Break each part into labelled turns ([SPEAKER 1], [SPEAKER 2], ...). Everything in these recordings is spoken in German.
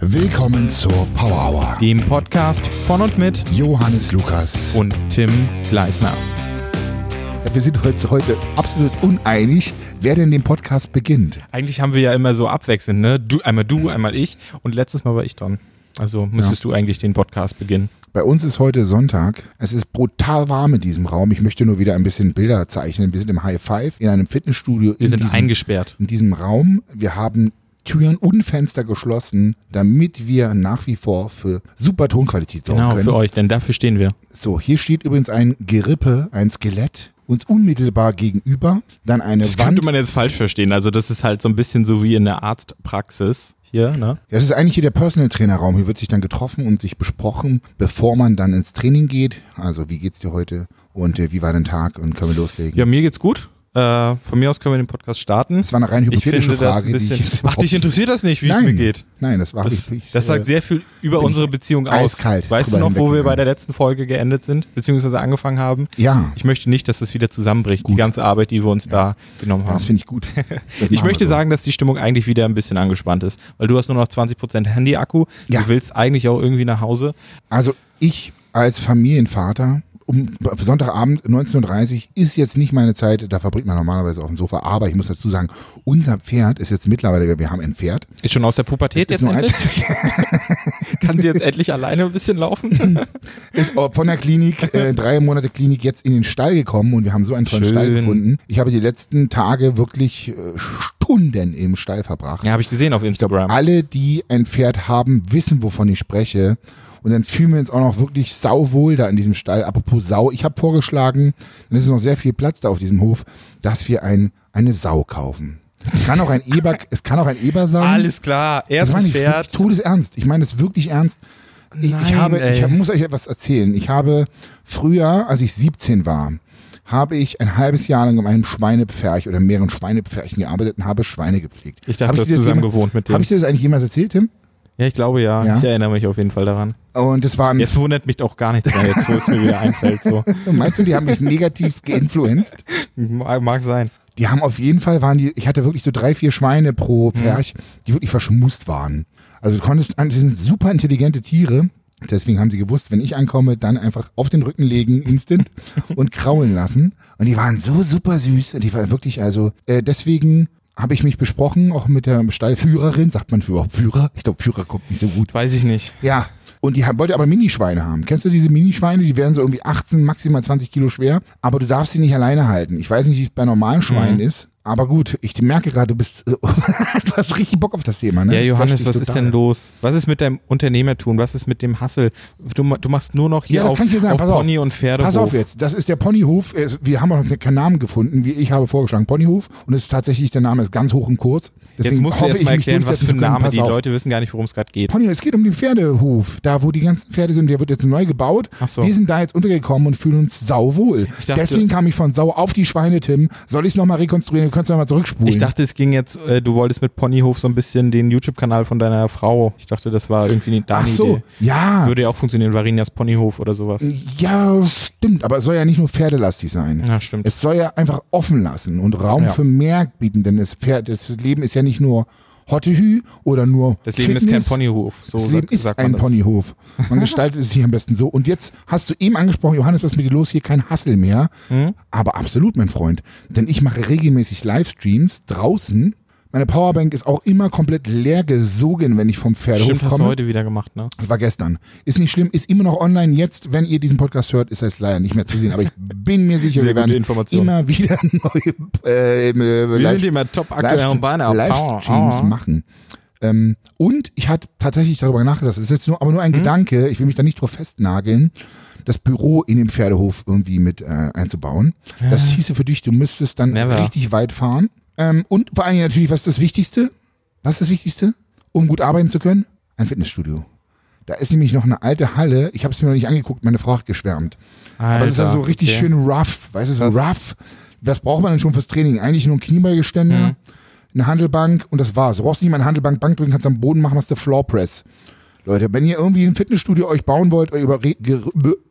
[SPEAKER 1] Willkommen zur Power Hour.
[SPEAKER 2] dem Podcast von und mit
[SPEAKER 1] Johannes Lukas.
[SPEAKER 2] und Tim Gleisner.
[SPEAKER 1] Ja, wir sind heute, heute absolut uneinig, wer denn den Podcast beginnt.
[SPEAKER 2] Eigentlich haben wir ja immer so abwechselnd, ne? Du, einmal du, einmal ich und letztes Mal war ich dran. Also müsstest du eigentlich den Podcast beginnen.
[SPEAKER 1] Bei uns ist heute Sonntag. Es ist brutal warm in diesem Raum. Ich möchte nur wieder ein bisschen Bilder zeichnen. Wir sind im High Five in einem Fitnessstudio.
[SPEAKER 2] Wir
[SPEAKER 1] in
[SPEAKER 2] sind
[SPEAKER 1] diesem,
[SPEAKER 2] eingesperrt.
[SPEAKER 1] in diesem Raum. Wir haben Türen und Fenster geschlossen, damit wir nach wie vor für super Tonqualität sorgen
[SPEAKER 2] Genau,
[SPEAKER 1] können.
[SPEAKER 2] für euch, denn dafür stehen wir.
[SPEAKER 1] So, hier steht übrigens ein Gerippe, ein Skelett uns unmittelbar gegenüber, dann eine
[SPEAKER 2] Das
[SPEAKER 1] Wand.
[SPEAKER 2] könnte man jetzt falsch verstehen. Also das ist halt so ein bisschen so wie in der Arztpraxis hier, ne?
[SPEAKER 1] Ja, Das ist eigentlich hier der Personal Trainer Raum. Hier wird sich dann getroffen und sich besprochen, bevor man dann ins Training geht. Also, wie geht's dir heute und äh, wie war dein Tag und können wir loslegen?
[SPEAKER 2] Ja, mir geht's gut. Äh, von mir aus können wir den Podcast starten.
[SPEAKER 1] Das war eine rein
[SPEAKER 2] Ich
[SPEAKER 1] hypothetische
[SPEAKER 2] finde das
[SPEAKER 1] Frage,
[SPEAKER 2] ein
[SPEAKER 1] die ich
[SPEAKER 2] bisschen.
[SPEAKER 1] jetzt
[SPEAKER 2] Ach, dich interessiert das nicht, wie es
[SPEAKER 1] Nein.
[SPEAKER 2] mir geht.
[SPEAKER 1] Nein, das war
[SPEAKER 2] Das,
[SPEAKER 1] wirklich.
[SPEAKER 2] das sagt
[SPEAKER 1] äh,
[SPEAKER 2] sehr viel über unsere Beziehung aus.
[SPEAKER 1] eiskalt
[SPEAKER 2] Weißt du
[SPEAKER 1] drüber
[SPEAKER 2] noch, wo wir
[SPEAKER 1] hinweggegangen.
[SPEAKER 2] bei der letzten Folge geendet sind, beziehungsweise angefangen haben?
[SPEAKER 1] ja,
[SPEAKER 2] Ich möchte nicht, dass es wieder zusammenbricht, die ganze Arbeit, die wir uns da genommen
[SPEAKER 1] das
[SPEAKER 2] haben.
[SPEAKER 1] finde ich gut. Das
[SPEAKER 2] Ich
[SPEAKER 1] machen
[SPEAKER 2] möchte
[SPEAKER 1] wir so.
[SPEAKER 2] sagen, dass die Stimmung eigentlich wieder ein bisschen angespannt ist, weil du hast nur noch 20% Handy-Akku,
[SPEAKER 1] Ja.
[SPEAKER 2] du willst eigentlich auch irgendwie nach Hause.
[SPEAKER 1] Also ich als Familienvater, um Sonntagabend 19.30 Uhr ist jetzt nicht meine Zeit, da verbringt man normalerweise auf dem Sofa. Aber ich muss dazu sagen, unser Pferd ist jetzt mittlerweile, wir haben ein Pferd.
[SPEAKER 2] Ist schon aus der Pubertät
[SPEAKER 1] Ist
[SPEAKER 2] jetzt
[SPEAKER 1] nur eins,
[SPEAKER 2] endlich? Kann sie jetzt endlich alleine ein bisschen laufen?
[SPEAKER 1] ist Oh, von der Klinik, äh, drei Monate Klinik, jetzt in den Stall gekommen und wir haben so einen tollen
[SPEAKER 2] Schön.
[SPEAKER 1] Stall gefunden. Ich habe die letzten Tage wirklich äh, Stunden im Stall verbracht.
[SPEAKER 2] Ja, habe ich gesehen auf Instagram.
[SPEAKER 1] Alle, die ein Pferd haben, wissen, wovon ich spreche. Und dann fühlen wir uns auch noch wirklich sauwohl da in diesem Stall. Apropos Sau, ich habe vorgeschlagen, dann ist noch sehr viel Platz da auf diesem Hof, dass wir ein, eine Sau kaufen. Es kann auch ein Eber, es kann auch ein Eber sein.
[SPEAKER 2] Alles klar,
[SPEAKER 1] das
[SPEAKER 2] erstes
[SPEAKER 1] meine ich wirklich
[SPEAKER 2] Also Pferd.
[SPEAKER 1] todesernst. Ich meine das wirklich ernst. Ich, ich,
[SPEAKER 2] Nein,
[SPEAKER 1] habe, ich
[SPEAKER 2] ey.
[SPEAKER 1] muss euch etwas erzählen. Ich habe früher, als ich 17 war, habe ich ein halbes Jahr lang in einem Schweinepferch oder mehreren Schweinepferchen gearbeitet und habe Schweine gepflegt.
[SPEAKER 2] Ich dachte,
[SPEAKER 1] Habe
[SPEAKER 2] du
[SPEAKER 1] ich
[SPEAKER 2] hast
[SPEAKER 1] dir das
[SPEAKER 2] zusammen
[SPEAKER 1] jemals-
[SPEAKER 2] gewohnt mit dem.
[SPEAKER 1] Habe ich dir das eigentlich jemals erzählt, Tim?
[SPEAKER 2] Ja, ich glaube ja.
[SPEAKER 1] Ja.
[SPEAKER 2] Ich erinnere mich auf jeden Fall daran.
[SPEAKER 1] Und das waren,
[SPEAKER 2] Jetzt wundert mich auch gar nichts mehr, jetzt wo es mir wieder einfällt. So.
[SPEAKER 1] meinst du, die haben mich negativ geinfluenzt?
[SPEAKER 2] Mag mag sein.
[SPEAKER 1] Die haben auf jeden Fall, waren die, ich hatte wirklich so drei, vier Schweine pro Pferch, die wirklich verschmust waren. Also du konntest, an- das sind super intelligente Tiere. Deswegen haben sie gewusst, wenn ich ankomme, dann einfach auf den Rücken legen, instant, und kraulen lassen. Und die waren so super süß. Und die waren wirklich, also, äh, deswegen habe ich mich besprochen, auch mit der Stallführerin, sagt man überhaupt Führer? Ich glaube, Führer kommt nicht so gut.
[SPEAKER 2] Weiß ich nicht.
[SPEAKER 1] Ja. Und die ha- wollte aber Minischweine haben. Kennst du diese Minischweine? Die werden so irgendwie 18, maximal 20 Kilo schwer. Aber du darfst sie nicht alleine halten. Ich weiß nicht, wie es bei normalen Schweinen
[SPEAKER 2] Mhm.
[SPEAKER 1] ist. Aber gut, ich merke gerade, du bist, äh, du hast richtig Bock auf das Thema, ne?
[SPEAKER 2] Ja,
[SPEAKER 1] Das
[SPEAKER 2] Johannes,
[SPEAKER 1] verstehe
[SPEAKER 2] was
[SPEAKER 1] ich
[SPEAKER 2] ist
[SPEAKER 1] total.
[SPEAKER 2] denn los? Was ist mit deinem Unternehmertum? Was ist mit dem Hassel? Du, ma- du machst nur noch hier
[SPEAKER 1] Ja, das
[SPEAKER 2] auf,
[SPEAKER 1] kann ich dir sagen.
[SPEAKER 2] auf
[SPEAKER 1] Pass auf.
[SPEAKER 2] Pony und Pferdehof.
[SPEAKER 1] Pass auf jetzt, das ist der Ponyhof. Äh, Wir haben auch noch keinen Namen gefunden. Wie ich habe vorgeschlagen, Ponyhof. Und es ist tatsächlich, der Name ist ganz hoch im Kurs. Deswegen
[SPEAKER 2] Jetzt musst du
[SPEAKER 1] hoffe
[SPEAKER 2] erst
[SPEAKER 1] ich,
[SPEAKER 2] mal
[SPEAKER 1] mich
[SPEAKER 2] erklären, was
[SPEAKER 1] durchsetzen
[SPEAKER 2] für ein
[SPEAKER 1] zu können.
[SPEAKER 2] Name.
[SPEAKER 1] Pass
[SPEAKER 2] Die
[SPEAKER 1] auf.
[SPEAKER 2] Leute wissen gar nicht, worum es gerade geht.
[SPEAKER 1] Pony, es geht um den Pferdehof, da wo die ganzen Pferde sind, der wird jetzt neu gebaut.
[SPEAKER 2] Ach so.
[SPEAKER 1] Wir sind da jetzt untergekommen und fühlen uns sauwohl.
[SPEAKER 2] Ich dachte-
[SPEAKER 1] Deswegen kam ich von Sau auf die Schweine, Tim. Soll ich es nochmal rekonstruieren? Du kannst nochmal zurückspulen.
[SPEAKER 2] Ich dachte, es ging jetzt, äh, du wolltest mit Ponyhof so ein bisschen den YouTube-Kanal von deiner Frau. Ich dachte, das war irgendwie eine deine
[SPEAKER 1] Ach so, Ah.
[SPEAKER 2] Idee.
[SPEAKER 1] ja.
[SPEAKER 2] Würde ja auch funktionieren, Varinias Ponyhof oder sowas.
[SPEAKER 1] Ja, stimmt, aber es soll ja nicht nur pferdelastig sein.
[SPEAKER 2] Ja, stimmt.
[SPEAKER 1] Es soll ja einfach offen lassen und Raum
[SPEAKER 2] Ja.
[SPEAKER 1] für mehr bieten, denn das, Pferd, das Leben ist ja nicht nur Hottehü oder nur
[SPEAKER 2] das Leben ist kein
[SPEAKER 1] Fitness.
[SPEAKER 2] Ponyhof. So
[SPEAKER 1] das Leben
[SPEAKER 2] sagt,
[SPEAKER 1] ist
[SPEAKER 2] sagt man
[SPEAKER 1] ein
[SPEAKER 2] das.
[SPEAKER 1] Ponyhof. Man gestaltet es sich am besten so. Und jetzt hast du eben angesprochen, Johannes, was ist mit dir los? Hier kein Hassel mehr.
[SPEAKER 2] Hm?
[SPEAKER 1] Aber absolut, mein Freund. Denn ich mache regelmäßig Livestreams draußen. Meine Powerbank ist auch immer komplett leer gesogen, wenn ich vom Pferdehof
[SPEAKER 2] Stimmt, hast du
[SPEAKER 1] komme.
[SPEAKER 2] heute wieder gemacht, ne?
[SPEAKER 1] Das war gestern. Ist nicht schlimm, ist immer noch online. Jetzt, wenn ihr diesen Podcast hört, ist es leider nicht mehr zu sehen. Aber ich bin mir sicher,
[SPEAKER 2] Sehr
[SPEAKER 1] wir
[SPEAKER 2] gute
[SPEAKER 1] werden
[SPEAKER 2] Information.
[SPEAKER 1] immer wieder neue äh, äh,
[SPEAKER 2] Wir
[SPEAKER 1] Live-
[SPEAKER 2] sind immer top aktuell
[SPEAKER 1] Livestre-
[SPEAKER 2] und Beine ab.
[SPEAKER 1] Livestreams
[SPEAKER 2] Aua, aua.
[SPEAKER 1] machen. Ähm, und ich hatte tatsächlich darüber nachgedacht, das ist jetzt nur, aber nur ein
[SPEAKER 2] Hm?
[SPEAKER 1] Gedanke, ich will mich da nicht drauf festnageln, das Büro in dem Pferdehof irgendwie mit äh, einzubauen. Das hieße für dich, du müsstest dann
[SPEAKER 2] Never.
[SPEAKER 1] richtig weit fahren. Ähm, und vor allen Dingen natürlich, was ist das Wichtigste? Was ist das Wichtigste, um gut arbeiten zu können? Ein Fitnessstudio. Da ist nämlich noch eine alte Halle, ich habe es mir noch nicht angeguckt, meine Frau hat geschwärmt. Aber das ist
[SPEAKER 2] Alter,
[SPEAKER 1] also richtig
[SPEAKER 2] okay.
[SPEAKER 1] schön rough, weißt du, so rough. Was braucht man denn schon fürs Training? Eigentlich nur ein Kniebeugeständer,
[SPEAKER 2] Mhm.
[SPEAKER 1] eine Handelbank und das war's. Du brauchst nicht mal eine Handelbank, Bank drücken, kannst am Boden machen, machst du Floor Press. Leute, wenn ihr irgendwie ein Fitnessstudio euch bauen wollt, euch, überre- ge-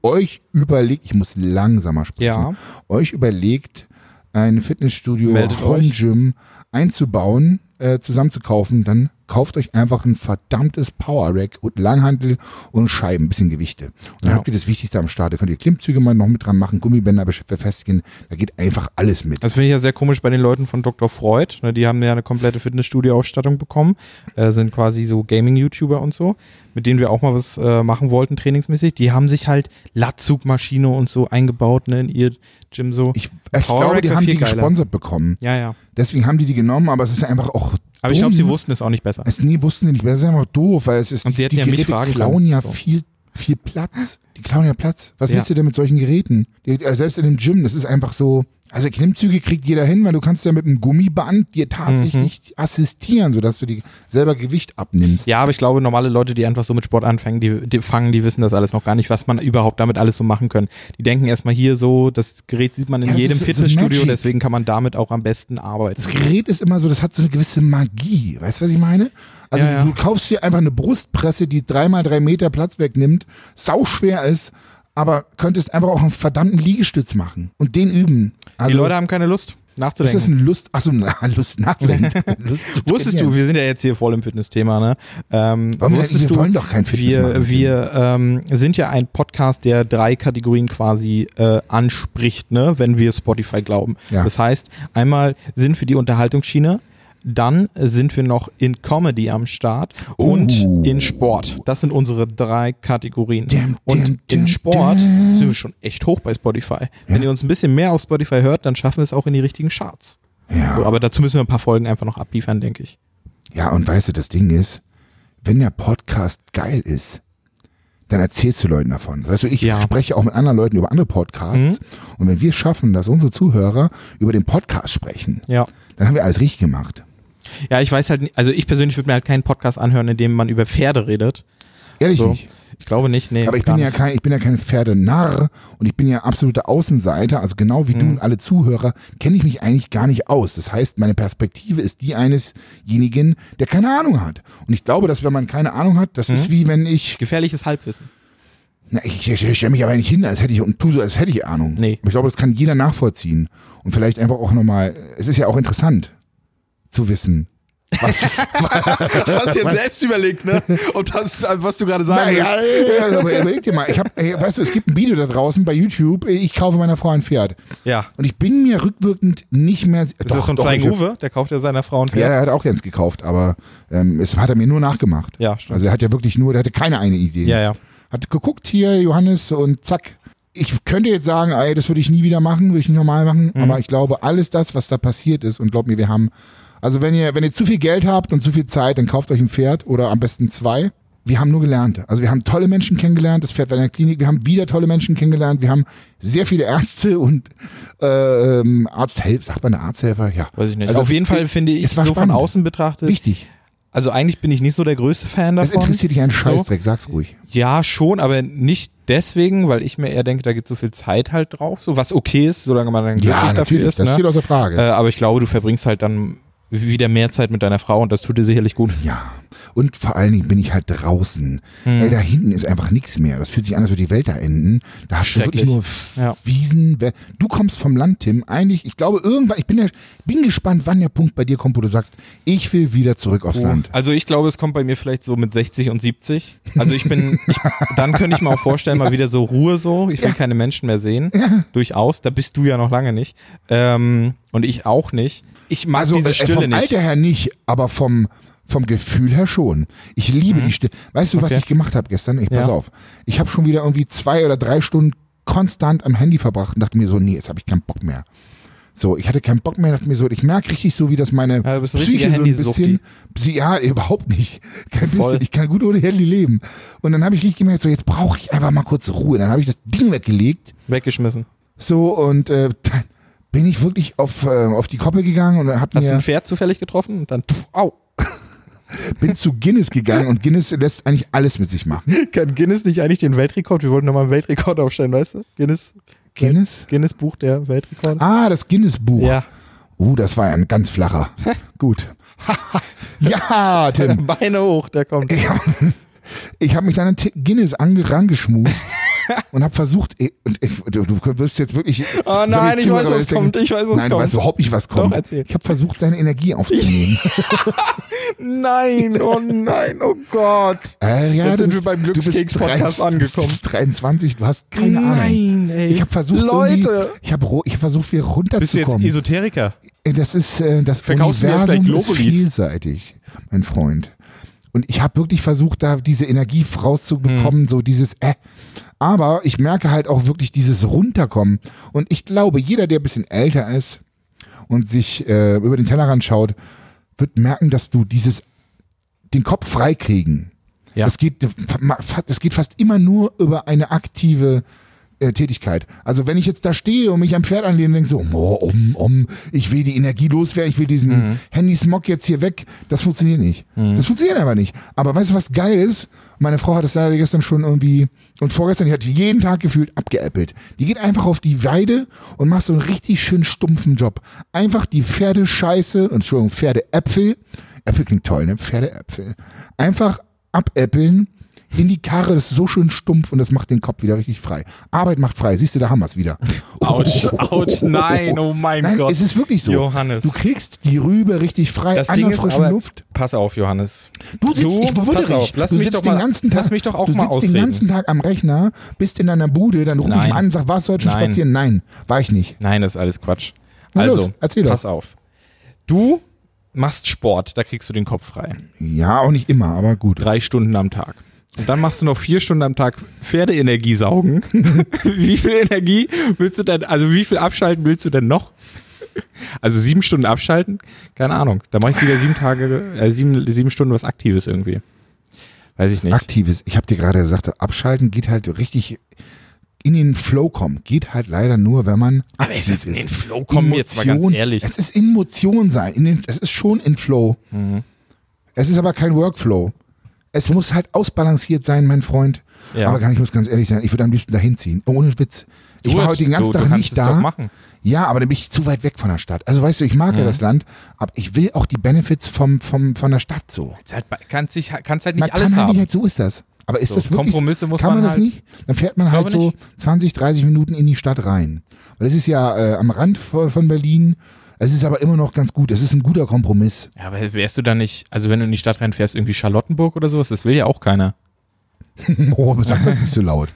[SPEAKER 1] euch überlegt, ich muss langsamer sprechen,
[SPEAKER 2] Ja.
[SPEAKER 1] euch überlegt, ein Fitnessstudio,
[SPEAKER 2] Meldet
[SPEAKER 1] Home
[SPEAKER 2] euch.
[SPEAKER 1] Gym einzubauen, äh, zusammenzukaufen, dann kauft euch einfach ein verdammtes Power Rack und Langhandel und Scheiben, ein bisschen Gewichte. Und dann
[SPEAKER 2] Ja.
[SPEAKER 1] habt ihr das Wichtigste am Start. Da könnt ihr Klimmzüge mal noch mit dran machen, Gummibänder besch- befestigen. Da geht einfach alles mit.
[SPEAKER 2] Das finde ich ja sehr komisch bei den Leuten von Dr. Freud. Ne, die haben ja eine komplette Fitnessstudio-Ausstattung bekommen, äh, sind quasi so Gaming-YouTuber und so, mit denen wir auch mal was äh, machen wollten, trainingsmäßig. Die haben sich halt Latzugmaschine und so eingebaut ne, in ihr Gym so.
[SPEAKER 1] Ich, ich
[SPEAKER 2] Power
[SPEAKER 1] glaube,
[SPEAKER 2] Rack
[SPEAKER 1] die
[SPEAKER 2] war
[SPEAKER 1] haben
[SPEAKER 2] viel
[SPEAKER 1] die
[SPEAKER 2] geiler.
[SPEAKER 1] gesponsert bekommen.
[SPEAKER 2] ja, ja.
[SPEAKER 1] Deswegen haben die die genommen, aber es ist einfach auch.
[SPEAKER 2] Aber ich glaube, sie
[SPEAKER 1] dumm.
[SPEAKER 2] wussten es auch nicht besser.
[SPEAKER 1] Es, nee, Also wussten sie nicht. Das ist einfach doof, weil es ist.
[SPEAKER 2] Und sie hätten
[SPEAKER 1] die
[SPEAKER 2] ja mich
[SPEAKER 1] Geräte
[SPEAKER 2] fragen
[SPEAKER 1] klauen
[SPEAKER 2] können.
[SPEAKER 1] ja
[SPEAKER 2] So.
[SPEAKER 1] viel, viel Platz. Die klauen ja Platz. Was
[SPEAKER 2] Ja.
[SPEAKER 1] willst du denn mit solchen Geräten? Die, äh, selbst in dem Gym, das ist einfach so. Also Klimmzüge kriegt jeder hin, weil du kannst ja mit einem Gummiband dir
[SPEAKER 2] Mhm.
[SPEAKER 1] tatsächlich assistieren, sodass du dir selber Gewicht abnimmst.
[SPEAKER 2] Ja, aber ich glaube, normale Leute, die einfach so mit Sport anfangen, die, die fangen, die wissen das alles noch gar nicht, was man überhaupt damit alles so machen kann. Die denken erstmal hier so, das Gerät sieht man in
[SPEAKER 1] Ja, das
[SPEAKER 2] jedem
[SPEAKER 1] ist so
[SPEAKER 2] Fitnessstudio,
[SPEAKER 1] Magic.
[SPEAKER 2] deswegen kann man damit auch am besten arbeiten.
[SPEAKER 1] Das Gerät ist immer so, das hat so eine gewisse Magie. Weißt du, was ich meine? Also
[SPEAKER 2] Ja, ja.
[SPEAKER 1] du kaufst dir einfach eine Brustpresse, die dreimal drei Meter Platz wegnimmt, sauschwer ist, aber könntest einfach auch einen verdammten Liegestütz machen und den üben.
[SPEAKER 2] Die
[SPEAKER 1] Also,
[SPEAKER 2] Leute haben keine Lust,
[SPEAKER 1] ist das
[SPEAKER 2] nachzudenken.
[SPEAKER 1] ein Lust, achso, na, Lust nachzudenken. Lust zu
[SPEAKER 2] Wusstest du,
[SPEAKER 1] trainieren.
[SPEAKER 2] wir sind ja jetzt hier voll im Fitness-Thema, ne? Ähm,
[SPEAKER 1] Warum wir,
[SPEAKER 2] wusstest
[SPEAKER 1] wir
[SPEAKER 2] du,
[SPEAKER 1] wollen doch kein Fitness
[SPEAKER 2] wir,
[SPEAKER 1] machen.
[SPEAKER 2] wir ähm, sind ja ein Podcast, der drei Kategorien quasi äh, anspricht, ne? wenn wir Spotify glauben.
[SPEAKER 1] Ja.
[SPEAKER 2] Das heißt, einmal sind wir die Unterhaltungsschiene, dann sind wir noch in Comedy am Start und
[SPEAKER 1] Oh.
[SPEAKER 2] in Sport. Das sind unsere drei Kategorien.
[SPEAKER 1] Dum,
[SPEAKER 2] und
[SPEAKER 1] dum, dum,
[SPEAKER 2] in Sport
[SPEAKER 1] dum.
[SPEAKER 2] sind wir schon echt hoch bei Spotify. Wenn ihr uns ein bisschen mehr auf Spotify hört, dann schaffen wir es auch in die richtigen Charts.
[SPEAKER 1] ja.
[SPEAKER 2] So, aber dazu müssen wir ein paar Folgen einfach noch abliefern, denke ich.
[SPEAKER 1] ja, und weißt du, das Ding ist, wenn der Podcast geil ist, dann erzählst du Leuten davon. Weißt du, ich
[SPEAKER 2] Ja.
[SPEAKER 1] spreche auch mit anderen Leuten über andere Podcasts. Und wenn wir es schaffen, dass unsere Zuhörer über den Podcast sprechen,
[SPEAKER 2] Ja.
[SPEAKER 1] dann haben wir alles richtig gemacht.
[SPEAKER 2] Ja, ich weiß halt, nicht- also ich persönlich würde mir halt keinen Podcast anhören, in dem man über Pferde redet.
[SPEAKER 1] Ehrlich
[SPEAKER 2] So.
[SPEAKER 1] nicht.
[SPEAKER 2] Ich glaube nicht, nee.
[SPEAKER 1] Aber ich
[SPEAKER 2] gar
[SPEAKER 1] bin ja
[SPEAKER 2] nicht.
[SPEAKER 1] kein, ich bin ja kein Pferdenarr und ich bin ja absoluter Außenseiter. Also genau wie du
[SPEAKER 2] Hm.
[SPEAKER 1] und alle Zuhörer kenne ich mich eigentlich gar nicht aus. Das heißt, meine Perspektive ist die einesjenigen, der keine Ahnung hat. Und ich glaube, dass wenn man keine Ahnung hat, das
[SPEAKER 2] Hm?
[SPEAKER 1] ist wie wenn ich
[SPEAKER 2] Gefährliches Halbwissen.
[SPEAKER 1] Na, ich, ich, ich stelle mich aber nicht hin, als hätte ich und tu so, als hätte ich Ahnung.
[SPEAKER 2] Nee.
[SPEAKER 1] Aber Ich glaube, das kann jeder nachvollziehen. Und vielleicht einfach auch nochmal, es ist ja auch interessant zu wissen. Was,
[SPEAKER 2] Hast du jetzt selbst überlegt, ne? Und das, was du gerade sagen
[SPEAKER 1] naja, aber überleg dir mal, ich hab, ey, weißt du, es gibt ein Video da draußen bei YouTube, ey, ich kaufe meiner Frau ein Pferd.
[SPEAKER 2] Ja.
[SPEAKER 1] Und ich bin mir rückwirkend nicht mehr. Ist
[SPEAKER 2] Ist das so ein
[SPEAKER 1] ich,
[SPEAKER 2] kleiner Uwe? Der kauft ja seiner Frau ein
[SPEAKER 1] Ja,
[SPEAKER 2] Pferd.
[SPEAKER 1] der hat auch ganz gekauft, aber ähm, es hat er mir nur nachgemacht.
[SPEAKER 2] Ja, stimmt.
[SPEAKER 1] Also er hat ja wirklich nur, der hatte keine eine Idee.
[SPEAKER 2] Ja, ja.
[SPEAKER 1] Hat geguckt hier, Johannes, und zack. Ich könnte jetzt sagen, ey, das würde ich nie wieder machen, würde ich nicht normal machen,
[SPEAKER 2] Mhm.
[SPEAKER 1] aber ich glaube, alles das, was da passiert ist, und glaub mir, wir haben, also wenn ihr, wenn ihr zu viel Geld habt und zu viel Zeit, dann kauft euch ein Pferd oder am besten zwei. Wir haben nur gelernt. Also wir haben tolle Menschen kennengelernt, das Pferd war in der Klinik, wir haben wieder tolle Menschen kennengelernt, wir haben sehr viele Ärzte und äh, ähm, Arzthelfer, sagt man Arzthelfer, ja.
[SPEAKER 2] Weiß ich nicht.
[SPEAKER 1] Also
[SPEAKER 2] Auf jeden Fall finde ich
[SPEAKER 1] es
[SPEAKER 2] so
[SPEAKER 1] war
[SPEAKER 2] von
[SPEAKER 1] spannend.
[SPEAKER 2] außen betrachtet.
[SPEAKER 1] Wichtig.
[SPEAKER 2] Also eigentlich bin ich nicht so der größte Fan
[SPEAKER 1] Das
[SPEAKER 2] davon.
[SPEAKER 1] interessiert dich ein
[SPEAKER 2] So.
[SPEAKER 1] Scheißdreck, sag's ruhig.
[SPEAKER 2] Ja, schon, aber nicht deswegen, weil ich mir eher denke, da geht so viel Zeit halt drauf, so was okay ist, solange man dann glücklich
[SPEAKER 1] Ja,
[SPEAKER 2] dafür
[SPEAKER 1] natürlich,
[SPEAKER 2] ist.
[SPEAKER 1] das
[SPEAKER 2] ne?
[SPEAKER 1] steht außer Frage.
[SPEAKER 2] Äh, aber ich glaube, du verbringst halt dann wieder mehr Zeit mit deiner Frau und das tut dir sicherlich gut.
[SPEAKER 1] Ja. Und vor allen Dingen bin ich halt draußen.
[SPEAKER 2] Hm.
[SPEAKER 1] Ey, da hinten ist einfach nichts mehr. Das fühlt sich an, als würde die Welt da enden. Da hast du wirklich
[SPEAKER 2] Schrecklich.
[SPEAKER 1] nur F-
[SPEAKER 2] Ja.
[SPEAKER 1] Wiesen. We- Du kommst vom Land, Tim. Eigentlich, ich glaube, irgendwann, ich bin, ja, bin gespannt, wann der Punkt bei dir kommt, wo du sagst, ich will wieder zurück aufs Land.
[SPEAKER 2] Also ich glaube, es kommt bei mir vielleicht so mit 60 und 70. Also ich bin, ich, dann könnte ich mir auch vorstellen, mal wieder so Ruhe so. Ich will keine Menschen mehr sehen. Durchaus. Da bist du ja noch lange nicht. Ähm, und ich auch nicht. Ich mag
[SPEAKER 1] Also
[SPEAKER 2] diese
[SPEAKER 1] äh,
[SPEAKER 2] Stille
[SPEAKER 1] vom
[SPEAKER 2] nicht.
[SPEAKER 1] Alter her nicht, aber vom, vom Gefühl her schon. Ich liebe die Stille. Weißt du, was
[SPEAKER 2] Mhm. Okay.
[SPEAKER 1] ich gemacht habe gestern? Ich pass
[SPEAKER 2] Ja.
[SPEAKER 1] auf. Ich habe schon wieder irgendwie zwei oder drei Stunden konstant am Handy verbracht und dachte mir so, nee, jetzt habe ich keinen Bock mehr. So, ich hatte keinen Bock mehr, dachte mir so, ich merke richtig so, wie das meine
[SPEAKER 2] Ja, du bist ein
[SPEAKER 1] Psyche
[SPEAKER 2] richtiger
[SPEAKER 1] so ein bisschen,
[SPEAKER 2] Handysuchti.
[SPEAKER 1] Psy- ja, überhaupt nicht. Kein
[SPEAKER 2] Voll.
[SPEAKER 1] bisschen, ich kann gut ohne Handy leben. Und dann habe ich richtig gemerkt, so, jetzt brauche ich einfach mal kurz Ruhe. Dann habe ich das Ding weggelegt
[SPEAKER 2] Weggeschmissen.
[SPEAKER 1] so und äh, dann bin ich wirklich auf, äh, auf die Koppel gegangen und hab
[SPEAKER 2] Hast du ein
[SPEAKER 1] mir,
[SPEAKER 2] Pferd zufällig getroffen? Und dann, pff, au.
[SPEAKER 1] bin zu Guinness gegangen und Guinness lässt eigentlich alles mit sich machen.
[SPEAKER 2] Kann Guinness nicht eigentlich den Weltrekord? Wir wollten nochmal einen Weltrekord aufstellen, weißt du? Guinness.
[SPEAKER 1] Guinness?
[SPEAKER 2] Guinness Buch der Weltrekorde.
[SPEAKER 1] Ah, das Guinness-Buch.
[SPEAKER 2] Ja.
[SPEAKER 1] Uh, das war ja ein ganz flacher. Gut. ja, Tim.
[SPEAKER 2] Beine hoch, der kommt.
[SPEAKER 1] Ich habe mich dann an T- Guinness ange- rangeschmust und habe versucht, eh, und ich, du, du wirst jetzt wirklich.
[SPEAKER 2] Oh nein, ich weiß, was kommt. Ich weiß, was
[SPEAKER 1] Nein, du
[SPEAKER 2] kommt.
[SPEAKER 1] weißt überhaupt nicht, was kommt.
[SPEAKER 2] erzähl.
[SPEAKER 1] ich habe versucht, seine Energie aufzunehmen.
[SPEAKER 2] Nein, oh nein, oh Gott.
[SPEAKER 1] Äh, ja,
[SPEAKER 2] Jetzt
[SPEAKER 1] du
[SPEAKER 2] sind
[SPEAKER 1] bist-
[SPEAKER 2] wir beim
[SPEAKER 1] du bist
[SPEAKER 2] Glückskeks-Podcast
[SPEAKER 1] 13
[SPEAKER 2] angekommen.
[SPEAKER 1] Du bist 23, du hast keine Ahnung.
[SPEAKER 2] Nein, ey.
[SPEAKER 1] Ich habe versucht, irgendwie-
[SPEAKER 2] Leute.
[SPEAKER 1] ich habe ro- ich hab versucht, hier
[SPEAKER 3] Bist du jetzt
[SPEAKER 1] runterzukommen.
[SPEAKER 3] Esoteriker?
[SPEAKER 1] Äh, Das ist äh, das
[SPEAKER 3] Verkaufst du mir jetzt
[SPEAKER 1] Universum
[SPEAKER 3] gleich
[SPEAKER 1] ist
[SPEAKER 3] Globulis?
[SPEAKER 1] vielseitig, mein Freund. Und ich habe wirklich versucht, da diese Energie
[SPEAKER 3] Hm.
[SPEAKER 1] rauszubekommen, so dieses äh. Aber ich merke halt auch wirklich dieses Runterkommen. Und ich glaube, jeder, der ein bisschen älter ist und sich äh, über den Tellerrand schaut, wird merken, dass du dieses den Kopf freikriegen.
[SPEAKER 2] Ja.
[SPEAKER 1] Das geht, das geht fast immer nur über eine aktive äh, Tätigkeit. Also wenn ich jetzt da stehe und mich am Pferd anlehne und denke so, oh, um, um, ich will die Energie loswerden, ich will diesen Handy-Smog jetzt hier weg, das funktioniert nicht. Das funktioniert einfach nicht. Aber weißt du, was geil ist? Meine Frau hat es leider gestern schon irgendwie und vorgestern, die hat jeden Tag gefühlt abgeäppelt. Die geht einfach auf die Weide und macht so einen richtig schön stumpfen Job. Einfach die Pferdescheiße, Entschuldigung, Pferdeäpfel, Äpfel klingt toll, ne? Pferdeäpfel. Einfach abäppeln in die Karre, das ist so schön stumpf und das macht den Kopf wieder richtig frei. Arbeit macht frei, siehst du, da haben wir's wieder. Oh.
[SPEAKER 3] Autsch, autsch, nein, oh mein
[SPEAKER 1] Nein,
[SPEAKER 3] Gott.
[SPEAKER 1] es ist wirklich so.
[SPEAKER 2] Johannes.
[SPEAKER 1] Du kriegst die Rübe richtig frei
[SPEAKER 2] Das
[SPEAKER 1] an
[SPEAKER 2] Ding
[SPEAKER 1] der
[SPEAKER 2] ist
[SPEAKER 1] frischen
[SPEAKER 2] aber,
[SPEAKER 1] Luft.
[SPEAKER 2] pass auf, Johannes.
[SPEAKER 1] Du sitzt, ich bewundere
[SPEAKER 2] pass auf,
[SPEAKER 1] dich.
[SPEAKER 2] lass
[SPEAKER 1] du
[SPEAKER 2] mich
[SPEAKER 1] sitzt
[SPEAKER 2] doch
[SPEAKER 1] den
[SPEAKER 2] mal,
[SPEAKER 1] ganzen Tag,
[SPEAKER 2] lass mich doch auch
[SPEAKER 1] du
[SPEAKER 2] mal
[SPEAKER 1] sitzt
[SPEAKER 2] ausreden.
[SPEAKER 1] den ganzen Tag am Rechner, bist in deiner Bude, dann rufe ich
[SPEAKER 2] Nein.
[SPEAKER 1] mal an und sag, warst du heute schon
[SPEAKER 2] Nein.
[SPEAKER 1] spazieren? Nein, war ich nicht.
[SPEAKER 2] Nein, das ist alles Quatsch.
[SPEAKER 1] Na
[SPEAKER 2] also,
[SPEAKER 1] los, erzähl doch.
[SPEAKER 2] pass auf. Du machst Sport, da kriegst du den Kopf frei.
[SPEAKER 1] Ja, auch nicht immer, aber gut.
[SPEAKER 2] Drei Stunden am Tag. Und dann machst du noch vier Stunden am Tag Pferdeenergie saugen. wie viel Energie willst du denn, also wie viel abschalten willst du denn noch? Also sieben Stunden abschalten? Keine Ahnung. Da mache ich wieder sieben Tage, äh, sieben, sieben Stunden was Aktives irgendwie. Weiß ich nicht.
[SPEAKER 1] Aktives. Ich habe dir gerade gesagt, abschalten geht halt richtig in den Flow kommen. Geht halt leider nur, wenn man
[SPEAKER 2] Aber es ist in den Flow kommen,
[SPEAKER 1] Emotion,
[SPEAKER 2] jetzt mal ganz ehrlich.
[SPEAKER 1] Es ist in Motion sein. In den, es ist schon in Flow. Es ist aber kein Workflow. Es muss halt ausbalanciert sein, mein Freund.
[SPEAKER 2] Ja.
[SPEAKER 1] Aber gar, ich muss ganz ehrlich sein, ich würde am liebsten dahin ziehen. Oh, Ohne Witz. Ich war
[SPEAKER 2] Du-
[SPEAKER 1] heute den ganzen
[SPEAKER 2] du- du
[SPEAKER 1] Tag
[SPEAKER 2] kannst
[SPEAKER 1] nicht
[SPEAKER 2] es doch
[SPEAKER 1] da.
[SPEAKER 2] machen. Mhm.
[SPEAKER 1] Ja, aber dann bin ich zu weit weg von der Stadt. Also weißt du, ich mag ja das Land, aber ich will auch die Benefits vom, vom, von der Stadt so.
[SPEAKER 2] Ist halt, kannst, dich, kannst halt nicht
[SPEAKER 1] Man
[SPEAKER 2] alles
[SPEAKER 1] kann halt
[SPEAKER 2] haben.
[SPEAKER 1] nicht, halt, so ist das. Aber ist
[SPEAKER 2] So,
[SPEAKER 1] das wirklich,
[SPEAKER 2] Kompromisse muss
[SPEAKER 1] kann man,
[SPEAKER 2] man
[SPEAKER 1] das
[SPEAKER 2] halt-
[SPEAKER 1] nicht? Dann fährt man halt so
[SPEAKER 2] glaube
[SPEAKER 1] 20, 30 Minuten in die Stadt rein. Weil das ist ja äh, am Rand von, von Berlin. Es ist aber immer noch ganz gut. Es ist ein guter Kompromiss.
[SPEAKER 2] Ja, aber wärst du dann nicht, also wenn du in die Stadt reinfährst, irgendwie Charlottenburg oder sowas, das will ja auch keiner.
[SPEAKER 1] Oh, aber sag das nicht so laut.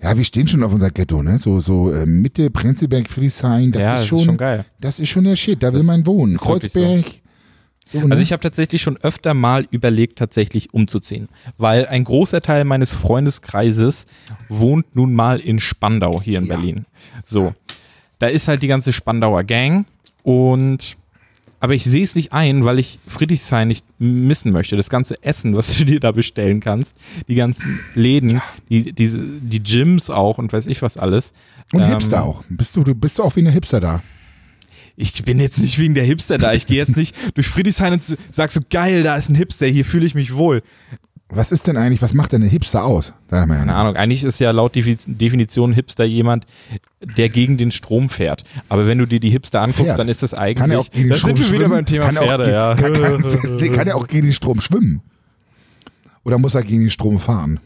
[SPEAKER 1] Ja, wir stehen schon auf unser Ghetto, ne? So, so äh, Mitte, Prenzlberg, Friedrichshain, das,
[SPEAKER 2] ja,
[SPEAKER 1] ist,
[SPEAKER 2] das
[SPEAKER 1] schon,
[SPEAKER 2] ist schon geil.
[SPEAKER 1] das ist schon der Shit, da will man wohnen.
[SPEAKER 2] wirklich so.
[SPEAKER 1] Kreuzberg. So. ne?
[SPEAKER 2] Also ich habe tatsächlich schon öfter mal überlegt, tatsächlich umzuziehen, weil ein großer Teil meines Freundeskreises wohnt nun mal in Spandau hier in
[SPEAKER 1] Ja.
[SPEAKER 2] Berlin. So, da ist halt die ganze Spandauer Gang und aber ich sehe es nicht ein, weil ich Friedrichshain nicht missen möchte. Das ganze Essen, was du dir da bestellen kannst, die ganzen Läden, die, diese, die Gyms auch und weiß ich was alles.
[SPEAKER 1] Und
[SPEAKER 2] Ähm,
[SPEAKER 1] Hipster auch. Bist du, du bist du auch wie ein Hipster da.
[SPEAKER 2] ich bin jetzt nicht wegen der Hipster da. Ich gehe jetzt nicht durch Friedrichshain und sag so, geil, da ist ein Hipster, hier fühle ich mich wohl.
[SPEAKER 1] Was ist denn eigentlich, was macht denn ein Hipster aus? Deiner Meinung nach?
[SPEAKER 2] Keine Ahnung, eigentlich ist ja laut Defi- Definition Hipster jemand, der gegen den Strom fährt. Aber wenn du dir die Hipster anguckst,
[SPEAKER 1] Pferd.
[SPEAKER 2] dann ist das
[SPEAKER 1] Kann er
[SPEAKER 2] eigentlich.
[SPEAKER 1] auch gegen
[SPEAKER 2] da
[SPEAKER 1] den Strom
[SPEAKER 2] sind wir wieder
[SPEAKER 1] schwimmen?
[SPEAKER 2] beim Thema
[SPEAKER 1] kann er
[SPEAKER 2] Pferde, ja.
[SPEAKER 1] auch, ge- Kann, kann, kann, kann er auch gegen den Strom schwimmen? Oder muss er gegen den Strom fahren?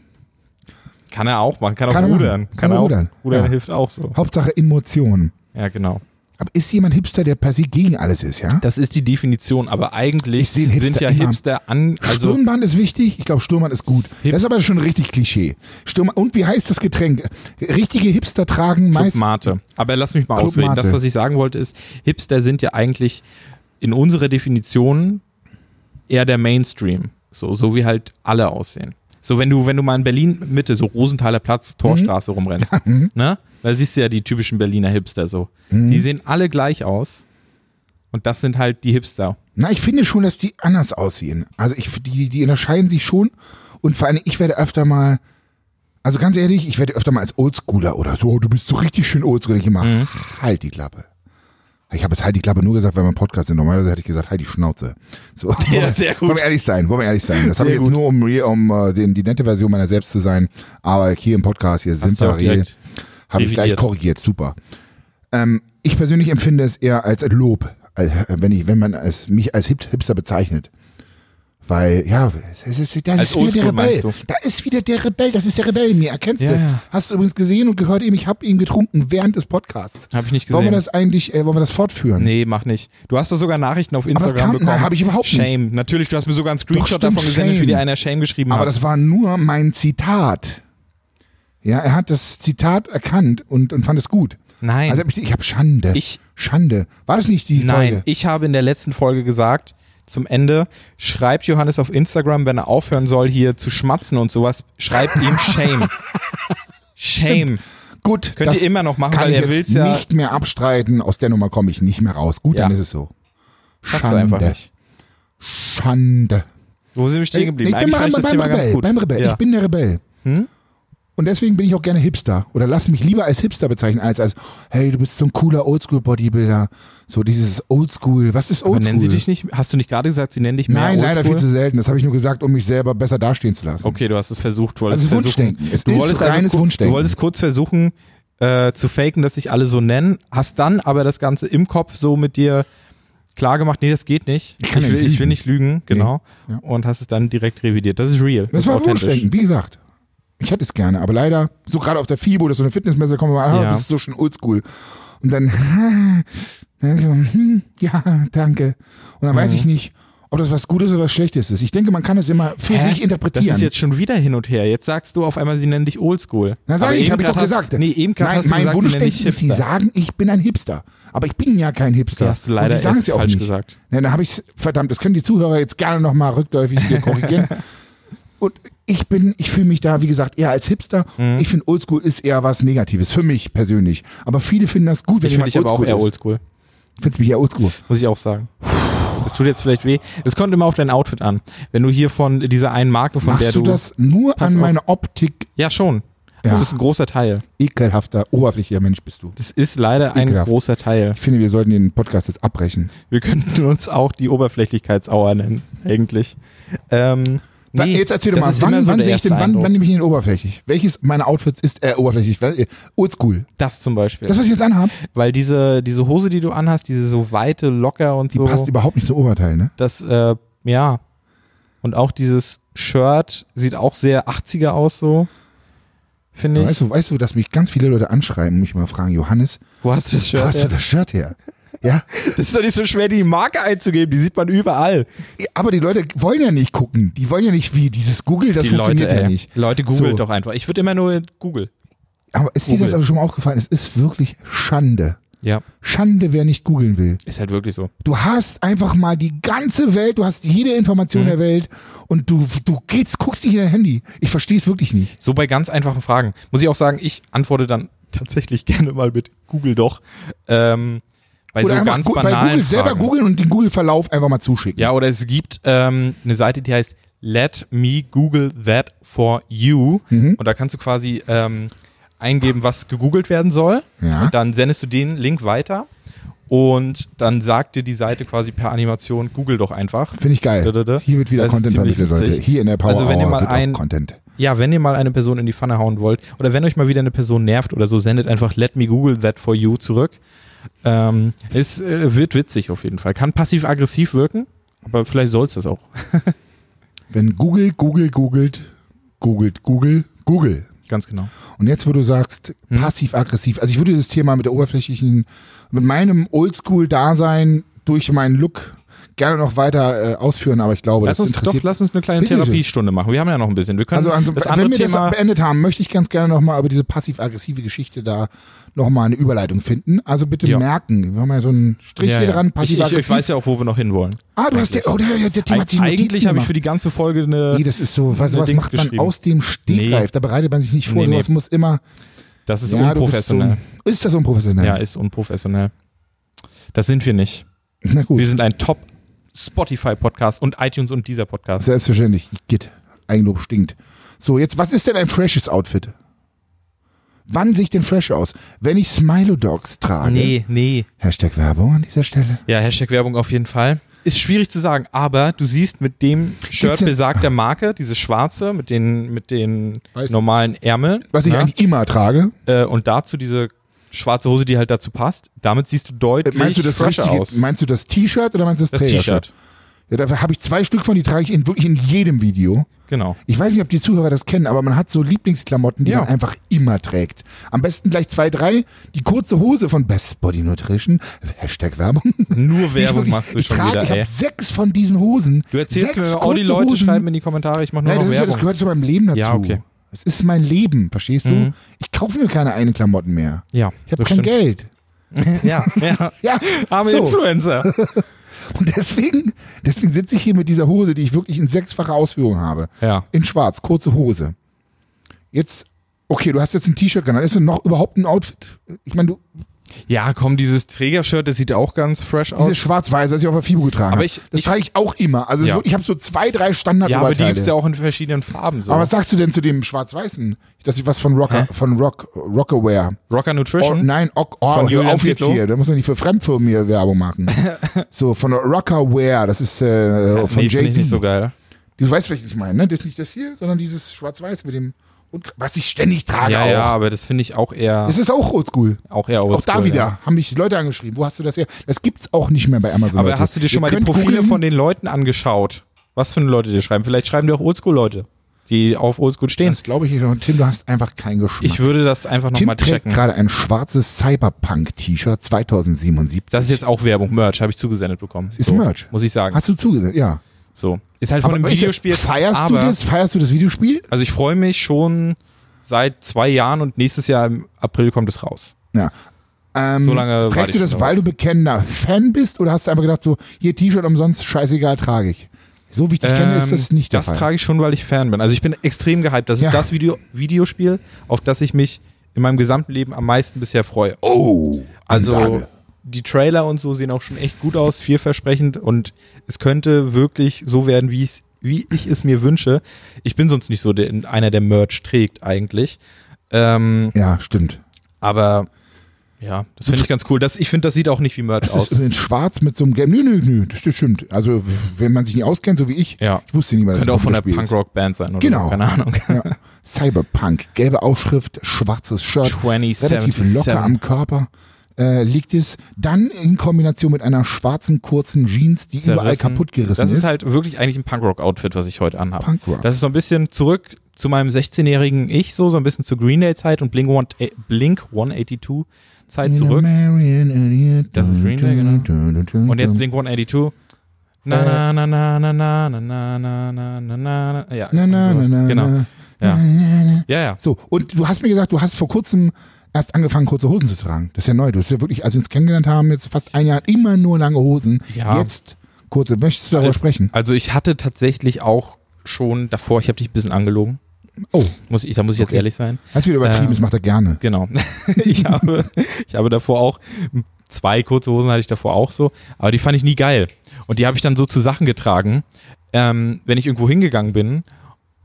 [SPEAKER 2] Kann er auch machen, kann auch
[SPEAKER 1] Kann er machen,
[SPEAKER 2] rudern.
[SPEAKER 1] kann er
[SPEAKER 2] auch,
[SPEAKER 1] rudern, ja.
[SPEAKER 2] hilft auch so.
[SPEAKER 1] Hauptsache in Motion.
[SPEAKER 2] Ja, genau.
[SPEAKER 1] Aber ist jemand Hipster, der per se gegen alles ist, ja?
[SPEAKER 2] Das ist die Definition, aber
[SPEAKER 1] Ich
[SPEAKER 2] eigentlich
[SPEAKER 1] seh den
[SPEAKER 2] sind
[SPEAKER 1] Hipster
[SPEAKER 2] ja
[SPEAKER 1] immer.
[SPEAKER 2] Hipster an. Also,
[SPEAKER 1] Sturmband ist wichtig. Ich glaube, Sturmband ist gut. Das ist aber schon richtig Klischee. Sturmband. Und wie heißt das Getränk? Richtige Hipster tragen
[SPEAKER 2] Club
[SPEAKER 1] meist.
[SPEAKER 2] Mate. Aber lass mich mal
[SPEAKER 1] Club
[SPEAKER 2] ausreden.
[SPEAKER 1] Mate.
[SPEAKER 2] Das, was ich sagen wollte, ist, Hipster sind ja eigentlich in unserer Definition eher der Mainstream. So, so wie halt alle aussehen. So, wenn du, wenn du mal in Berlin Mitte, so Rosenthaler Platz,
[SPEAKER 1] Mhm.
[SPEAKER 2] Torstraße rumrennst, ne? Da siehst du ja die typischen Berliner Hipster so.
[SPEAKER 1] Mhm.
[SPEAKER 2] Die sehen alle gleich aus. Und das sind halt die Hipster.
[SPEAKER 1] Na, ich finde schon, dass die anders aussehen. Also ich, die, die unterscheiden sich schon. Und vor allem, ich werde öfter mal, also ganz ehrlich, ich werde öfter mal als Oldschooler oder so, du bist so richtig schön Oldschooler. Ich immer,
[SPEAKER 2] Mhm.
[SPEAKER 1] halt die Klappe. Ich habe jetzt halt die Klappe nur gesagt, weil mein Podcast ist. Normalerweise hätte ich gesagt, halt die Schnauze. So, wollen wir-
[SPEAKER 2] sehr gut.
[SPEAKER 1] Wollen wir ehrlich sein, wollen wir ehrlich sein. Das habe ich
[SPEAKER 2] Sehr
[SPEAKER 1] jetzt nur, um, re- um äh, den, die nette Version meiner selbst zu sein. Aber hier im Podcast, hier sind
[SPEAKER 2] du
[SPEAKER 1] wir
[SPEAKER 2] auch direkt
[SPEAKER 1] real. Habe ich gleich
[SPEAKER 2] revidiert.
[SPEAKER 1] korrigiert, super. Ähm, ich persönlich äh, empfinde es eher als ein Lob, als- wenn, ich, wenn man als, mich als Hip Hipster bezeichnet. Weil, ja, es ist, das
[SPEAKER 2] Als
[SPEAKER 1] ist wieder der
[SPEAKER 2] Oldschool meinst
[SPEAKER 1] Rebell. Da ist wieder der Rebell, das ist der Rebell in mir, erkennst
[SPEAKER 2] Ja,
[SPEAKER 1] du?
[SPEAKER 2] ja.
[SPEAKER 1] Hast du übrigens gesehen und gehört eben, ich habe ihn getrunken während des Podcasts.
[SPEAKER 2] Hab ich nicht
[SPEAKER 1] Wollen wir
[SPEAKER 2] gesehen.
[SPEAKER 1] das eigentlich, äh, wollen wir das fortführen?
[SPEAKER 2] Nee, mach nicht. Du hast doch sogar Nachrichten auf
[SPEAKER 1] das
[SPEAKER 2] Instagram
[SPEAKER 1] kam-
[SPEAKER 2] bekommen.
[SPEAKER 1] nein, hab ich überhaupt nicht.
[SPEAKER 2] Shame. Natürlich, du hast mir sogar einen Screenshot
[SPEAKER 1] stimmt,
[SPEAKER 2] davon gesendet,
[SPEAKER 1] shame.
[SPEAKER 2] wie dir einer Shame geschrieben
[SPEAKER 1] Aber
[SPEAKER 2] hat.
[SPEAKER 1] das war nur mein Zitat. Ja, er hat das Zitat erkannt und, und fand es gut.
[SPEAKER 2] Nein.
[SPEAKER 1] Also hab ich, ich habe Schande.
[SPEAKER 2] Ich-
[SPEAKER 1] Schande. War das nicht die
[SPEAKER 2] Nein,
[SPEAKER 1] Folge?
[SPEAKER 2] ich habe in der letzten Folge gesagt, zum Ende, schreibt Johannes auf Instagram, wenn er aufhören soll, hier zu schmatzen und sowas, schreibt ihm Shame. Shame.
[SPEAKER 1] Gut,
[SPEAKER 2] Könnt
[SPEAKER 1] das
[SPEAKER 2] ihr immer noch machen,
[SPEAKER 1] kann
[SPEAKER 2] weil
[SPEAKER 1] ich
[SPEAKER 2] er
[SPEAKER 1] jetzt
[SPEAKER 2] will's ja-
[SPEAKER 1] nicht mehr abstreiten. Aus der Nummer komme ich nicht mehr raus. Gut,
[SPEAKER 2] Ja.
[SPEAKER 1] dann ist es so.
[SPEAKER 2] Schaffst du einfach nicht.
[SPEAKER 1] Schande.
[SPEAKER 2] Wo sind wir stehen geblieben?
[SPEAKER 1] Ich bin
[SPEAKER 2] Eigentlich
[SPEAKER 1] mal
[SPEAKER 2] fand ich das
[SPEAKER 1] beim
[SPEAKER 2] Thema ganz
[SPEAKER 1] Rebell.
[SPEAKER 2] gut.
[SPEAKER 1] Beim Rebell.
[SPEAKER 2] Ja. Hm?
[SPEAKER 1] Ich bin der Rebell. Und deswegen bin ich auch gerne Hipster. Oder lass mich lieber als Hipster bezeichnen, als als, hey, du bist so ein cooler Oldschool-Bodybuilder. So dieses Oldschool. Was ist
[SPEAKER 2] Aber
[SPEAKER 1] Oldschool?
[SPEAKER 2] nennen sie dich nicht, hast du nicht gerade gesagt, sie nennen dich mehr
[SPEAKER 1] Nein, leider viel
[SPEAKER 2] Oldschool?
[SPEAKER 1] zu selten. Das habe ich nur gesagt, um mich selber besser dastehen zu lassen.
[SPEAKER 2] Okay, du hast es versucht, du wolltest
[SPEAKER 1] Also
[SPEAKER 2] versuchen.
[SPEAKER 1] Wunschdenken. Es
[SPEAKER 2] du
[SPEAKER 1] ist
[SPEAKER 2] wolltest also
[SPEAKER 1] reines
[SPEAKER 2] ku-
[SPEAKER 1] Wunschdenken.
[SPEAKER 2] Du wolltest kurz versuchen äh, zu faken, dass sich alle so nennen, hast dann aber das Ganze im Kopf so mit dir klar gemacht, nee, das geht nicht. Ich,
[SPEAKER 1] kann ja
[SPEAKER 2] will,
[SPEAKER 1] nicht
[SPEAKER 2] ich will
[SPEAKER 1] lügen.
[SPEAKER 2] nicht lügen, genau.
[SPEAKER 1] Ja.
[SPEAKER 2] Und hast es dann direkt revidiert. Das ist real.
[SPEAKER 1] Das
[SPEAKER 2] ist
[SPEAKER 1] war
[SPEAKER 2] authentisch.
[SPEAKER 1] Wunschdenken, wie gesagt. Ich hätte es gerne, aber leider, so gerade auf der FIBO, dass so eine Fitnessmesse kommt, ah,
[SPEAKER 2] Ja.
[SPEAKER 1] du bist so schon oldschool. Und dann, dann so, hm, ja, danke. Und dann weiß ich nicht, ob das was Gutes oder was Schlechtes ist. Ich denke, man kann es immer für
[SPEAKER 2] Hä?
[SPEAKER 1] sich interpretieren.
[SPEAKER 2] Das ist jetzt schon wieder hin und her. Jetzt sagst du auf einmal, sie nennen dich Oldschool.
[SPEAKER 1] Na, sag
[SPEAKER 2] Aber
[SPEAKER 1] ich,
[SPEAKER 2] eben
[SPEAKER 1] hab ich
[SPEAKER 2] grad
[SPEAKER 1] doch
[SPEAKER 2] hast-
[SPEAKER 1] gesagt.
[SPEAKER 2] Nee, eben gerade
[SPEAKER 1] Nein,
[SPEAKER 2] hast du
[SPEAKER 1] mein
[SPEAKER 2] gesagt, sie nennen
[SPEAKER 1] Wunschdenken
[SPEAKER 2] dich
[SPEAKER 1] ist, sie
[SPEAKER 2] Hipster.
[SPEAKER 1] sagen, ich bin ein Hipster. Aber ich bin ja kein Hipster.
[SPEAKER 2] Ja, hast du
[SPEAKER 1] Und
[SPEAKER 2] leider
[SPEAKER 1] sie sagen
[SPEAKER 2] erst
[SPEAKER 1] es ja auch
[SPEAKER 2] falsch
[SPEAKER 1] nicht.
[SPEAKER 2] gesagt.
[SPEAKER 1] Na, dann habe ich verdammt, das können die Zuhörer jetzt gerne nochmal rückläufig hier korrigieren. Und ich bin, ich fühle mich da, wie gesagt, eher als Hipster.
[SPEAKER 2] Mhm.
[SPEAKER 1] Ich finde Oldschool ist eher was Negatives, für mich persönlich. Aber viele finden das gut, wenn
[SPEAKER 2] Ich finde
[SPEAKER 1] jemand
[SPEAKER 2] dich aber auch
[SPEAKER 1] Oldschool
[SPEAKER 2] eher
[SPEAKER 1] ist.
[SPEAKER 2] Oldschool.
[SPEAKER 1] Ich finde mich eher Oldschool.
[SPEAKER 2] Muss ich auch sagen. Das tut jetzt vielleicht weh. Es kommt immer auf dein Outfit an. Wenn du hier von dieser einen Marke, von der
[SPEAKER 1] Machst du
[SPEAKER 2] du.
[SPEAKER 1] das nur
[SPEAKER 2] Pass
[SPEAKER 1] an
[SPEAKER 2] auf.
[SPEAKER 1] meiner Optik?
[SPEAKER 2] Ja, schon.
[SPEAKER 1] Ja.
[SPEAKER 2] Das ist ein großer Teil.
[SPEAKER 1] Ekelhafter, oberflächlicher Mensch bist du.
[SPEAKER 2] Das ist leider
[SPEAKER 1] ist
[SPEAKER 2] ein
[SPEAKER 1] ekelhaft.
[SPEAKER 2] großer Teil.
[SPEAKER 1] Ich finde, wir sollten den Podcast jetzt abbrechen.
[SPEAKER 2] Wir könnten uns auch die Oberflächlichkeitsauer nennen, eigentlich. Ähm,
[SPEAKER 1] Wa-
[SPEAKER 2] nee,
[SPEAKER 1] jetzt erzähl doch
[SPEAKER 2] das
[SPEAKER 1] mal,
[SPEAKER 2] ist
[SPEAKER 1] wann,
[SPEAKER 2] immer so
[SPEAKER 1] wann
[SPEAKER 2] der
[SPEAKER 1] sehe ich denn,
[SPEAKER 2] erste
[SPEAKER 1] wann,
[SPEAKER 2] Eindruck.
[SPEAKER 1] wann nehme ich ihn oberflächlich? Welches meiner Outfits ist äh, oberflächlich? Wel- äh, Oldschool.
[SPEAKER 2] Das zum Beispiel.
[SPEAKER 1] Das, was ich jetzt anhabe,
[SPEAKER 2] Weil diese, diese Hose, die du anhast, diese so weite, locker und
[SPEAKER 1] die
[SPEAKER 2] so,
[SPEAKER 1] passt überhaupt nicht zum Oberteil, ne?
[SPEAKER 2] das, äh, ja. Und auch dieses Shirt sieht auch sehr 80er aus, so. Finde ich.
[SPEAKER 1] Weißt du, weißt du, dass mich ganz viele Leute anschreiben und mich mal fragen, Johannes,
[SPEAKER 2] Wo hast du das
[SPEAKER 1] wo
[SPEAKER 2] Shirt?
[SPEAKER 1] hast du
[SPEAKER 2] her?
[SPEAKER 1] das Shirt her? Ja,
[SPEAKER 2] Das ist doch nicht so schwer, die Marke einzugeben. Die sieht man überall.
[SPEAKER 1] aber die Leute wollen ja nicht gucken. Die wollen ja nicht wie dieses Google, das
[SPEAKER 2] die Leute,
[SPEAKER 1] funktioniert ja
[SPEAKER 2] ey.
[SPEAKER 1] nicht.
[SPEAKER 2] Leute googelt
[SPEAKER 1] So.
[SPEAKER 2] doch einfach. Ich würde immer nur Google.
[SPEAKER 1] Aber ist dir
[SPEAKER 2] Google.
[SPEAKER 1] das aber schon mal aufgefallen? Es ist wirklich Schande.
[SPEAKER 2] Ja,
[SPEAKER 1] Schande, wer nicht googeln will.
[SPEAKER 2] ist halt wirklich so.
[SPEAKER 1] Du hast einfach mal die ganze Welt, du hast jede Information
[SPEAKER 2] Hm.
[SPEAKER 1] der Welt und du, du gehst, guckst dich in dein Handy. Ich verstehe es wirklich nicht.
[SPEAKER 2] So bei ganz einfachen Fragen. Muss ich auch sagen, ich antworte dann tatsächlich gerne mal mit Google doch. Ähm, bei so ganz
[SPEAKER 1] Gu- bei
[SPEAKER 2] banalen
[SPEAKER 1] Google
[SPEAKER 2] Fragen.
[SPEAKER 1] selber googeln und den Google-Verlauf einfach mal zuschicken.
[SPEAKER 2] Ja, oder es gibt ähm, eine Seite, die heißt Let me Google that for you. Und da kannst du quasi ähm, eingeben, was gegoogelt werden soll.
[SPEAKER 1] Ja.
[SPEAKER 2] Und dann sendest du den Link weiter. Und dann sagt dir die Seite quasi per Animation, Google doch einfach.
[SPEAKER 1] Finde ich geil.
[SPEAKER 2] Da, da, da.
[SPEAKER 1] Hier wird wieder
[SPEAKER 2] Das ist
[SPEAKER 1] Content
[SPEAKER 2] ziemlich
[SPEAKER 1] vermittelt, Leute.
[SPEAKER 2] witzig.
[SPEAKER 1] Hier in der Power
[SPEAKER 2] Also wenn ihr
[SPEAKER 1] Hour
[SPEAKER 2] mal
[SPEAKER 1] wird auch
[SPEAKER 2] ein-
[SPEAKER 1] Content.
[SPEAKER 2] Ja, wenn ihr mal eine Person in die Pfanne hauen wollt oder wenn euch mal wieder eine Person nervt oder so, sendet einfach Let me Google that for you zurück. Ähm, es äh, wird witzig auf jeden Fall. Kann passiv-aggressiv wirken, aber vielleicht soll es das auch.
[SPEAKER 1] Wenn Google, Google, googelt, googelt, Google, Google.
[SPEAKER 2] Ganz genau.
[SPEAKER 1] Und jetzt, wo du sagst,
[SPEAKER 2] Hm?
[SPEAKER 1] passiv-aggressiv, also ich würde das Thema mit der oberflächlichen, mit meinem Oldschool-Dasein durch meinen Look gerne noch weiter äh, ausführen, aber ich glaube,
[SPEAKER 2] Lass
[SPEAKER 1] das
[SPEAKER 2] uns doch,
[SPEAKER 1] interessiert.
[SPEAKER 2] lass uns eine kleine
[SPEAKER 1] Bitte schön.
[SPEAKER 2] Therapiestunde machen. Wir haben ja noch ein bisschen. Wir können
[SPEAKER 1] also, also
[SPEAKER 2] das
[SPEAKER 1] wenn
[SPEAKER 2] andere
[SPEAKER 1] wir
[SPEAKER 2] Thema.
[SPEAKER 1] das beendet haben, möchte ich ganz gerne nochmal über diese passiv-aggressive Geschichte da nochmal eine Überleitung finden. Also bitte
[SPEAKER 2] Ja.
[SPEAKER 1] merken, wir haben ja so einen Strich
[SPEAKER 2] ja,
[SPEAKER 1] hier
[SPEAKER 2] ja.
[SPEAKER 1] dran,
[SPEAKER 2] ich, ich,
[SPEAKER 1] passiv-aggressiv.
[SPEAKER 2] ich weiß ja auch, wo wir noch hinwollen.
[SPEAKER 1] Ah, du hast ja, oh, der, der, der Tim hat sich Notizen
[SPEAKER 2] Eig eigentlich habe ich
[SPEAKER 1] gemacht.
[SPEAKER 2] für die ganze Folge eine.
[SPEAKER 1] Nee, das ist so, was,
[SPEAKER 2] ne
[SPEAKER 1] was
[SPEAKER 2] Dings
[SPEAKER 1] macht man
[SPEAKER 2] geschrieben.
[SPEAKER 1] aus dem Stegreif?
[SPEAKER 2] Nee.
[SPEAKER 1] Da bereitet man sich nicht vor,
[SPEAKER 2] Nee, nee.
[SPEAKER 1] sowas muss immer.
[SPEAKER 2] das ist
[SPEAKER 1] ja, du bist so,
[SPEAKER 2] unprofessionell.
[SPEAKER 1] ist das unprofessionell?
[SPEAKER 2] ja, ist unprofessionell. Das sind wir nicht.
[SPEAKER 1] Na gut,
[SPEAKER 2] Wir sind ein Top Spotify Podcast und iTunes und dieser Podcast.
[SPEAKER 1] selbstverständlich. Git. Eigenlob stinkt. So, jetzt, was ist denn ein freshes Outfit? Wann sehe ich denn fresh aus? Wenn ich Smilo Dogs trage.
[SPEAKER 2] nee.
[SPEAKER 1] Hashtag Werbung an dieser Stelle.
[SPEAKER 2] Ja, Hashtag Werbung auf jeden Fall. Ist schwierig zu sagen, aber du siehst mit dem Shirt
[SPEAKER 1] denn-
[SPEAKER 2] besagter Marke, diese schwarze mit den, mit den
[SPEAKER 1] Weiß-
[SPEAKER 2] normalen Ärmeln.
[SPEAKER 1] Was ich
[SPEAKER 2] ne?
[SPEAKER 1] eigentlich immer trage.
[SPEAKER 2] äh, und dazu diese schwarze Hose, die halt dazu passt. Damit siehst du deutlich
[SPEAKER 1] Äh, Meinst du das
[SPEAKER 2] fresher
[SPEAKER 1] richtige,
[SPEAKER 2] aus.
[SPEAKER 1] meinst du das T-Shirt oder meinst du das,
[SPEAKER 2] das
[SPEAKER 1] Trägershirt?
[SPEAKER 2] T-Shirt.
[SPEAKER 1] Ja, dafür habe ich zwei Stück von, die trage ich in, wirklich in jedem Video.
[SPEAKER 2] Genau.
[SPEAKER 1] Ich weiß nicht, ob die Zuhörer das kennen, aber man hat so Lieblingsklamotten, die
[SPEAKER 2] Ja.
[SPEAKER 1] man einfach immer trägt. Am besten gleich zwei, drei. Die kurze Hose von Best Body Nutrition, Hashtag Werbung.
[SPEAKER 2] Nur
[SPEAKER 1] Die ich
[SPEAKER 2] Werbung
[SPEAKER 1] wirklich-
[SPEAKER 2] machst du
[SPEAKER 1] ich
[SPEAKER 2] schon
[SPEAKER 1] trage,
[SPEAKER 2] wieder,
[SPEAKER 1] Ich habe
[SPEAKER 2] ey.
[SPEAKER 1] sechs von diesen Hosen.
[SPEAKER 2] Du erzählst
[SPEAKER 1] sechs
[SPEAKER 2] mir, oh, die
[SPEAKER 1] kurze
[SPEAKER 2] Leute
[SPEAKER 1] Hosen.
[SPEAKER 2] schreiben in die Kommentare, ich mache nur
[SPEAKER 1] Nein,
[SPEAKER 2] noch
[SPEAKER 1] das, ist ja,
[SPEAKER 2] Werbung.
[SPEAKER 1] das gehört zu meinem Leben dazu.
[SPEAKER 2] Ja, okay.
[SPEAKER 1] Es ist mein Leben, verstehst du?
[SPEAKER 2] Mhm.
[SPEAKER 1] Ich kaufe mir keine einen Klamotten mehr.
[SPEAKER 2] ja,
[SPEAKER 1] Ich habe
[SPEAKER 2] das
[SPEAKER 1] kein
[SPEAKER 2] stimmt.
[SPEAKER 1] Geld.
[SPEAKER 2] Ja, ja.
[SPEAKER 1] Ja,
[SPEAKER 2] Arme
[SPEAKER 1] so.
[SPEAKER 2] Influencer.
[SPEAKER 1] Und deswegen, deswegen sitze ich hier mit dieser Hose, die ich wirklich in sechsfacher Ausführung habe.
[SPEAKER 2] Ja.
[SPEAKER 1] In schwarz, kurze Hose. Jetzt, okay, du hast jetzt ein T-Shirt genannt. Ist denn noch überhaupt ein Outfit? Ich meine, du,
[SPEAKER 2] Ja, komm, dieses Trägershirt, das sieht auch ganz fresh
[SPEAKER 1] dieses
[SPEAKER 2] aus.
[SPEAKER 1] schwarz-weiß, das ich auf der Fibo getragen
[SPEAKER 2] Aber
[SPEAKER 1] habe.
[SPEAKER 2] ich-
[SPEAKER 1] Das
[SPEAKER 2] ich-
[SPEAKER 1] trage ich auch immer. Also es ist
[SPEAKER 2] Ja.
[SPEAKER 1] wirklich- ich habe so zwei, drei standard
[SPEAKER 2] Ja, aber die
[SPEAKER 1] Oberteile.
[SPEAKER 2] gibt es ja auch in verschiedenen Farben. So.
[SPEAKER 1] Aber was sagst du denn zu dem schwarz-weißen? Dass ich was von Rocker, von Rock, Rockaware.
[SPEAKER 2] Rocker
[SPEAKER 1] Oh,
[SPEAKER 2] Nutrition?
[SPEAKER 1] nein, oh, oh,
[SPEAKER 2] Von
[SPEAKER 1] hör
[SPEAKER 2] Julian
[SPEAKER 1] auf jetzt
[SPEAKER 2] Zietlow?
[SPEAKER 1] hier. Da muss man nicht für Fremdfirmen hier Werbung machen. so, von Rockaware. Das ist äh, von
[SPEAKER 2] nee, find ich
[SPEAKER 1] Jay-Z.
[SPEAKER 2] nicht so geil.
[SPEAKER 1] Du weißt, welches ich meine, ne? Das ist nicht das hier, sondern dieses Schwarz-Weiß mit dem und was ich ständig trage
[SPEAKER 2] Ja,
[SPEAKER 1] auch.
[SPEAKER 2] ja, aber das finde ich auch eher,
[SPEAKER 1] Das ist auch oldschool.
[SPEAKER 2] auch eher
[SPEAKER 1] Auch da
[SPEAKER 2] oldschool,
[SPEAKER 1] wieder
[SPEAKER 2] Ja.
[SPEAKER 1] haben mich Leute angeschrieben. Wo hast du das her? Das gibt's auch nicht mehr bei Amazon.
[SPEAKER 2] Aber
[SPEAKER 1] Leute.
[SPEAKER 2] hast du dir schon
[SPEAKER 1] Ihr
[SPEAKER 2] mal die
[SPEAKER 1] könnt
[SPEAKER 2] Profile
[SPEAKER 1] googeln.
[SPEAKER 2] von den Leuten angeschaut? Was für Leute dir schreiben? Vielleicht schreiben dir auch Oldschool-Leute, die auf Oldschool stehen.
[SPEAKER 1] Das glaube ich nicht. Und Tim, du hast einfach keinen Geschmack.
[SPEAKER 2] Ich würde das einfach
[SPEAKER 1] Tim
[SPEAKER 2] nochmal
[SPEAKER 1] trägt
[SPEAKER 2] checken.
[SPEAKER 1] gerade ein schwarzes Cyberpunk-T-Shirt 2077.
[SPEAKER 2] Das ist jetzt auch Werbung, Merch, habe ich zugesendet bekommen.
[SPEAKER 1] Ist
[SPEAKER 2] so,
[SPEAKER 1] Merch.
[SPEAKER 2] Muss ich sagen.
[SPEAKER 1] Hast du zugesehen? Ja.
[SPEAKER 2] so. Ist halt von einem
[SPEAKER 1] ist ja-
[SPEAKER 2] Videospiel.
[SPEAKER 1] feierst du
[SPEAKER 2] aber-
[SPEAKER 1] das? Feierst du das Videospiel?
[SPEAKER 2] Also ich freue mich schon seit zwei Jahren und nächstes Jahr im April kommt es raus.
[SPEAKER 1] Ja. Ähm,
[SPEAKER 2] So lange warte
[SPEAKER 1] trägst
[SPEAKER 2] ich
[SPEAKER 1] du
[SPEAKER 2] schon
[SPEAKER 1] das,
[SPEAKER 2] drauf.
[SPEAKER 1] weil du bekennender Fan bist oder hast du einfach gedacht, so, hier T-Shirt umsonst, scheißegal, trage ich? So wie ich dich kenne, ist das
[SPEAKER 2] Ähm,
[SPEAKER 1] nicht der
[SPEAKER 2] Das
[SPEAKER 1] Fall.
[SPEAKER 2] trage ich schon, weil ich Fan bin. Also ich bin extrem gehypt. Das
[SPEAKER 1] Ja.
[SPEAKER 2] ist das Video Videospiel, auf das ich mich in meinem gesamten Leben am meisten bisher freue.
[SPEAKER 1] Oh,
[SPEAKER 2] Also
[SPEAKER 1] Ansage.
[SPEAKER 2] die Trailer und so sehen auch schon echt gut aus, vielversprechend und es könnte wirklich so werden, wie ich, wie ich es mir wünsche. Ich bin sonst nicht so der, einer, der Merch trägt eigentlich. Ähm,
[SPEAKER 1] Ja, stimmt.
[SPEAKER 2] aber ja, das finde ich ganz cool. Das, ich finde, das sieht auch nicht wie Merch
[SPEAKER 1] Das
[SPEAKER 2] aus.
[SPEAKER 1] ist in schwarz mit so einem gelben. Nö, nö, nö, das stimmt. Also, wenn man sich nicht auskennt, so wie ich,
[SPEAKER 2] Ja.
[SPEAKER 1] ich wusste nicht mal, dass
[SPEAKER 2] könnte auch
[SPEAKER 1] das
[SPEAKER 2] von der
[SPEAKER 1] Computerspiel ist.
[SPEAKER 2] Punkrock-Band sein oder
[SPEAKER 1] Genau.
[SPEAKER 2] so, keine Ahnung.
[SPEAKER 1] Ja. Cyberpunk, gelbe Aufschrift, schwarzes Shirt,
[SPEAKER 2] 2077.
[SPEAKER 1] relativ locker am Körper äh, liegt es. Dann in Kombination mit einer schwarzen, kurzen Jeans, die überall
[SPEAKER 2] zerrissen.
[SPEAKER 1] kaputt gerissen
[SPEAKER 2] Das
[SPEAKER 1] ist.
[SPEAKER 2] ist halt wirklich eigentlich ein Punkrock-Outfit, was ich heute anhabe.
[SPEAKER 1] Punkrock.
[SPEAKER 2] Das ist so ein bisschen zurück zu meinem 16-jährigen Ich, so, so ein bisschen zur Green Day-Zeit und Blink, one, äh, Blink 182-Zeit halt zurück. Das ist Green Day,
[SPEAKER 1] genau.
[SPEAKER 2] Und jetzt Blink 182. Na, na, na, na, na, na, na, na, na, na, na, na. Ja,
[SPEAKER 1] Na, na,
[SPEAKER 2] so.
[SPEAKER 1] na, na,
[SPEAKER 2] genau.
[SPEAKER 1] na. Na,
[SPEAKER 2] Ja.
[SPEAKER 1] na, na.
[SPEAKER 2] ja, ja.
[SPEAKER 1] So, und du hast mir gesagt, du hast vor kurzem erst angefangen, kurze Hosen zu tragen. Das ist ja neu. Du hast ja wirklich, als wir uns kennengelernt haben, jetzt fast ein Jahr immer nur lange Hosen.
[SPEAKER 2] Ja.
[SPEAKER 1] Jetzt kurze. Möchtest du darüber
[SPEAKER 2] Äh,
[SPEAKER 1] sprechen?
[SPEAKER 2] Also ich hatte tatsächlich auch schon davor, ich habe dich ein bisschen angelogen.
[SPEAKER 1] Oh,
[SPEAKER 2] Muss ich, da muss ich jetzt
[SPEAKER 1] Okay.
[SPEAKER 2] ehrlich sein.
[SPEAKER 1] hast wieder übertrieben,
[SPEAKER 2] Ähm,
[SPEAKER 1] das macht er gerne.
[SPEAKER 2] Genau. ich, habe, ich habe davor auch zwei kurze Hosen hatte ich davor auch so, aber die fand ich nie geil. Und die habe ich dann so zu Sachen getragen, ähm, wenn ich irgendwo hingegangen bin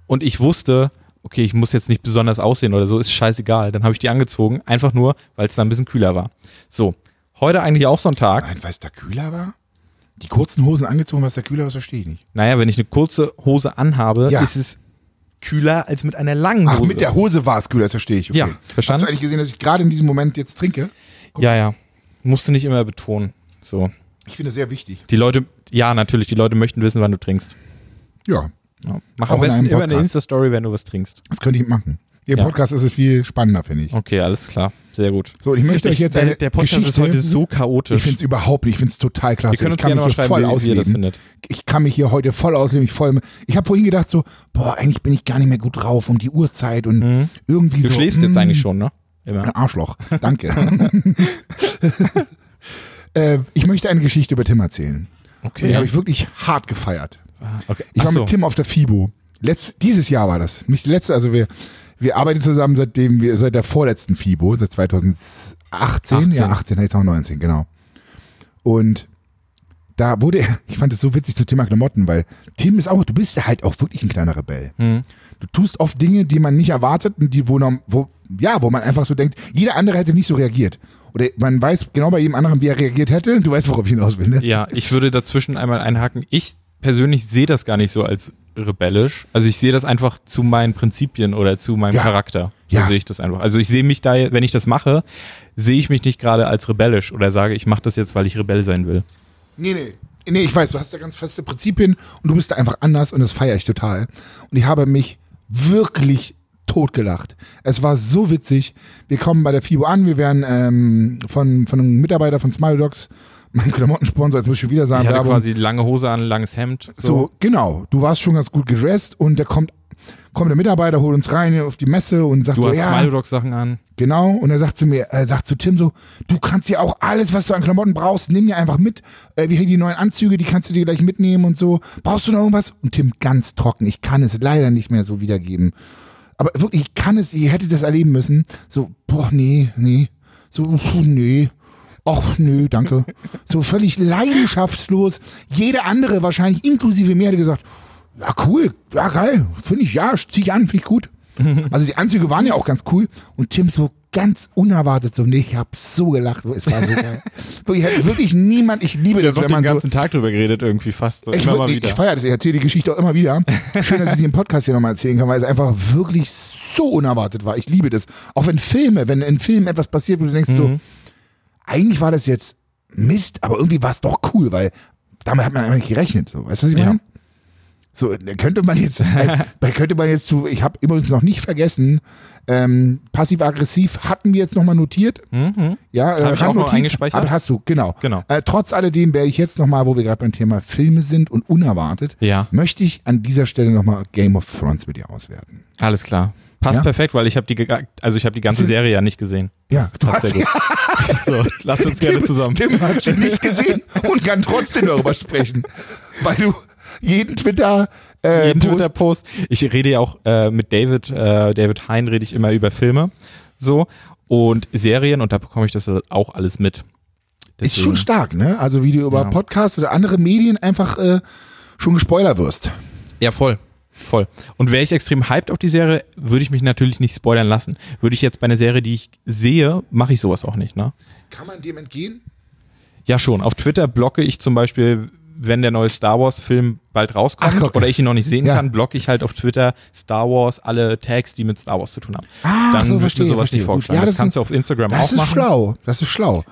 [SPEAKER 2] und ich wusste, okay, ich muss jetzt nicht besonders aussehen oder so, ist scheißegal. Dann habe ich die angezogen, einfach nur, weil es dann ein bisschen kühler war. So, heute eigentlich auch so ein Tag.
[SPEAKER 1] Nein, weil es da kühler war? Die kurzen Hosen angezogen, was da kühler war, das verstehe ich nicht.
[SPEAKER 2] Naja, wenn ich eine kurze Hose anhabe,
[SPEAKER 1] Ja.
[SPEAKER 2] ist es kühler als mit einer langen Hose.
[SPEAKER 1] Ach, mit der Hose war es kühler, das verstehe ich. Okay.
[SPEAKER 2] Ja,
[SPEAKER 1] Hast
[SPEAKER 2] verstanden.
[SPEAKER 1] du eigentlich gesehen, dass ich gerade in diesem Moment jetzt trinke?
[SPEAKER 2] ja, ja. Musst du nicht immer betonen. So.
[SPEAKER 1] Ich finde das sehr wichtig.
[SPEAKER 2] Die Leute, ja, natürlich, die Leute möchten wissen, wann du trinkst.
[SPEAKER 1] Ja,
[SPEAKER 2] Ja. Mach
[SPEAKER 1] Auch
[SPEAKER 2] am
[SPEAKER 1] in
[SPEAKER 2] besten
[SPEAKER 1] einem
[SPEAKER 2] immer eine
[SPEAKER 1] Podcast.
[SPEAKER 2] Insta-Story, wenn du was trinkst.
[SPEAKER 1] das könnte ich machen. Im
[SPEAKER 2] Ja.
[SPEAKER 1] Podcast ist es viel spannender, finde ich.
[SPEAKER 2] Okay, alles klar. Sehr gut.
[SPEAKER 1] So, ich möchte euch jetzt eine
[SPEAKER 2] der, der Podcast
[SPEAKER 1] Geschichte
[SPEAKER 2] ist heute so chaotisch.
[SPEAKER 1] Ich finde es überhaupt nicht, ich finde es total klasse.
[SPEAKER 2] Wir können uns
[SPEAKER 1] ich kann
[SPEAKER 2] gerne mal
[SPEAKER 1] mich hier
[SPEAKER 2] schreiben,
[SPEAKER 1] voll
[SPEAKER 2] wie- wie ihr
[SPEAKER 1] ausleben.
[SPEAKER 2] das findet.
[SPEAKER 1] Ich kann mich hier heute voll ausleben. Ich, voll, ich habe vorhin gedacht so, boah, eigentlich bin ich gar nicht mehr gut drauf um die Uhrzeit und irgendwie
[SPEAKER 2] Mhm. du
[SPEAKER 1] so.
[SPEAKER 2] schläfst jetzt eigentlich schon, ne? Immer.
[SPEAKER 1] Ein Arschloch, danke. äh, ich möchte eine Geschichte über Tim erzählen. Und
[SPEAKER 2] Okay.
[SPEAKER 1] die habe ich wirklich hart gefeiert.
[SPEAKER 2] okay.
[SPEAKER 1] Ich war
[SPEAKER 2] Ah, Ach so.
[SPEAKER 1] mit Tim auf der FIBO. Letzt, dieses Jahr war das. Nicht letzte, also wir, wir arbeiten zusammen seitdem wir, seit der vorletzten FIBO, seit 2018,
[SPEAKER 2] 18.
[SPEAKER 1] ja, 18, jetzt auch 19, genau. Und da wurde er, ich fand es so witzig zu Thema Klamotten, weil Tim ist auch, du bist halt auch wirklich ein kleiner Rebell.
[SPEAKER 2] Hm.
[SPEAKER 1] Du tust oft Dinge, die man nicht erwartet und die, wo, noch- wo, ja, wo man einfach so denkt, jeder andere hätte nicht so reagiert. Oder man weiß genau bei jedem anderen, wie er reagiert hätte. Du weißt, worauf ich hinaus will, ne?
[SPEAKER 2] Ja, ich würde dazwischen einmal einhaken. Ich persönlich sehe das gar nicht so als rebellisch. Also ich sehe das einfach zu meinen Prinzipien oder zu meinem
[SPEAKER 1] Ja.
[SPEAKER 2] Charakter. So
[SPEAKER 1] Ja.
[SPEAKER 2] sehe ich das einfach. Also ich sehe mich da, wenn ich das mache, sehe ich mich nicht gerade als rebellisch oder sage, ich mache das jetzt, weil ich Rebell sein will.
[SPEAKER 1] Nee, nee. Nee, ich weiß, du hast da ganz feste Prinzipien und du bist da einfach anders und das feiere ich total. Und ich habe mich wirklich totgelacht. Es war so witzig. Wir kommen bei der FIBO an, wir werden ähm, von, von einem Mitarbeiter von Smile Dogs, mein Klamottensponsor, jetzt muss ich schon wieder sagen,
[SPEAKER 2] Ich hatte
[SPEAKER 1] Werbung.
[SPEAKER 2] quasi lange Hose an, langes Hemd.
[SPEAKER 1] So. genau. Du warst schon ganz gut gedresst und da kommt, kommt der Mitarbeiter, holt uns rein auf die Messe und sagt
[SPEAKER 2] Du
[SPEAKER 1] so,
[SPEAKER 2] hast
[SPEAKER 1] ja,
[SPEAKER 2] Smile Dogs Sachen an.
[SPEAKER 1] genau. Und er sagt zu mir, äh, sagt zu Tim so, du kannst ja auch alles, was du an Klamotten brauchst, nimm dir einfach mit. Äh, wir hier die neuen Anzüge, die kannst du dir gleich mitnehmen und so. Brauchst du noch irgendwas? Und Tim ganz trocken. Ich kann es leider nicht mehr so wiedergeben. Aber wirklich, ich kann es, ihr hättet das erleben müssen. So, boah, nee, nee. So, pf, nee. Och, nö, danke. So völlig leidenschaftslos. Jeder andere wahrscheinlich, inklusive mir, hätte gesagt, ja, cool, ja, geil, finde ich, ja, zieh ich an, finde ich gut. Also die Anzüge waren ja auch ganz cool und Tim so ganz unerwartet so, nee, ich hab so gelacht, es war so geil. Wirklich, hätte wirklich niemand, ich liebe das,
[SPEAKER 2] Ich
[SPEAKER 1] wenn
[SPEAKER 2] den
[SPEAKER 1] man so,
[SPEAKER 2] ganzen Tag drüber geredet, irgendwie fast. So.
[SPEAKER 1] ich,
[SPEAKER 2] Immer mal
[SPEAKER 1] wirklich-
[SPEAKER 2] wieder.
[SPEAKER 1] ich feiere das, ich erzähle die Geschichte auch immer wieder. Schön, dass ich sie im Podcast hier nochmal erzählen kann, weil es einfach wirklich so unerwartet war. Ich liebe das. Auch wenn Filme, wenn in Filmen etwas passiert, wo du denkst
[SPEAKER 2] Mhm.
[SPEAKER 1] so, eigentlich war das jetzt Mist, aber irgendwie war es doch cool, weil damit hat man einfach nicht gerechnet. So. Weißt du, was ich
[SPEAKER 2] Ja.
[SPEAKER 1] meine? So, da könnte man jetzt, äh, da könnte man jetzt zu, ich habe übrigens noch nicht vergessen, ähm, passiv-aggressiv hatten wir jetzt nochmal notiert. Ja,
[SPEAKER 2] Mhm.
[SPEAKER 1] äh,
[SPEAKER 2] Hab ich auch noch eingespeichert?
[SPEAKER 1] Aber hast du, genau.
[SPEAKER 2] Genau.
[SPEAKER 1] Äh, trotz alledem werde ich jetzt nochmal, wo wir gerade beim Thema Filme sind und unerwartet,
[SPEAKER 2] Ja.
[SPEAKER 1] möchte ich an dieser Stelle nochmal Game of Thrones mit dir auswerten.
[SPEAKER 2] Alles klar. Passt
[SPEAKER 1] Ja?
[SPEAKER 2] perfekt, weil ich habe die, gega- also ich habe die ganze
[SPEAKER 1] Sie-
[SPEAKER 2] Serie ja nicht gesehen.
[SPEAKER 1] Ja, du
[SPEAKER 2] passt
[SPEAKER 1] hast-
[SPEAKER 2] sehr gut. so, lasst uns gerne zusammen.
[SPEAKER 1] Tim hat sie nicht gesehen und kann trotzdem darüber sprechen, weil du jeden Twitter, äh,
[SPEAKER 2] jeden
[SPEAKER 1] Post,
[SPEAKER 2] Twitter-Post. Ich rede ja auch äh, mit David, äh, David Hein rede ich immer über Filme so und Serien und da bekomme ich das auch alles mit.
[SPEAKER 1] ist schon
[SPEAKER 2] Deswegen-
[SPEAKER 1] stark, ne? Also wie du über
[SPEAKER 2] Ja.
[SPEAKER 1] Podcasts oder andere Medien einfach äh, schon gespoilert wirst.
[SPEAKER 2] Ja, voll. Voll. Und wäre ich extrem hyped auf die Serie, würde ich mich natürlich nicht spoilern lassen. Würde ich jetzt bei einer Serie, die ich sehe, mache ich sowas auch nicht, ne?
[SPEAKER 1] Kann man dem entgehen?
[SPEAKER 2] Ja, schon. Auf Twitter blocke ich zum Beispiel, wenn der neue Star Wars-Film bald rauskommt
[SPEAKER 1] Ach, guck.
[SPEAKER 2] oder ich ihn noch nicht sehen
[SPEAKER 1] Ja.
[SPEAKER 2] kann, blocke ich halt auf Twitter Star Wars, alle Tags, die mit Star Wars zu tun haben.
[SPEAKER 1] Ah,
[SPEAKER 2] Dann
[SPEAKER 1] so,
[SPEAKER 2] wird
[SPEAKER 1] verstehe,
[SPEAKER 2] mir sowas
[SPEAKER 1] verstehe.
[SPEAKER 2] nicht
[SPEAKER 1] Gut.
[SPEAKER 2] vorgeschlagen.
[SPEAKER 1] Ja,
[SPEAKER 2] das,
[SPEAKER 1] das
[SPEAKER 2] kannst du
[SPEAKER 1] ist-
[SPEAKER 2] auf Instagram
[SPEAKER 1] Das
[SPEAKER 2] auch
[SPEAKER 1] ist
[SPEAKER 2] machen.
[SPEAKER 1] schlau, das ist schlau.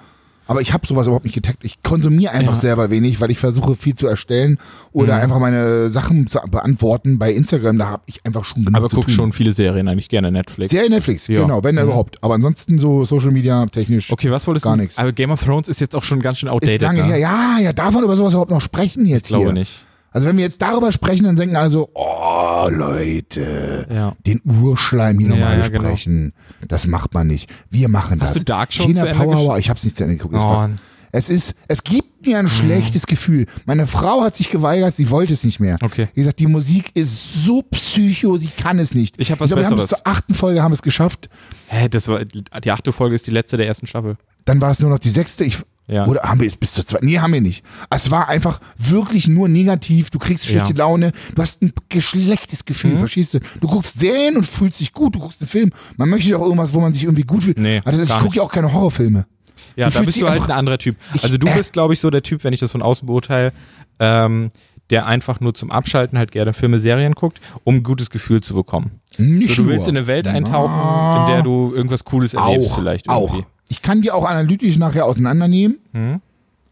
[SPEAKER 1] Aber ich habe sowas überhaupt nicht getaggt. Ich konsumiere einfach
[SPEAKER 2] Ja. Mhm.
[SPEAKER 1] selber wenig, weil ich versuche viel zu erstellen oder einfach meine Sachen zu beantworten. Bei Instagram, da habe ich einfach schon genug
[SPEAKER 2] Aber
[SPEAKER 1] zu
[SPEAKER 2] guck
[SPEAKER 1] tun.
[SPEAKER 2] schon viele Serien, eigentlich gerne Netflix.
[SPEAKER 1] Sehr Netflix,
[SPEAKER 2] Ja. Mhm.
[SPEAKER 1] genau, wenn überhaupt. Aber ansonsten so Social Media technisch
[SPEAKER 2] okay, was wolltest
[SPEAKER 1] gar
[SPEAKER 2] du?
[SPEAKER 1] nichts.
[SPEAKER 2] Aber Game of Thrones ist jetzt auch schon ganz schön outdated.
[SPEAKER 1] Ist lange
[SPEAKER 2] ne?
[SPEAKER 1] her. Ja, ja, darf man über sowas überhaupt noch sprechen jetzt
[SPEAKER 2] Ich glaube
[SPEAKER 1] hier?
[SPEAKER 2] nicht.
[SPEAKER 1] Also wenn wir jetzt darüber sprechen, dann denken alle so, oh Leute,
[SPEAKER 2] Ja.
[SPEAKER 1] den Urschleim hier nochmal
[SPEAKER 2] ja, genau.
[SPEAKER 1] besprechen. Das macht man nicht. Wir machen das.
[SPEAKER 2] Hast du Dark schon
[SPEAKER 1] China
[SPEAKER 2] zu Ende
[SPEAKER 1] Power
[SPEAKER 2] gesch- Mhm.
[SPEAKER 1] Hour, ich hab's nicht zu Ende geguckt. Es,
[SPEAKER 2] Oh.
[SPEAKER 1] war, es ist, es gibt mir ein schlechtes Gefühl. Meine Frau hat sich geweigert, sie wollte es nicht mehr.
[SPEAKER 2] Okay.
[SPEAKER 1] Wie gesagt, die Musik ist so psycho, sie kann es nicht.
[SPEAKER 2] Ich hab was
[SPEAKER 1] glaube, wir haben es
[SPEAKER 2] Besseres.
[SPEAKER 1] zur achten Folge haben wir es geschafft.
[SPEAKER 2] Hä, das war, die achte Folge ist die letzte der ersten Staffel.
[SPEAKER 1] Dann war es nur noch die sechste. Ich,
[SPEAKER 2] Ja.
[SPEAKER 1] Oder haben wir es bis zur zweiten? Nee, haben wir nicht. Es war einfach wirklich nur negativ. Du kriegst schlechte
[SPEAKER 2] Ja. Mhm.
[SPEAKER 1] Laune. Du hast ein geschlechtes Gefühl, verstehst du? Du guckst Serien und fühlst dich gut. Du guckst einen Film. Man möchte doch irgendwas, wo man sich irgendwie gut fühlt.
[SPEAKER 2] Nee,
[SPEAKER 1] Aber das ist, ich
[SPEAKER 2] gar
[SPEAKER 1] gucke
[SPEAKER 2] nicht.
[SPEAKER 1] ja auch keine Horrorfilme.
[SPEAKER 2] Ja,
[SPEAKER 1] Du
[SPEAKER 2] da
[SPEAKER 1] fühlst
[SPEAKER 2] bist
[SPEAKER 1] dich
[SPEAKER 2] du halt ein
[SPEAKER 1] einfach-
[SPEAKER 2] anderer Typ. Also du
[SPEAKER 1] äh.
[SPEAKER 2] bist, glaube ich, so der Typ, wenn ich das von außen beurteile, ähm, der einfach nur zum Abschalten halt gerne Filme, Serien guckt, um ein gutes Gefühl zu bekommen.
[SPEAKER 1] Nicht
[SPEAKER 2] So, du
[SPEAKER 1] nur. Mhm.
[SPEAKER 2] willst in eine Welt eintauchen, in der du irgendwas Cooles erlebst
[SPEAKER 1] auch,
[SPEAKER 2] vielleicht
[SPEAKER 1] auch.
[SPEAKER 2] irgendwie. Mhm.
[SPEAKER 1] Ich kann die auch analytisch nachher auseinandernehmen.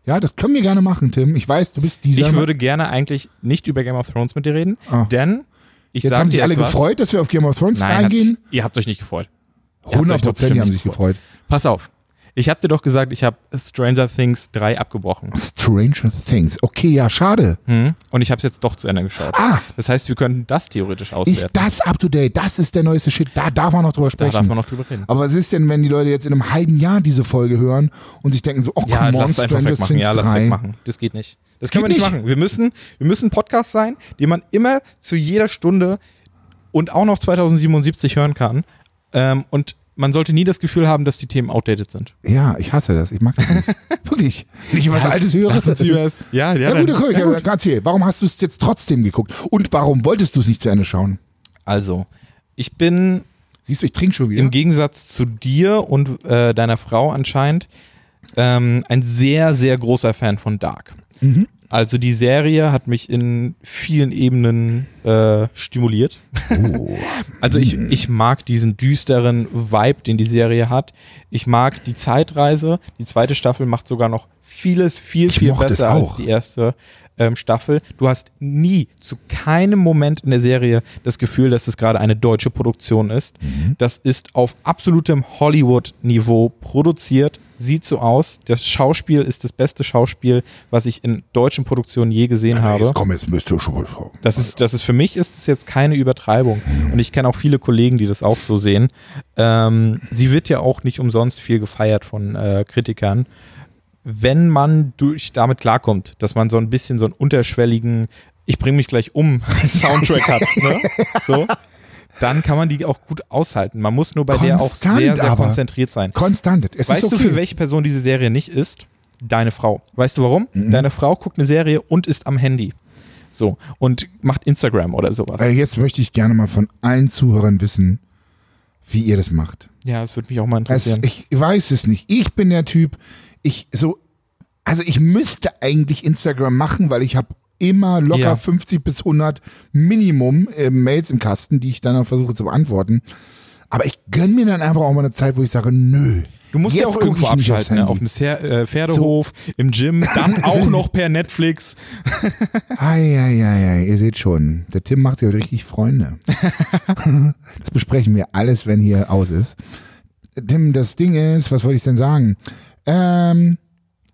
[SPEAKER 1] Ja, das können wir gerne machen, Tim. Ich weiß, du bist dieser.
[SPEAKER 2] Ich würde gerne eigentlich nicht über Game of Thrones mit dir reden,
[SPEAKER 1] Ah.
[SPEAKER 2] denn ich
[SPEAKER 1] jetzt
[SPEAKER 2] sag
[SPEAKER 1] haben
[SPEAKER 2] dir
[SPEAKER 1] sich alle
[SPEAKER 2] jetzt was.
[SPEAKER 1] gefreut, dass wir auf Game of Thrones
[SPEAKER 2] Nein, hat's-
[SPEAKER 1] reingehen.
[SPEAKER 2] ihr habt euch nicht gefreut. Ihr habt euch doch
[SPEAKER 1] 100% die haben
[SPEAKER 2] bestimmt
[SPEAKER 1] sich
[SPEAKER 2] nicht
[SPEAKER 1] gefreut.
[SPEAKER 2] Pass auf. Ich hab dir doch gesagt, ich habe Stranger Things 3 abgebrochen.
[SPEAKER 1] Stranger Things. Okay, ja, schade.
[SPEAKER 2] Hm? Und ich habe es jetzt doch zu Ende geschaut.
[SPEAKER 1] Ah.
[SPEAKER 2] Das heißt, wir könnten das theoretisch
[SPEAKER 1] Ist
[SPEAKER 2] auswerten.
[SPEAKER 1] das up to date? Das ist der neueste Shit. Da darf man noch drüber
[SPEAKER 2] da
[SPEAKER 1] sprechen.
[SPEAKER 2] darf man noch drüber reden.
[SPEAKER 1] aber was ist denn, wenn die Leute jetzt in einem halben Jahr diese Folge hören und sich denken so, oh,
[SPEAKER 2] Ja,
[SPEAKER 1] come on,
[SPEAKER 2] lass einfach
[SPEAKER 1] Stranger
[SPEAKER 2] wegmachen.
[SPEAKER 1] Things
[SPEAKER 2] Ja, lass
[SPEAKER 1] 3.
[SPEAKER 2] wegmachen. Das geht nicht. Das können wir
[SPEAKER 1] Geht
[SPEAKER 2] nicht,
[SPEAKER 1] nicht.
[SPEAKER 2] machen. Wir müssen, wir müssen ein Podcast sein, den man immer zu jeder Stunde und auch noch 2077 hören kann. Ähm, und man sollte nie das Gefühl haben, dass die Themen outdated sind.
[SPEAKER 1] Ja, ich hasse das. Ich mag das nicht. Wirklich. Nicht über was Altes höre.
[SPEAKER 2] Lass uns über das- ja, ja,
[SPEAKER 1] Ja,
[SPEAKER 2] dann-
[SPEAKER 1] gut, okay, ja, gut. erzähl. Warum hast du es jetzt trotzdem geguckt? Und warum wolltest du es nicht zu Ende schauen?
[SPEAKER 2] Also, ich bin
[SPEAKER 1] Siehst du, ich trinke schon wieder.
[SPEAKER 2] im Gegensatz zu dir und äh, deiner Frau anscheinend ähm, ein sehr, sehr großer Fan von Dark.
[SPEAKER 1] Mhm.
[SPEAKER 2] Also die Serie hat mich in vielen Ebenen äh, stimuliert.
[SPEAKER 1] oh.
[SPEAKER 2] Also ich, ich mag diesen düsteren Vibe, den die Serie hat. Ich mag die Zeitreise. Die zweite Staffel macht sogar noch vieles viel,
[SPEAKER 1] Ich
[SPEAKER 2] viel
[SPEAKER 1] mochte es
[SPEAKER 2] besser als
[SPEAKER 1] auch.
[SPEAKER 2] die erste ähm, Staffel. Du hast nie zu keinem Moment in der Serie das Gefühl, dass es gerade eine deutsche Produktion ist. Das ist auf absolutem Hollywood-Niveau produziert, sieht so aus. Das Schauspiel ist das beste Schauspiel, was ich in deutschen Produktionen je gesehen habe.
[SPEAKER 1] Jetzt komm, jetzt müsst ihr schon.
[SPEAKER 2] Das ist, das ist für mich ist es jetzt keine Übertreibung. Und ich kenne auch viele Kollegen, die das auch so sehen. Ähm, sie wird ja auch nicht umsonst viel gefeiert von äh, Kritikern. Wenn man durch damit klarkommt, dass man so ein bisschen so einen unterschwelligen, ich bringe mich gleich um, Soundtrack hat, ne? so, dann kann man die auch gut aushalten. Man muss nur bei der auch
[SPEAKER 1] Konstant
[SPEAKER 2] sehr, sehr
[SPEAKER 1] aber.
[SPEAKER 2] konzentriert sein.
[SPEAKER 1] Konstant. Es
[SPEAKER 2] Weißt
[SPEAKER 1] ist okay.
[SPEAKER 2] du, für welche Person diese Serie nicht ist? Deine Frau. Weißt du warum?
[SPEAKER 1] Mhm.
[SPEAKER 2] Deine Frau guckt eine Serie und ist am Handy. So. Und macht Instagram oder sowas.
[SPEAKER 1] Äh, jetzt möchte ich gerne mal von allen Zuhörern wissen, wie ihr das macht.
[SPEAKER 2] ja, das würde mich auch mal
[SPEAKER 1] Es,
[SPEAKER 2] interessieren.
[SPEAKER 1] ich weiß es nicht. Ich bin der Typ, ich so, also ich müsste eigentlich Instagram machen, weil ich habe immer locker
[SPEAKER 2] Ja.
[SPEAKER 1] 50 bis 100 Minimum äh, Mails im Kasten, die ich dann auch versuche zu beantworten. Aber ich gönn mir dann einfach auch mal eine Zeit, wo ich sage, nö.
[SPEAKER 2] du musst ja auch
[SPEAKER 1] guck
[SPEAKER 2] irgendwo
[SPEAKER 1] ich nicht
[SPEAKER 2] abschalten. Ne? Auf
[SPEAKER 1] aufs Handy.
[SPEAKER 2] dem Ser äh, Pferdehof, im Gym, dann auch noch per Netflix.
[SPEAKER 1] Ei, ei, ei, ei, ihr seht schon, der Tim macht sich heute richtig Freunde. das besprechen wir alles, wenn hier aus ist. Tim, das Ding ist, was wollte ich denn sagen? Ähm,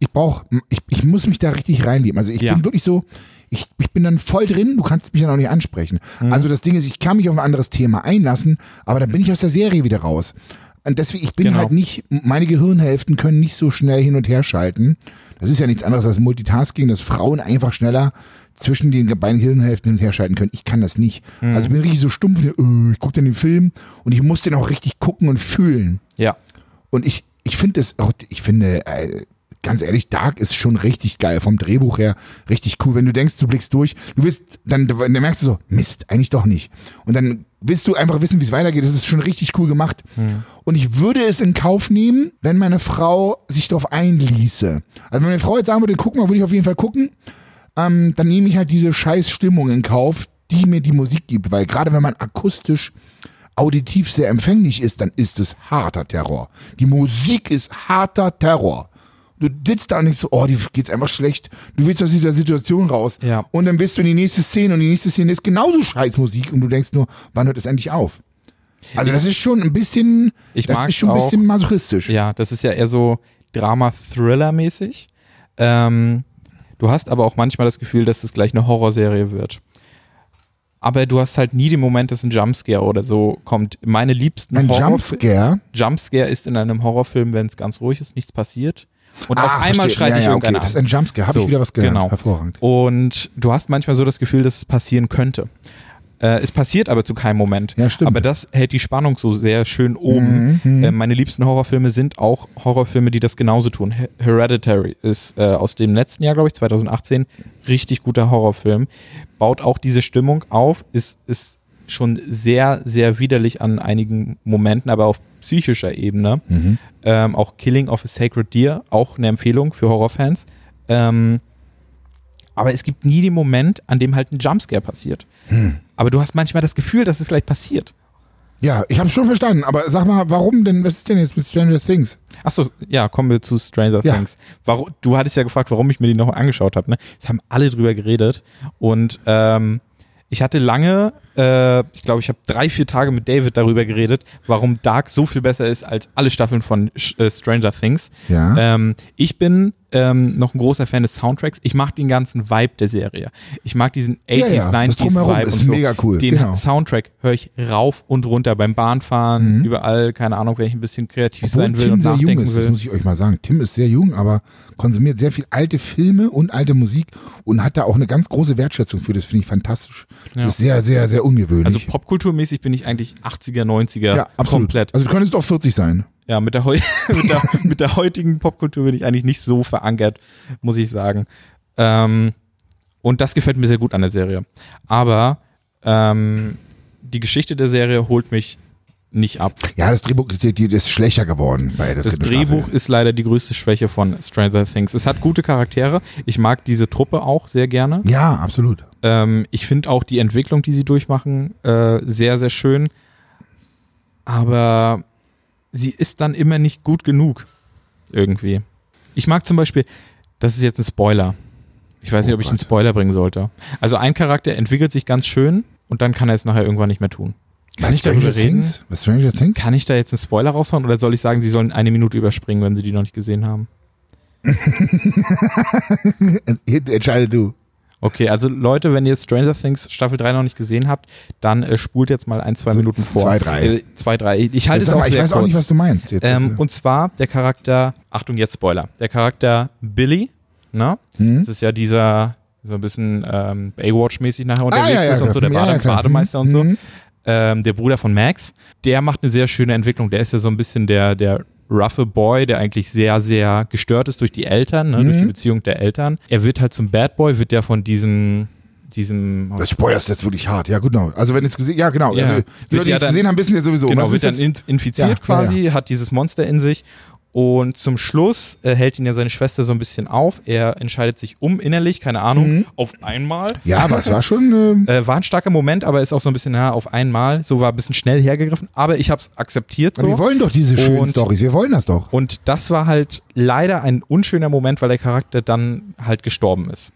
[SPEAKER 1] ich brauche, ich, ich muss mich da richtig reinleben. Also ich
[SPEAKER 2] Ja.
[SPEAKER 1] bin wirklich so, ich, ich bin dann voll drin, du kannst mich dann auch nicht ansprechen. Also das Ding ist, ich kann mich auf ein anderes Thema einlassen, aber dann bin ich aus der Serie wieder raus. Und deswegen, ich bin
[SPEAKER 2] Genau.
[SPEAKER 1] halt nicht, meine Gehirnhälften können nicht so schnell hin und her schalten. Das ist ja nichts anderes als Multitasking, dass Frauen einfach schneller zwischen den beiden Gehirnhälften hin und her schalten können. Ich kann das nicht. Also ich bin richtig so stumpf, äh, ich gucke dann den Film und ich muss den auch richtig gucken und fühlen.
[SPEAKER 2] Ja.
[SPEAKER 1] Und ich, ich finde es auch, ich finde, äh, ganz ehrlich, Dark ist schon richtig geil. Vom Drehbuch her richtig cool. Wenn du denkst, du blickst durch, du willst, dann, dann merkst du so, Mist, eigentlich doch nicht. Und dann willst du einfach wissen, wie es weitergeht. Das ist schon richtig cool gemacht. Und ich würde es in Kauf nehmen, wenn meine Frau sich darauf einließe. Also wenn meine Frau jetzt sagen würde, guck mal, würde ich auf jeden Fall gucken dann nehme ich halt diese scheiß Stimmung in Kauf, die mir die Musik gibt, weil gerade wenn man akustisch auditiv sehr empfänglich ist, dann ist es harter Terror. Die Musik ist harter Terror. Du sitzt da und denkst so, oh, dir geht's einfach schlecht. Du willst aus dieser Situation raus.
[SPEAKER 2] Ja.
[SPEAKER 1] Und dann willst du in die nächste Szene und die nächste Szene ist genauso scheiß Musik und du denkst nur, wann hört es endlich auf? Also das ist schon ein bisschen,
[SPEAKER 2] Ich
[SPEAKER 1] das
[SPEAKER 2] mag's
[SPEAKER 1] ist schon ein
[SPEAKER 2] auch.
[SPEAKER 1] bisschen masochistisch.
[SPEAKER 2] Ja, das ist ja eher so Drama-Thriller-mäßig. Ähm, du hast aber auch manchmal das Gefühl, dass es gleich eine Horrorserie wird. Aber du hast halt nie den Moment, dass ein Jumpscare oder so kommt. Meine liebsten
[SPEAKER 1] Ein
[SPEAKER 2] Horror-
[SPEAKER 1] Jumpscare,
[SPEAKER 2] Jumpscare ist in einem Horrorfilm, wenn es ganz ruhig ist, nichts passiert. Und auf
[SPEAKER 1] Ah,
[SPEAKER 2] einmal
[SPEAKER 1] verstehe.
[SPEAKER 2] schreit
[SPEAKER 1] Ja,
[SPEAKER 2] dich
[SPEAKER 1] ja, okay.
[SPEAKER 2] irgendeiner
[SPEAKER 1] Das ist
[SPEAKER 2] an.
[SPEAKER 1] ein Jumpscare. Hab ich wieder was gelernt.
[SPEAKER 2] Genau.
[SPEAKER 1] Hervorragend.
[SPEAKER 2] Und du hast manchmal so das Gefühl, dass es passieren könnte. Äh, es passiert aber zu keinem Moment.
[SPEAKER 1] Ja, stimmt. Mhm,
[SPEAKER 2] Aber das hält die Spannung so sehr schön oben. Äh, meine liebsten Horrorfilme sind auch Horrorfilme, die das genauso tun. Her- Hereditary ist äh, aus dem letzten Jahr, glaube ich, 2018, richtig guter Horrorfilm. Baut auch diese Stimmung auf, ist, ist schon sehr, sehr widerlich an einigen Momenten, aber auf psychischer Ebene.
[SPEAKER 1] Mhm.
[SPEAKER 2] Ähm, auch Killing of a Sacred Deer, auch eine Empfehlung für Horrorfans. Ähm, aber es gibt nie den Moment, an dem halt ein Jumpscare passiert. Aber du hast manchmal das Gefühl, dass es gleich passiert.
[SPEAKER 1] Ja, ich habe schon verstanden, aber sag mal, warum denn? Was ist denn jetzt mit Stranger Things?
[SPEAKER 2] Achso, ja, kommen wir zu Stranger
[SPEAKER 1] Ja.
[SPEAKER 2] Things. Warum, du hattest ja gefragt, warum ich mir die noch angeschaut habe. Ne? Es haben alle drüber geredet. Und ähm, ich hatte lange, äh, ich glaube, ich habe drei, vier Tage mit David darüber geredet, warum Dark so viel besser ist als alle Staffeln von Sch- äh, Stranger Things.
[SPEAKER 1] Ja.
[SPEAKER 2] Ähm, ich bin ähm, noch ein großer Fan des Soundtracks. Ich mag den ganzen Vibe der Serie. Ich mag diesen 80s,
[SPEAKER 1] ja, das
[SPEAKER 2] 90s
[SPEAKER 1] Drumherum
[SPEAKER 2] Äh, Vibe.
[SPEAKER 1] ist
[SPEAKER 2] und so.
[SPEAKER 1] mega cool,
[SPEAKER 2] Den
[SPEAKER 1] genau.
[SPEAKER 2] Soundtrack höre ich rauf und runter beim Bahnfahren, überall, keine Ahnung, wenn ich ein bisschen kreativ sein will
[SPEAKER 1] Mhm. Tim
[SPEAKER 2] und
[SPEAKER 1] sehr jung
[SPEAKER 2] nachdenken
[SPEAKER 1] ist, das
[SPEAKER 2] will.
[SPEAKER 1] muss ich euch mal sagen. Tim ist sehr jung, aber konsumiert sehr viel alte Filme und alte Musik und hat da auch eine ganz große Wertschätzung für. Das finde ich fantastisch. Das
[SPEAKER 2] Ja.
[SPEAKER 1] ist sehr, sehr, sehr ungewöhnlich.
[SPEAKER 2] Also popkulturmäßig bin ich eigentlich 80er, 90er
[SPEAKER 1] ja, absolut.
[SPEAKER 2] komplett.
[SPEAKER 1] Also du könntest auch 40 sein.
[SPEAKER 2] Ja, mit der, heu mit, der, mit der heutigen Popkultur bin ich eigentlich nicht so verankert, muss ich sagen. Ähm, und das gefällt mir sehr gut an der Serie. Aber ähm, die Geschichte der Serie holt mich nicht ab.
[SPEAKER 1] Ja, das Drehbuch die, die, das ist schlechter geworden bei der
[SPEAKER 2] Das
[SPEAKER 1] dritten
[SPEAKER 2] Drehbuch
[SPEAKER 1] Staffel.
[SPEAKER 2] ist leider die größte Schwäche von Stranger Things. Es hat gute Charaktere. Ich mag diese Truppe auch sehr gerne.
[SPEAKER 1] Ja, absolut.
[SPEAKER 2] Ähm, ich finde auch die Entwicklung, die sie durchmachen, äh, sehr, sehr schön. Aber sie ist dann immer nicht gut genug. Irgendwie. Ich mag zum Beispiel Das ist jetzt ein Spoiler. Ich weiß nicht, ob ich einen Spoiler bringen sollte. Also ein Charakter entwickelt sich ganz schön und dann kann er es nachher irgendwann nicht mehr tun. Kann
[SPEAKER 1] Was,
[SPEAKER 2] ich darüber
[SPEAKER 1] Stranger
[SPEAKER 2] reden?
[SPEAKER 1] Things? Was Stranger Things?
[SPEAKER 2] Kann ich da jetzt einen Spoiler raushauen oder soll ich sagen, sie sollen eine Minute überspringen, wenn sie die noch nicht gesehen haben?
[SPEAKER 1] Ent- Entscheide du.
[SPEAKER 2] Okay, also Leute, wenn ihr Stranger Things Staffel 3 noch nicht gesehen habt, dann äh, spult jetzt mal ein, zwei
[SPEAKER 1] So
[SPEAKER 2] Minuten vor.
[SPEAKER 1] zwei, drei.
[SPEAKER 2] Äh, zwei, drei. Ich- Ich halte
[SPEAKER 1] Das
[SPEAKER 2] es
[SPEAKER 1] ist
[SPEAKER 2] auch
[SPEAKER 1] aber, ich
[SPEAKER 2] sehr
[SPEAKER 1] weiß
[SPEAKER 2] kurz.
[SPEAKER 1] auch nicht, was du meinst. Jetzt,
[SPEAKER 2] ähm,
[SPEAKER 1] jetzt.
[SPEAKER 2] und zwar der Charakter, Achtung, jetzt Spoiler, der Charakter Billy, ne?
[SPEAKER 1] Hm?
[SPEAKER 2] Das ist ja dieser, so ein bisschen ähm, Baywatch-mäßig nachher unterwegs
[SPEAKER 1] Ah, ja,
[SPEAKER 2] ist und
[SPEAKER 1] klar.
[SPEAKER 2] so, der
[SPEAKER 1] Ja,
[SPEAKER 2] Bade
[SPEAKER 1] ja, klar.
[SPEAKER 2] Bademeister und so.
[SPEAKER 1] Mhm.
[SPEAKER 2] Ähm, der Bruder von Max, der macht eine sehr schöne Entwicklung. Der ist ja so ein bisschen der, der roughe Boy, der eigentlich sehr, sehr gestört ist durch die Eltern, ne?
[SPEAKER 1] Mhm.
[SPEAKER 2] durch die Beziehung der Eltern. Er wird halt zum Bad Boy, wird ja von diesem, diesem
[SPEAKER 1] Das spoilerst jetzt wirklich hart. Ja, genau. Also, wenn ihr es gesehen ja, genau.
[SPEAKER 2] Ja.
[SPEAKER 1] Also, die
[SPEAKER 2] Wird
[SPEAKER 1] Leute, die
[SPEAKER 2] ja
[SPEAKER 1] es
[SPEAKER 2] dann-
[SPEAKER 1] gesehen haben, wissen ja sowieso.
[SPEAKER 2] Genau,
[SPEAKER 1] was
[SPEAKER 2] wird
[SPEAKER 1] ist
[SPEAKER 2] dann
[SPEAKER 1] jetzt?
[SPEAKER 2] in, infiziert
[SPEAKER 1] Ja, ja,
[SPEAKER 2] quasi, hat dieses Monster in sich. Und zum Schluss äh, hält ihn ja seine Schwester so ein bisschen auf. Er entscheidet sich um innerlich, keine Ahnung,
[SPEAKER 1] Mhm.
[SPEAKER 2] auf einmal.
[SPEAKER 1] ja, aber es war schon. ähm,
[SPEAKER 2] Äh, war ein starker Moment, aber ist auch so ein bisschen, na, auf einmal. So war ein bisschen schnell hergegriffen, aber ich habe es akzeptiert.
[SPEAKER 1] aber
[SPEAKER 2] So.
[SPEAKER 1] Wir wollen doch diese schönen
[SPEAKER 2] Und-
[SPEAKER 1] Stories. Wir wollen das doch.
[SPEAKER 2] Und das war halt leider ein unschöner Moment, weil der Charakter dann halt gestorben ist.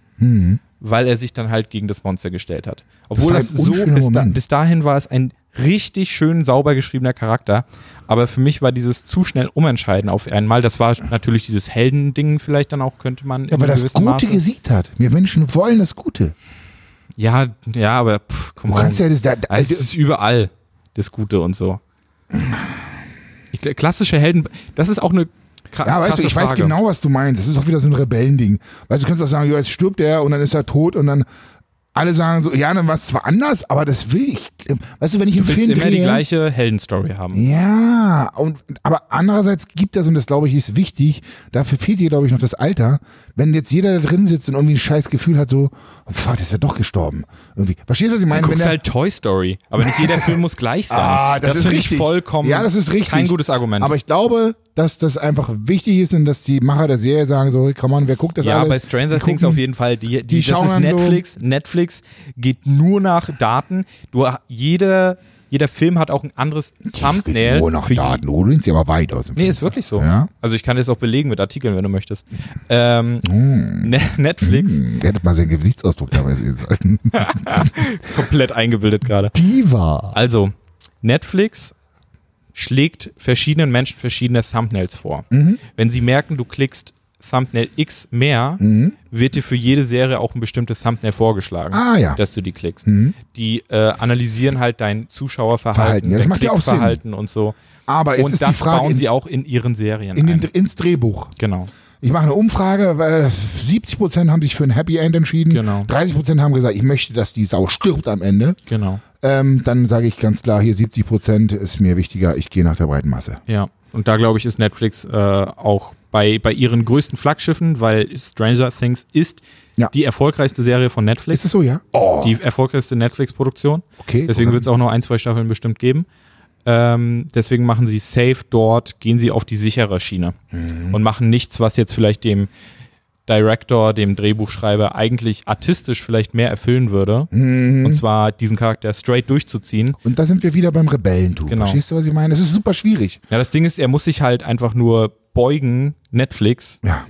[SPEAKER 2] Weil er sich dann halt gegen das Monster gestellt hat. Obwohl
[SPEAKER 1] Mhm. war
[SPEAKER 2] das,
[SPEAKER 1] ein
[SPEAKER 2] so
[SPEAKER 1] unschöner
[SPEAKER 2] bis, da,
[SPEAKER 1] Moment.
[SPEAKER 2] bis dahin war es ein richtig schön sauber geschriebener Charakter. Aber für mich war dieses zu schnell Umentscheiden auf einmal. Das war natürlich dieses Heldending vielleicht dann auch, könnte man. in
[SPEAKER 1] Ja, weil
[SPEAKER 2] einem
[SPEAKER 1] das
[SPEAKER 2] gewissen
[SPEAKER 1] Gute
[SPEAKER 2] Maße-
[SPEAKER 1] gesiegt hat. Wir Menschen wollen das Gute.
[SPEAKER 2] Ja, ja, aber pff, komm
[SPEAKER 1] Du kannst ja das. Da, also, da,
[SPEAKER 2] es ist überall das Gute und so. Ich, gl- klassische Helden, das ist auch eine krass,
[SPEAKER 1] ja, weißt
[SPEAKER 2] krasse
[SPEAKER 1] du, ich
[SPEAKER 2] Frage.
[SPEAKER 1] weiß genau, was du meinst. Das ist auch wieder so ein Rebellending. Weißt du, du kannst auch sagen, ja, jetzt stirbt er und dann ist er tot und dann alle sagen so, ja, dann war es zwar anders, aber das will ich. ähm, Weißt du, wenn ich einen
[SPEAKER 2] Du willst
[SPEAKER 1] Film
[SPEAKER 2] immer
[SPEAKER 1] drehe,
[SPEAKER 2] die gleiche Heldenstory haben.
[SPEAKER 1] Ja, und, aber andererseits gibt das, und das glaube ich ist wichtig, dafür fehlt dir glaube ich noch das Alter, wenn jetzt jeder da drin sitzt und irgendwie ein scheiß Gefühl hat, so, oh, fuck, ist er doch gestorben. Irgendwie. Verstehst du, was ich meine?
[SPEAKER 2] Du guckst
[SPEAKER 1] Wenn
[SPEAKER 2] halt Toy Story, aber nicht jeder Film muss gleich sein.
[SPEAKER 1] der, ah, das, ist
[SPEAKER 2] finde
[SPEAKER 1] richtig.
[SPEAKER 2] ich vollkommen
[SPEAKER 1] ja, das ist richtig.
[SPEAKER 2] kein gutes Argument.
[SPEAKER 1] Aber ich glaube, dass das einfach wichtig ist und dass die Macher der Serie sagen, so, hey, come on, wer guckt das
[SPEAKER 2] ja,
[SPEAKER 1] alles?
[SPEAKER 2] bei Stranger
[SPEAKER 1] Wir
[SPEAKER 2] Things
[SPEAKER 1] gucken-
[SPEAKER 2] auf jeden Fall. Die, die,
[SPEAKER 1] Die
[SPEAKER 2] das
[SPEAKER 1] schauen
[SPEAKER 2] ist
[SPEAKER 1] dann so-
[SPEAKER 2] Netflix. Netflix geht nur nach Daten. Du, jeder, jeder Film hat auch ein anderes Thumbnail.
[SPEAKER 1] Nur nach
[SPEAKER 2] für je-
[SPEAKER 1] Daten. Du lehnst ja aber weit aus dem
[SPEAKER 2] Nee, ist wirklich so.
[SPEAKER 1] Ja?
[SPEAKER 2] Also ich kann das auch belegen mit Artikeln, wenn du möchtest. Ähm, Ne- Netflix,
[SPEAKER 1] Hm, Ihr hättet mal seinen Gesichtsausdruck dabei sehen sollen.
[SPEAKER 2] komplett eingebildet gerade.
[SPEAKER 1] Diva.
[SPEAKER 2] Also, Netflix schlägt verschiedenen Menschen verschiedene Thumbnails vor.
[SPEAKER 1] Mhm.
[SPEAKER 2] Wenn sie merken, du klickst Thumbnail X mehr, wird dir für jede Serie auch ein bestimmtes Thumbnail vorgeschlagen,
[SPEAKER 1] Mhm. Ah, ja.
[SPEAKER 2] dass du die klickst. Die äh, analysieren halt dein Zuschauerverhalten,
[SPEAKER 1] Verhalten, ja, das
[SPEAKER 2] dein
[SPEAKER 1] macht ja auch Sinn.
[SPEAKER 2] Klickverhalten und so.
[SPEAKER 1] Aber jetzt
[SPEAKER 2] und
[SPEAKER 1] ist
[SPEAKER 2] das
[SPEAKER 1] die Frage,
[SPEAKER 2] bauen
[SPEAKER 1] in-
[SPEAKER 2] sie auch in ihren Serien
[SPEAKER 1] in
[SPEAKER 2] ein.
[SPEAKER 1] den, ins Drehbuch.
[SPEAKER 2] genau.
[SPEAKER 1] Ich mache eine Umfrage, weil 70% haben sich für ein Happy End entschieden,
[SPEAKER 2] Genau.
[SPEAKER 1] 30% haben gesagt, ich möchte, dass die Sau stirbt am Ende.
[SPEAKER 2] Genau.
[SPEAKER 1] Ähm, dann sage ich ganz klar, hier 70% ist mir wichtiger, ich gehe nach der breiten Masse.
[SPEAKER 2] Ja, und da glaube ich, ist Netflix äh, auch bei, bei ihren größten Flaggschiffen, weil Stranger Things ist
[SPEAKER 1] Ja.
[SPEAKER 2] die erfolgreichste Serie von
[SPEAKER 1] Ist
[SPEAKER 2] Netflix,
[SPEAKER 1] das so, ja? Oh,
[SPEAKER 2] die erfolgreichste Netflix-Produktion.
[SPEAKER 1] okay.
[SPEAKER 2] Deswegen wird es auch noch ein, zwei Staffeln bestimmt geben. Ähm, deswegen machen sie safe dort, gehen sie auf die sichere Schiene und machen nichts, was jetzt vielleicht dem Director, dem Drehbuchschreiber eigentlich artistisch vielleicht mehr erfüllen würde. Und zwar diesen Charakter straight durchzuziehen.
[SPEAKER 1] Und da sind wir wieder beim Rebellentum.
[SPEAKER 2] Genau.
[SPEAKER 1] Verstehst du, was ich meine? Es ist super schwierig.
[SPEAKER 2] Ja, das Ding ist, er muss sich halt einfach nur beugen, Netflix,
[SPEAKER 1] Ja.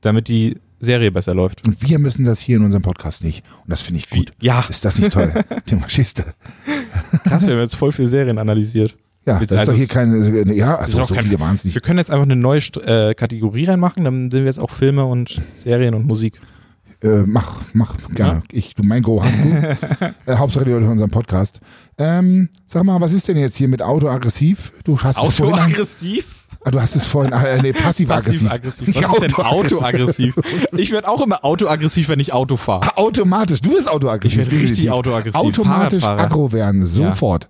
[SPEAKER 2] damit die Serie besser läuft.
[SPEAKER 1] Und wir müssen das hier in unserem Podcast nicht. Und das finde ich gut.
[SPEAKER 2] Ja,
[SPEAKER 1] Ist das nicht toll? Tim, verstehst du?
[SPEAKER 2] krass, wir haben jetzt voll viele Serien analysiert.
[SPEAKER 1] Ja,
[SPEAKER 2] Mit-
[SPEAKER 1] das ist
[SPEAKER 2] also
[SPEAKER 1] doch hier
[SPEAKER 2] es-
[SPEAKER 1] keine, ja, also
[SPEAKER 2] doch
[SPEAKER 1] so
[SPEAKER 2] kein-
[SPEAKER 1] viele waren es nicht.
[SPEAKER 2] Wir können jetzt einfach eine neue St äh, Kategorie reinmachen, dann sind wir jetzt auch Filme und Serien und Musik.
[SPEAKER 1] Äh, mach, mach, gerne. Ich, du, mein Go hast du. äh, Hauptsache die Leute hören unseren Podcast. Ähm, sag mal, was ist denn jetzt hier mit autoaggressiv? Du hast es vorhin,
[SPEAKER 2] Autoaggressiv?
[SPEAKER 1] Ah, du hast es vorhin, äh, nee, passiv-aggressiv.
[SPEAKER 2] Passiv-aggressiv.
[SPEAKER 1] Nicht
[SPEAKER 2] Was ist denn
[SPEAKER 1] autoaggressiv.
[SPEAKER 2] autoaggressiv? Ich werde auch immer autoaggressiv, wenn ich Auto fahre.
[SPEAKER 1] Automatisch, du bist autoaggressiv.
[SPEAKER 2] Ich werd richtig
[SPEAKER 1] definitiv.
[SPEAKER 2] autoaggressiv.
[SPEAKER 1] Automatisch
[SPEAKER 2] Fahrradfahrer.
[SPEAKER 1] aggro werden, sofort.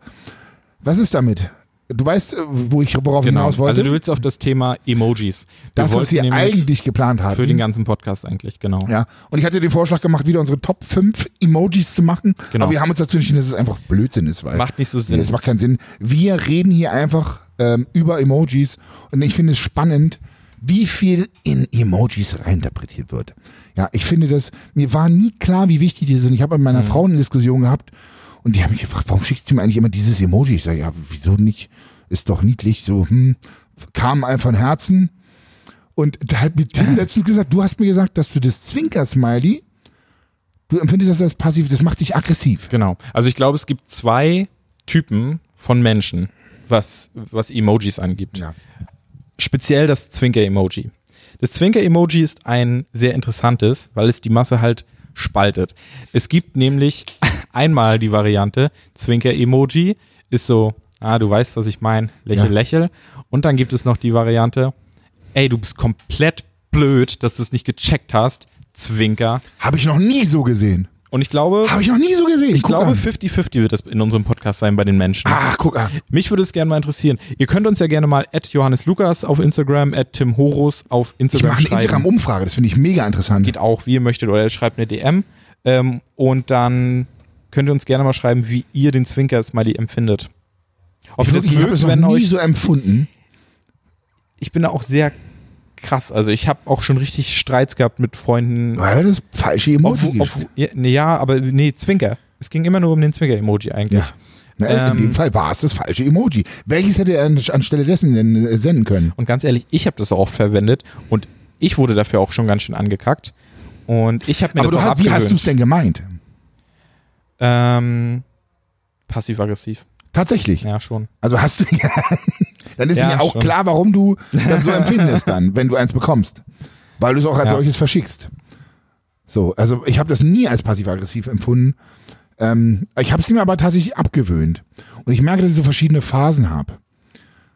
[SPEAKER 1] Was ist damit? Du weißt, äh, wo ich, worauf ich hinaus wollte?
[SPEAKER 2] Also du willst auf das Thema Emojis. Wir
[SPEAKER 1] das, was
[SPEAKER 2] wollten
[SPEAKER 1] wir
[SPEAKER 2] nämlich
[SPEAKER 1] eigentlich geplant hatten.
[SPEAKER 2] für den ganzen Podcast eigentlich, genau.
[SPEAKER 1] ja, und ich hatte den Vorschlag gemacht, wieder unsere Top 5 Emojis zu machen.
[SPEAKER 2] Genau.
[SPEAKER 1] Aber wir haben uns dazu entschieden, dass es einfach Blödsinn ist, weil
[SPEAKER 2] Macht nicht so
[SPEAKER 1] Nee,
[SPEAKER 2] Sinn.
[SPEAKER 1] das macht keinen Sinn. Wir reden hier einfach ähm, über Emojis und ich finde es spannend, wie viel in Emojis reinterpretiert wird. Ja, ich finde das, mir war nie klar, wie wichtig die sind. Ich habe mit meiner Frau eine Diskussion gehabt und die haben mich gefragt, warum schickst du mir eigentlich immer dieses Emoji? Ich sage, ja, wieso nicht? Ist doch niedlich, so, hm, kam einem von Herzen. Und da hat mir Tim letztens gesagt, du hast mir gesagt, dass du das Zwinker-Smiley, du empfindest das als passiv, das macht dich aggressiv.
[SPEAKER 2] Genau. Also ich glaube, es gibt zwei Typen von Menschen, was, was Emojis angibt.
[SPEAKER 1] Ja.
[SPEAKER 2] Speziell das Zwinker-Emoji. Das Zwinker-Emoji ist ein sehr interessantes, weil es die Masse halt spaltet. Es gibt nämlich einmal die Variante Zwinker-Emoji ist so, ah, du weißt, was ich meine, lächel,
[SPEAKER 1] Ja.
[SPEAKER 2] lächel. Und dann gibt es noch die Variante, ey, du bist komplett blöd, dass du es nicht gecheckt hast, Zwinker.
[SPEAKER 1] Habe ich noch nie so gesehen. Und
[SPEAKER 2] Und ich glaube,
[SPEAKER 1] Habe ich noch nie so gesehen.
[SPEAKER 2] ich
[SPEAKER 1] Guck
[SPEAKER 2] glaube,
[SPEAKER 1] an. Ah.
[SPEAKER 2] 50-50 wird das in unserem Podcast sein bei den Menschen.
[SPEAKER 1] Ach, guck an.
[SPEAKER 2] Mich würde es gerne mal interessieren. Ihr könnt uns ja gerne mal at Johannes Lukas auf Instagram, at Tim Horus auf
[SPEAKER 1] Ich
[SPEAKER 2] Instagram
[SPEAKER 1] mache eine
[SPEAKER 2] schreiben.
[SPEAKER 1] Instagram-Umfrage, das finde ich mega interessant.
[SPEAKER 2] Geht auch, wie ihr möchtet, oder ihr schreibt eine DM. Ähm, und dann könnt ihr uns gerne mal schreiben, wie ihr den Zwinker-Smiley empfindet. Ob
[SPEAKER 1] Ich, wirklich,
[SPEAKER 2] ihr das
[SPEAKER 1] ich habe es
[SPEAKER 2] mögt,
[SPEAKER 1] noch
[SPEAKER 2] wenn
[SPEAKER 1] nie
[SPEAKER 2] euch.
[SPEAKER 1] so empfunden.
[SPEAKER 2] Ich bin da auch sehr krass. Also ich habe auch schon richtig Streits gehabt mit Freunden.
[SPEAKER 1] Weil das falsche Emoji
[SPEAKER 2] Obwohl-
[SPEAKER 1] ist.
[SPEAKER 2] obwohl- ja, nee, ja, aber nee, Zwinker. Es ging immer nur um den Zwinker-Emoji eigentlich.
[SPEAKER 1] Ja. Na, in
[SPEAKER 2] Ähm,
[SPEAKER 1] dem Fall war es das falsche Emoji. Welches hätte er an- anstelle dessen denn äh, senden können?
[SPEAKER 2] Und ganz ehrlich, ich habe das auch oft verwendet und ich wurde dafür auch schon ganz schön angekackt. Und ich habe mir
[SPEAKER 1] Aber
[SPEAKER 2] das
[SPEAKER 1] du
[SPEAKER 2] auch
[SPEAKER 1] hast, wie hast du
[SPEAKER 2] abgewöhnt.
[SPEAKER 1] es denn gemeint?
[SPEAKER 2] Ähm, Passiv-aggressiv.
[SPEAKER 1] Tatsächlich.
[SPEAKER 2] Ja, schon.
[SPEAKER 1] Also hast du ja. Dann ist
[SPEAKER 2] Ja,
[SPEAKER 1] mir auch
[SPEAKER 2] schon.
[SPEAKER 1] klar, warum du das so empfindest dann, wenn du eins bekommst. Weil du es auch als
[SPEAKER 2] Ja.
[SPEAKER 1] solches verschickst. So, also ich habe das nie als passiv-aggressiv empfunden. Ähm, ich habe es mir aber tatsächlich abgewöhnt. Und ich merke, dass ich so verschiedene Phasen habe.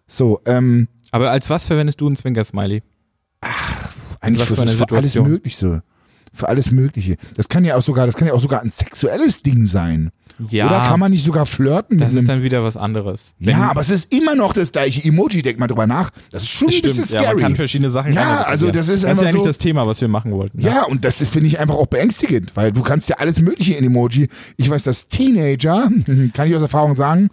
[SPEAKER 1] So, ähm,
[SPEAKER 2] Aber als was verwendest du einen Zwinker-Smiley?
[SPEAKER 1] eigentlich
[SPEAKER 2] Was
[SPEAKER 1] so,
[SPEAKER 2] für eine
[SPEAKER 1] das ist für alles
[SPEAKER 2] Situation?
[SPEAKER 1] Mögliche. Für alles Mögliche. Das kann ja auch sogar, das kann ja auch sogar ein sexuelles Ding sein.
[SPEAKER 2] Ja,
[SPEAKER 1] Oder kann man nicht sogar flirten
[SPEAKER 2] das
[SPEAKER 1] mit
[SPEAKER 2] ist
[SPEAKER 1] einem.
[SPEAKER 2] dann wieder was anderes. Wenn-
[SPEAKER 1] Ja, aber es ist immer noch das gleiche Emoji, denk mal drüber nach. Das ist schon
[SPEAKER 2] das
[SPEAKER 1] ein bisschen
[SPEAKER 2] stimmt. Ja, man
[SPEAKER 1] scary.
[SPEAKER 2] kann verschiedene Sachen
[SPEAKER 1] Ja,
[SPEAKER 2] rein-
[SPEAKER 1] also das ist
[SPEAKER 2] das
[SPEAKER 1] einfach
[SPEAKER 2] ist ja nicht
[SPEAKER 1] so-
[SPEAKER 2] das Thema, was wir machen wollten.
[SPEAKER 1] Ja, und das finde ich einfach auch beängstigend, weil du kannst ja alles Mögliche in Emoji. Ich weiß, dass Teenager, kann ich aus Erfahrung sagen,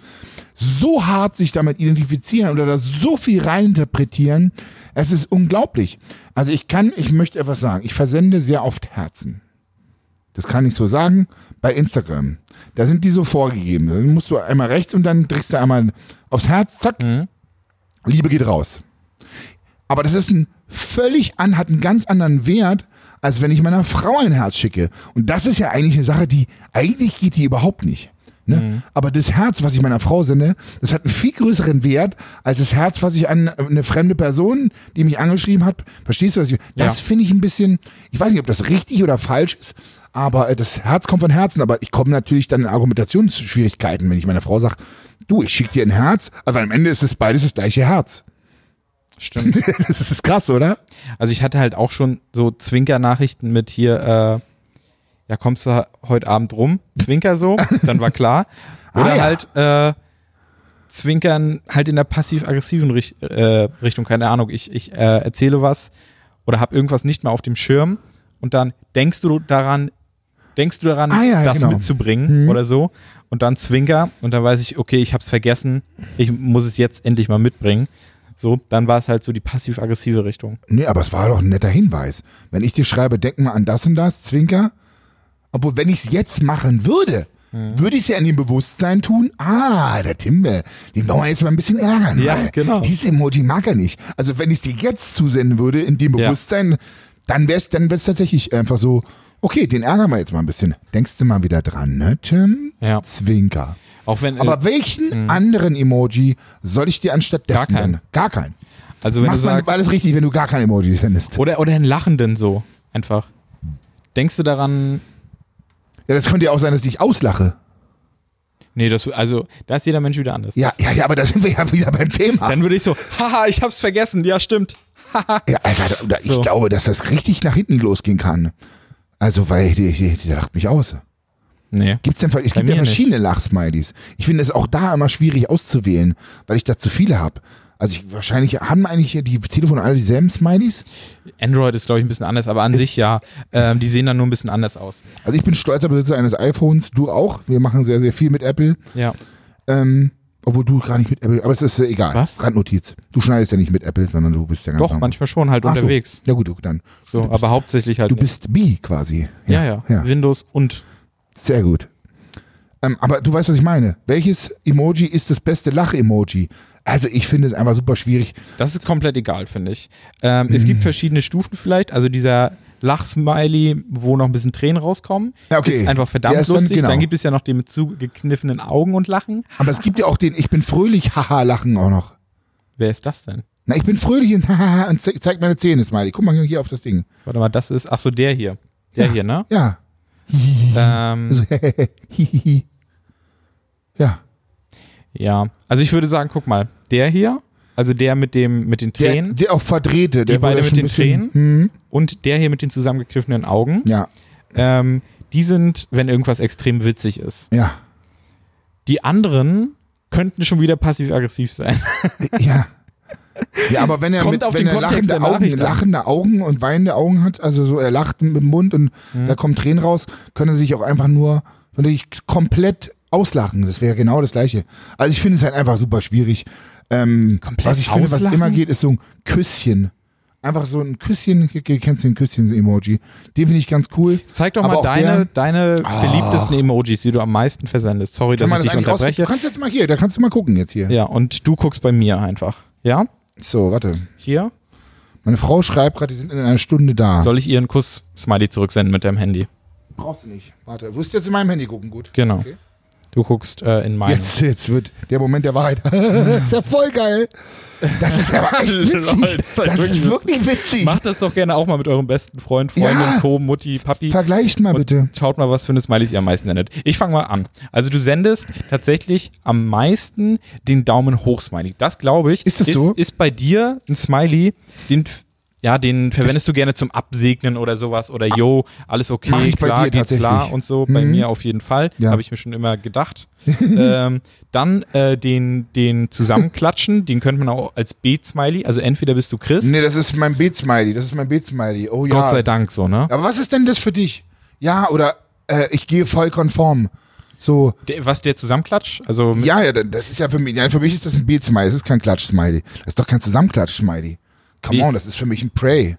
[SPEAKER 1] so hart sich damit identifizieren oder da so viel reininterpretieren. Es ist unglaublich. Also ich kann, ich möchte etwas sagen. Ich versende sehr oft Herzen. Das kann ich so sagen. Bei Instagram. Da sind die so vorgegeben. Dann musst du einmal rechts und dann drückst du einmal aufs Herz, zack. Liebe geht raus. Aber das ist ein völlig an, hat einen ganz anderen Wert, als wenn ich meiner Frau ein Herz schicke. Und das ist ja eigentlich eine Sache, die, eigentlich geht die überhaupt nicht. Ne? Aber das Herz, was ich meiner Frau sende, das hat einen viel größeren Wert als das Herz, was ich an äh, eine fremde Person, die mich angeschrieben hat. Verstehst du, was ich, das
[SPEAKER 2] Ja.
[SPEAKER 1] finde ich ein bisschen, ich weiß nicht, ob das richtig oder falsch ist, aber äh, das Herz kommt von Herzen. Aber ich komme natürlich dann in Argumentationsschwierigkeiten, wenn ich meiner Frau sage, du, ich schicke dir ein Herz, aber am Ende ist es beides das gleiche Herz.
[SPEAKER 2] stimmt.
[SPEAKER 1] das ist krass, oder?
[SPEAKER 2] Also ich hatte halt auch schon so Zwinker-Nachrichten mit hier, äh, ja, kommst du heute Abend rum? Zwinker so, dann war klar.
[SPEAKER 1] Ah,
[SPEAKER 2] Oder
[SPEAKER 1] ja.
[SPEAKER 2] halt äh, Zwinkern halt in der passiv-aggressiven Rich äh, Richtung, keine Ahnung. Ich, ich äh, erzähle was oder habe irgendwas nicht mehr auf dem Schirm und dann denkst du daran, denkst du daran,
[SPEAKER 1] Ah, ja,
[SPEAKER 2] das
[SPEAKER 1] genau.
[SPEAKER 2] mitzubringen oder so und dann Zwinker und dann weiß ich, okay, ich hab's vergessen, ich muss es jetzt endlich mal mitbringen. So, dann war es halt so die passiv-aggressive Richtung.
[SPEAKER 1] Nee, aber es war doch ein netter Hinweis. Wenn ich dir schreibe, denk mal an das und das, Zwinker. Obwohl, wenn ich es jetzt machen würde,
[SPEAKER 2] Mhm.
[SPEAKER 1] würde ich es ja in dem Bewusstsein tun, ah, der Timbe, den wollen wir jetzt mal ein bisschen ärgern.
[SPEAKER 2] Ja,
[SPEAKER 1] weil
[SPEAKER 2] genau.
[SPEAKER 1] Dieses Emoji mag er nicht. Also wenn ich es dir jetzt zusenden würde, in dem
[SPEAKER 2] Ja.
[SPEAKER 1] Bewusstsein, dann wäre es dann wär's tatsächlich einfach so, okay, den ärgern wir jetzt mal ein bisschen. Denkst du mal wieder dran, ne, Tim?
[SPEAKER 2] Ja.
[SPEAKER 1] Zwinker.
[SPEAKER 2] Auch wenn,
[SPEAKER 1] Aber welchen anderen Emoji soll ich dir anstatt
[SPEAKER 2] Gar
[SPEAKER 1] dessen
[SPEAKER 2] keinen.
[SPEAKER 1] nennen? Gar keinen.
[SPEAKER 2] also wenn du
[SPEAKER 1] Macht man
[SPEAKER 2] sagst,
[SPEAKER 1] alles richtig, wenn du gar kein Emoji sendest.
[SPEAKER 2] oder, oder einen Lachenden so, einfach. Denkst du daran,
[SPEAKER 1] Ja, das könnte ja auch sein, dass ich dich auslache.
[SPEAKER 2] nee, das, also, da ist jeder Mensch wieder anders.
[SPEAKER 1] Ja, ja, ja, aber da sind wir ja wieder beim Thema.
[SPEAKER 2] Dann würde ich so, haha, ich hab's vergessen, ja, stimmt.
[SPEAKER 1] Ja, Alter, da- da, ich
[SPEAKER 2] So.
[SPEAKER 1] glaube, dass das richtig nach hinten losgehen kann. Also, weil die, die, die lacht mich aus.
[SPEAKER 2] Nee.
[SPEAKER 1] Gibt's denn, es gibt
[SPEAKER 2] mir
[SPEAKER 1] ja verschiedene Lachsmileys. Ich finde es auch da immer schwierig auszuwählen, weil ich da zu viele habe. Also ich, wahrscheinlich haben eigentlich die Telefone alle dieselben Smileys.
[SPEAKER 2] Android ist, glaube ich, ein bisschen anders, aber an sich ja. Ähm, die sehen dann nur ein bisschen anders aus.
[SPEAKER 1] Also ich bin stolzer Besitzer eines iPhones, du auch. Wir machen sehr, sehr viel mit Apple.
[SPEAKER 2] Ja.
[SPEAKER 1] Ähm, obwohl du gar nicht mit Apple, aber es ist äh, egal.
[SPEAKER 2] Was?
[SPEAKER 1] Randnotiz. Du schneidest ja nicht mit Apple, sondern du bist ja ganz
[SPEAKER 2] Doch,
[SPEAKER 1] normal.
[SPEAKER 2] manchmal schon halt
[SPEAKER 1] Ach so.
[SPEAKER 2] unterwegs.
[SPEAKER 1] Ja gut, dann.
[SPEAKER 2] So,
[SPEAKER 1] du bist,
[SPEAKER 2] aber hauptsächlich halt.
[SPEAKER 1] du bist B quasi.
[SPEAKER 2] ja, ja, Windows und.
[SPEAKER 1] Sehr gut. Ähm, aber du weißt, was ich meine. Welches Emoji ist das beste Lach-Emoji? Also ich finde es einfach super schwierig.
[SPEAKER 2] Das ist komplett egal, finde ich. Ähm, Es
[SPEAKER 1] Mhm.
[SPEAKER 2] gibt verschiedene Stufen vielleicht. Also dieser Lachsmiley, wo noch ein bisschen Tränen rauskommen,
[SPEAKER 1] Ja, okay.
[SPEAKER 2] ist einfach verdammt
[SPEAKER 1] Der ist dann-
[SPEAKER 2] lustig.
[SPEAKER 1] genau.
[SPEAKER 2] Dann gibt es ja noch den mit zugekniffenen Augen und Lachen.
[SPEAKER 1] Aber es gibt ja auch den Ich bin fröhlich, haha, lachen auch noch.
[SPEAKER 2] Wer ist das denn?
[SPEAKER 1] Na, ich bin fröhlich und haha und ze zeigt meine Zähne, Smiley. Guck mal hier auf das Ding.
[SPEAKER 2] Warte mal, das ist, ach so, der hier. Der hier, ne?
[SPEAKER 1] Ja.
[SPEAKER 2] Ähm,
[SPEAKER 1] Also, hihihi. ja.
[SPEAKER 2] ja. Also ich würde sagen, guck mal, der hier, also der mit dem, mit den
[SPEAKER 1] Der,
[SPEAKER 2] Tränen
[SPEAKER 1] der auch verdrehte. Der
[SPEAKER 2] Die
[SPEAKER 1] war
[SPEAKER 2] beide
[SPEAKER 1] ja
[SPEAKER 2] mit
[SPEAKER 1] schon ein
[SPEAKER 2] den
[SPEAKER 1] bisschen,
[SPEAKER 2] Tränen?
[SPEAKER 1] Hm,
[SPEAKER 2] und der hier mit den zusammengekniffenen Augen,
[SPEAKER 1] ja,
[SPEAKER 2] ähm, die sind, wenn irgendwas extrem witzig ist.
[SPEAKER 1] ja,
[SPEAKER 2] Die anderen könnten schon wieder passiv-aggressiv sein.
[SPEAKER 1] ja. Ja, aber wenn er,
[SPEAKER 2] Kommt
[SPEAKER 1] mit,
[SPEAKER 2] auf
[SPEAKER 1] wenn
[SPEAKER 2] den
[SPEAKER 1] er
[SPEAKER 2] Kontext
[SPEAKER 1] lachende,
[SPEAKER 2] der
[SPEAKER 1] Augen,
[SPEAKER 2] Nachricht an.
[SPEAKER 1] lachende Augen und weinende Augen hat, also so, er lacht mit dem Mund und
[SPEAKER 2] Mhm.
[SPEAKER 1] da kommen Tränen raus, können sie sich auch einfach nur natürlich komplett auslachen. Das wäre genau das Gleiche. Also ich finde es halt einfach super schwierig. Ähm,
[SPEAKER 2] Komplett
[SPEAKER 1] was ich finde, was
[SPEAKER 2] auslachen?
[SPEAKER 1] immer geht, ist so ein Küsschen. Einfach so ein Küsschen, kennst du den Küsschen-Emoji? Den finde ich ganz cool.
[SPEAKER 2] Zeig doch
[SPEAKER 1] Aber
[SPEAKER 2] mal
[SPEAKER 1] auch der-
[SPEAKER 2] deine, deine beliebtesten Emojis, die du am meisten versendest. Sorry, dass
[SPEAKER 1] Kann man
[SPEAKER 2] ich
[SPEAKER 1] das
[SPEAKER 2] dich
[SPEAKER 1] eigentlich aus? Du
[SPEAKER 2] unterbreche.
[SPEAKER 1] kannst jetzt mal hier, da kannst du mal gucken jetzt hier.
[SPEAKER 2] Ja, und du guckst bei mir einfach. Ja?
[SPEAKER 1] So, warte.
[SPEAKER 2] Hier?
[SPEAKER 1] Meine Frau schreibt gerade, die sind in einer Stunde da.
[SPEAKER 2] Soll ich ihr einen Kuss-Smiley zurücksenden mit deinem Handy?
[SPEAKER 1] Brauchst du nicht. Warte, wirst jetzt in meinem Handy gucken, gut.
[SPEAKER 2] Genau.
[SPEAKER 1] Okay.
[SPEAKER 2] Du guckst äh, in meine.
[SPEAKER 1] Jetzt, jetzt wird der Moment der Wahrheit. ist ja voll geil. Das ist aber echt witzig.
[SPEAKER 2] Lol, das ist halt
[SPEAKER 1] das
[SPEAKER 2] wirklich
[SPEAKER 1] ist wirklich witzig.
[SPEAKER 2] Macht das doch gerne auch mal mit eurem besten Freund, Freundin,
[SPEAKER 1] Ja.
[SPEAKER 2] Co., Mutti, Papi.
[SPEAKER 1] Vergleicht mal bitte.
[SPEAKER 2] Schaut mal, was für eine Smileys ihr am meisten sendet. Ich fange mal an. Also du sendest tatsächlich am meisten den Daumen hoch Smiley. Das glaube ich.
[SPEAKER 1] Ist das so?
[SPEAKER 2] Ist bei dir ein Smiley, den f- ja, den verwendest du gerne zum Absegnen oder sowas oder yo, alles okay,
[SPEAKER 1] Ah, Mach ich bei
[SPEAKER 2] klar,
[SPEAKER 1] dir
[SPEAKER 2] geht
[SPEAKER 1] tatsächlich.
[SPEAKER 2] klar und so. Bei
[SPEAKER 1] Mhm.
[SPEAKER 2] mir auf jeden Fall,
[SPEAKER 1] Ja.
[SPEAKER 2] habe ich mir schon immer gedacht. ähm, dann äh, den den zusammenklatschen, den könnte man auch als Beet-Smiley. Also entweder bist du Christ,
[SPEAKER 1] Nee, das ist mein Beet-Smiley. Das ist mein Beet-Smiley. Oh ja.
[SPEAKER 2] Gott sei Dank so ne.
[SPEAKER 1] Aber was ist denn das für dich? Ja, oder äh, ich gehe voll konform. So,
[SPEAKER 2] Der, was der zusammenklatscht, also mit
[SPEAKER 1] ja, ja, das ist ja für mich, ja, für mich ist das ein Beet-Smiley, das ist kein Klatsch-Smiley. Das ist doch kein Zusammenklatsch-Smiley. Come
[SPEAKER 2] Wie?
[SPEAKER 1] on, das ist für mich ein Prey.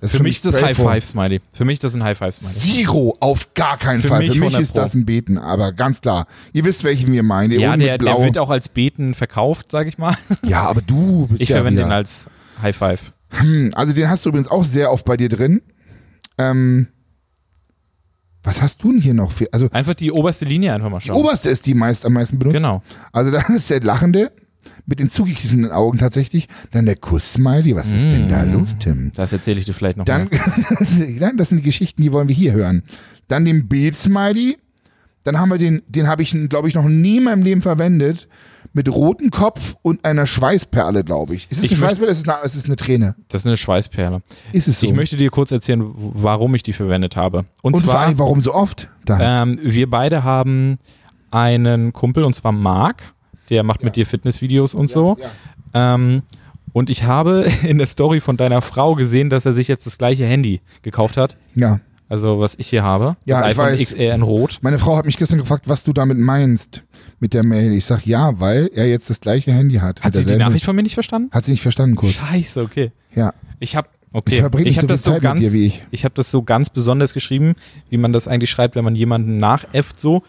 [SPEAKER 1] Das
[SPEAKER 2] Für mich ist das
[SPEAKER 1] Prey
[SPEAKER 2] High
[SPEAKER 1] von-
[SPEAKER 2] Five Smiley. Für mich ist das ein High Five Smiley.
[SPEAKER 1] Zero auf gar keinen
[SPEAKER 2] Für
[SPEAKER 1] Fall.
[SPEAKER 2] mich
[SPEAKER 1] Für mich
[SPEAKER 2] 100
[SPEAKER 1] ist
[SPEAKER 2] Pro.
[SPEAKER 1] das ein Beten, aber ganz klar. Ihr wisst, welchen wir meinen. Der
[SPEAKER 2] Ja,
[SPEAKER 1] oben
[SPEAKER 2] der,
[SPEAKER 1] mit
[SPEAKER 2] der
[SPEAKER 1] blau.
[SPEAKER 2] wird auch als Beten verkauft, sage ich mal.
[SPEAKER 1] ja, aber du bist
[SPEAKER 2] Ich
[SPEAKER 1] ja
[SPEAKER 2] verwende halt.
[SPEAKER 1] wieder.
[SPEAKER 2] den als High Five.
[SPEAKER 1] Hm, Also den hast du übrigens auch sehr oft bei dir drin. Ähm, was hast du denn hier noch? Für, also
[SPEAKER 2] Einfach die oberste Linie einfach mal
[SPEAKER 1] die
[SPEAKER 2] schauen.
[SPEAKER 1] oberste ist die meist am meisten benutzt.
[SPEAKER 2] genau.
[SPEAKER 1] Also da ist der Lachende mit den zugekniffenen Augen tatsächlich. Dann der Kuss-Smiley. Was ist denn
[SPEAKER 2] Mm.
[SPEAKER 1] da los, Tim?
[SPEAKER 2] Das erzähle ich dir vielleicht noch
[SPEAKER 1] Dann,
[SPEAKER 2] mal.
[SPEAKER 1] Nein, das sind die Geschichten, die wollen wir hier hören. Dann den Beet-Smiley. Dann haben wir den, den habe ich, glaube ich, noch nie in meinem Leben verwendet. Mit rotem Kopf und einer Schweißperle, glaube ich. Ist es
[SPEAKER 2] Ich
[SPEAKER 1] eine
[SPEAKER 2] möcht-
[SPEAKER 1] Schweißperle? Ist es, eine, ist es eine Träne?
[SPEAKER 2] Das ist eine Schweißperle.
[SPEAKER 1] Ist es so?
[SPEAKER 2] Ich möchte dir kurz erzählen, w- warum ich die verwendet habe. Und,
[SPEAKER 1] und vor
[SPEAKER 2] zwar,
[SPEAKER 1] allem, warum so oft? Dann.
[SPEAKER 2] ähm, wir beide haben einen Kumpel, und zwar Marc. Der macht mit dir Fitnessvideos und so.
[SPEAKER 1] Ja.
[SPEAKER 2] Ähm, und ich habe in der Story von deiner Frau gesehen, dass er sich jetzt das gleiche Handy gekauft hat.
[SPEAKER 1] ja.
[SPEAKER 2] Also was ich hier habe.
[SPEAKER 1] Ja,
[SPEAKER 2] das
[SPEAKER 1] ich
[SPEAKER 2] iPhone
[SPEAKER 1] weiß.
[SPEAKER 2] XR in Rot.
[SPEAKER 1] Meine Frau hat mich gestern gefragt, was du damit meinst mit der Mail. Ich sag ja, weil er jetzt das gleiche Handy hat. Mit
[SPEAKER 2] Hat sie die
[SPEAKER 1] derselben-
[SPEAKER 2] Nachricht von mir nicht verstanden?
[SPEAKER 1] Hat sie nicht verstanden, Kurs.
[SPEAKER 2] Scheiße, okay.
[SPEAKER 1] Ja.
[SPEAKER 2] Ich habe okay.
[SPEAKER 1] Ich verbringe nicht
[SPEAKER 2] hab
[SPEAKER 1] so viel
[SPEAKER 2] das
[SPEAKER 1] Zeit
[SPEAKER 2] ganz,
[SPEAKER 1] mit dir wie ich.
[SPEAKER 2] habe das so ganz besonders geschrieben, wie man das eigentlich schreibt, wenn man jemanden nachäfft so,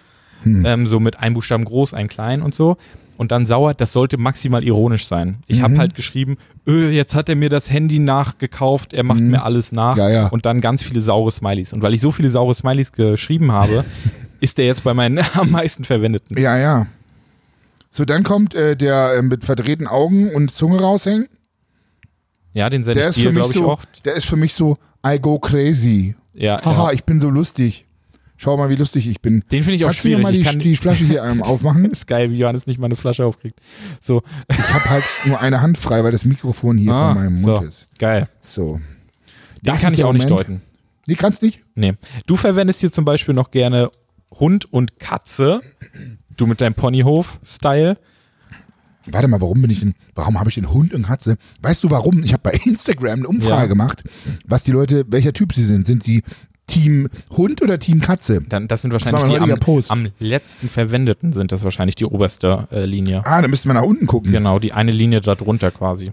[SPEAKER 1] Hm.
[SPEAKER 2] ähm, so mit einem Buchstaben groß, ein klein und so. Und dann sauer, das sollte maximal ironisch sein. Ich
[SPEAKER 1] Mhm.
[SPEAKER 2] habe halt geschrieben, öh, jetzt hat er mir das Handy nachgekauft, er macht mir alles nach
[SPEAKER 1] Mhm. Ja, ja.
[SPEAKER 2] und dann ganz viele saure Smileys. Und weil ich so viele saure Smileys geschrieben habe, ist der jetzt bei meinen am meisten verwendeten.
[SPEAKER 1] Ja, ja. So, dann kommt äh, der äh, mit verdrehten Augen und Zunge raushängen.
[SPEAKER 2] Ja, den sende
[SPEAKER 1] Der
[SPEAKER 2] ich
[SPEAKER 1] ist
[SPEAKER 2] dir,
[SPEAKER 1] für mich
[SPEAKER 2] glaube ich,
[SPEAKER 1] so,
[SPEAKER 2] oft.
[SPEAKER 1] der ist für mich so, I go crazy.
[SPEAKER 2] Ja,
[SPEAKER 1] Haha,
[SPEAKER 2] ja.
[SPEAKER 1] ich bin so lustig. Schau mal, wie lustig ich bin.
[SPEAKER 2] Den finde ich auch
[SPEAKER 1] Kannst du mir
[SPEAKER 2] schwierig.
[SPEAKER 1] mal die,
[SPEAKER 2] ich kann,
[SPEAKER 1] die Flasche hier ähm, aufmachen?
[SPEAKER 2] ist geil, wie Johannes nicht mal eine Flasche aufkriegt. So,
[SPEAKER 1] Ich habe halt nur eine Hand frei, weil das Mikrofon hier
[SPEAKER 2] Ah,
[SPEAKER 1] vor meinem Mund
[SPEAKER 2] so.
[SPEAKER 1] ist.
[SPEAKER 2] geil.
[SPEAKER 1] So.
[SPEAKER 2] Den
[SPEAKER 1] Das
[SPEAKER 2] kann
[SPEAKER 1] ist
[SPEAKER 2] ich
[SPEAKER 1] der
[SPEAKER 2] auch nicht
[SPEAKER 1] Moment.
[SPEAKER 2] deuten.
[SPEAKER 1] Nee, kannst nicht?
[SPEAKER 2] Nee. Du verwendest hier zum Beispiel noch gerne Hund und Katze. Du mit deinem Ponyhof-Style.
[SPEAKER 1] Warte mal, warum bin ich denn, warum habe ich den Hund und Katze? Weißt du warum? Ich habe bei Instagram eine Umfrage
[SPEAKER 2] Ja.
[SPEAKER 1] gemacht, was die Leute, welcher Typ sie sind. Sind sie Team Hund oder Team Katze?
[SPEAKER 2] Dann, das sind
[SPEAKER 1] war
[SPEAKER 2] wahrscheinlich
[SPEAKER 1] mein
[SPEAKER 2] die am,
[SPEAKER 1] heutiger Post.
[SPEAKER 2] am letzten verwendeten sind das wahrscheinlich die oberste äh, Linie.
[SPEAKER 1] Ah, da müsste man nach unten gucken.
[SPEAKER 2] Genau, die eine Linie darunter quasi.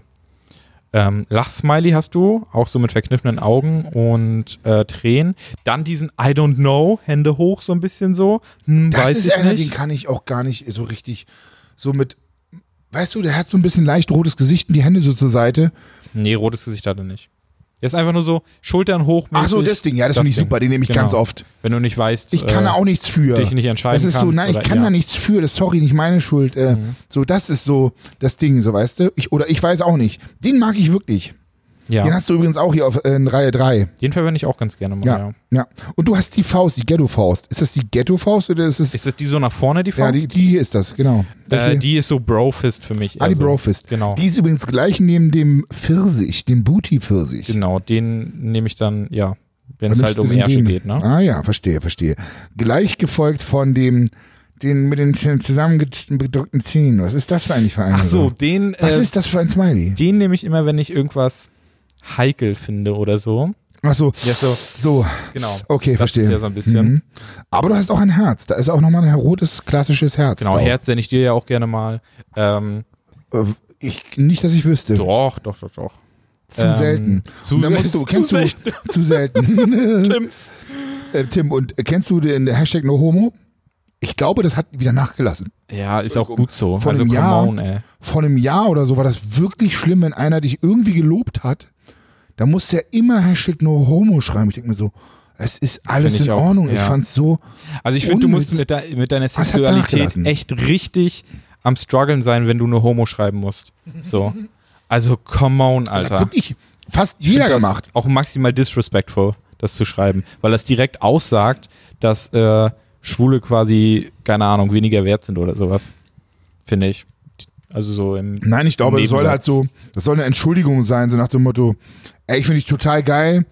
[SPEAKER 2] Ähm, Lachsmiley hast du, auch so mit verkniffenen Augen und äh, Tränen. Dann diesen I don't know, Hände hoch, so ein bisschen so. Hm,
[SPEAKER 1] Das
[SPEAKER 2] weiß
[SPEAKER 1] ist
[SPEAKER 2] ich
[SPEAKER 1] einer,
[SPEAKER 2] nicht.
[SPEAKER 1] den kann ich auch gar nicht so richtig so mit. Weißt du, der hat so ein bisschen leicht rotes Gesicht und die Hände so zur Seite.
[SPEAKER 2] Nee, rotes Gesicht hat er nicht. Der ist einfach nur so Schultern hoch.
[SPEAKER 1] Ach so, das Ding, ja, das finde ich
[SPEAKER 2] Ding.
[SPEAKER 1] super, den nehme ich
[SPEAKER 2] Genau.
[SPEAKER 1] ganz oft.
[SPEAKER 2] Wenn du nicht weißt,
[SPEAKER 1] Ich kann
[SPEAKER 2] äh,
[SPEAKER 1] da auch nichts für.
[SPEAKER 2] dich nicht entscheiden
[SPEAKER 1] Das ist so,
[SPEAKER 2] kannst
[SPEAKER 1] nein, ich
[SPEAKER 2] oder-
[SPEAKER 1] kann
[SPEAKER 2] ja. Mhm.
[SPEAKER 1] da nichts für, das sorry, nicht meine Schuld. Äh, So, das ist so das Ding, so weißt du. Ich, oder ich weiß auch nicht. Den mag ich wirklich.
[SPEAKER 2] ja.
[SPEAKER 1] Den hast du übrigens auch hier auf, äh, in Reihe 3.
[SPEAKER 2] Den verwende ich auch ganz gerne mal, ja.
[SPEAKER 1] Ja, ja. Und du hast die Faust, die Ghetto-Faust. Ist das die Ghetto-Faust oder ist es.
[SPEAKER 2] Ist das die so nach vorne, die Faust?
[SPEAKER 1] ja, die, die hier ist das, genau.
[SPEAKER 2] äh,
[SPEAKER 1] Welche?
[SPEAKER 2] die ist so Brofist für mich.
[SPEAKER 1] ah, die
[SPEAKER 2] eher so.
[SPEAKER 1] Brofist.
[SPEAKER 2] Genau.
[SPEAKER 1] Die ist übrigens gleich neben dem Pfirsich, dem Booty-Pfirsich.
[SPEAKER 2] Genau, den nehme ich dann, ja, wenn es
[SPEAKER 1] Nimmst
[SPEAKER 2] halt
[SPEAKER 1] du
[SPEAKER 2] um
[SPEAKER 1] den
[SPEAKER 2] Ärsche
[SPEAKER 1] Ding?
[SPEAKER 2] geht, ne?
[SPEAKER 1] Ah ja, verstehe, verstehe. Gleich gefolgt von dem, den mit den z- zusammengedrückten Zähnen. Was ist das für eigentlich für ein?
[SPEAKER 2] Ach so, den,
[SPEAKER 1] Was
[SPEAKER 2] äh,
[SPEAKER 1] ist das für ein Smiley?
[SPEAKER 2] den nehme ich immer, wenn ich irgendwas heikel finde oder so.
[SPEAKER 1] Ach so.
[SPEAKER 2] Ja, so.
[SPEAKER 1] So.
[SPEAKER 2] Genau.
[SPEAKER 1] Okay,
[SPEAKER 2] das
[SPEAKER 1] verstehe.
[SPEAKER 2] Ist ja so ein bisschen.
[SPEAKER 1] Mhm. Aber du hast auch ein Herz. Da ist auch nochmal ein rotes, klassisches Herz.
[SPEAKER 2] Genau,
[SPEAKER 1] drauf.
[SPEAKER 2] Herz sende ich dir ja auch gerne mal. Ähm,
[SPEAKER 1] Äh, Ich, nicht, dass ich wüsste.
[SPEAKER 2] doch, doch, doch, doch.
[SPEAKER 1] Zu
[SPEAKER 2] Ähm,
[SPEAKER 1] selten.
[SPEAKER 2] Zu,
[SPEAKER 1] Und dann musst du, kennst
[SPEAKER 2] zu
[SPEAKER 1] du,
[SPEAKER 2] selten.
[SPEAKER 1] zu selten.
[SPEAKER 2] Tim.
[SPEAKER 1] äh, Tim, und äh, kennst du den Hashtag No Homo? Ich glaube, das hat wieder nachgelassen.
[SPEAKER 2] Ja, ist auch gut so.
[SPEAKER 1] Vor
[SPEAKER 2] also,
[SPEAKER 1] einem
[SPEAKER 2] come
[SPEAKER 1] Jahr-
[SPEAKER 2] on, ey.
[SPEAKER 1] vor einem Jahr oder so war das wirklich schlimm, wenn einer dich irgendwie gelobt hat, da musste er immer Hashtag No Homo schreiben. Ich denke mir so, es ist alles
[SPEAKER 2] Find ich
[SPEAKER 1] in
[SPEAKER 2] auch,
[SPEAKER 1] Ordnung. Ich
[SPEAKER 2] ja.
[SPEAKER 1] fand's so,
[SPEAKER 2] Also ich finde, du musst
[SPEAKER 1] Unnütz.
[SPEAKER 2] mit, de mit deiner
[SPEAKER 1] hat
[SPEAKER 2] Sexualität
[SPEAKER 1] nachgelassen.
[SPEAKER 2] echt richtig am struggeln sein, wenn du nur Homo schreiben musst. So. Also come on,
[SPEAKER 1] das hat
[SPEAKER 2] Alter.
[SPEAKER 1] wirklich fast
[SPEAKER 2] Ich
[SPEAKER 1] jeder
[SPEAKER 2] find das
[SPEAKER 1] gemacht.
[SPEAKER 2] Auch maximal disrespectful, das zu schreiben, weil das direkt aussagt, dass äh, Schwule quasi, keine Ahnung, weniger wert sind oder sowas. Finde ich. Also so im.
[SPEAKER 1] Nein, ich glaube, das soll halt
[SPEAKER 2] Nebensatz.
[SPEAKER 1] so, das soll eine Entschuldigung sein, so nach dem Motto, ey, ich finde dich total geil,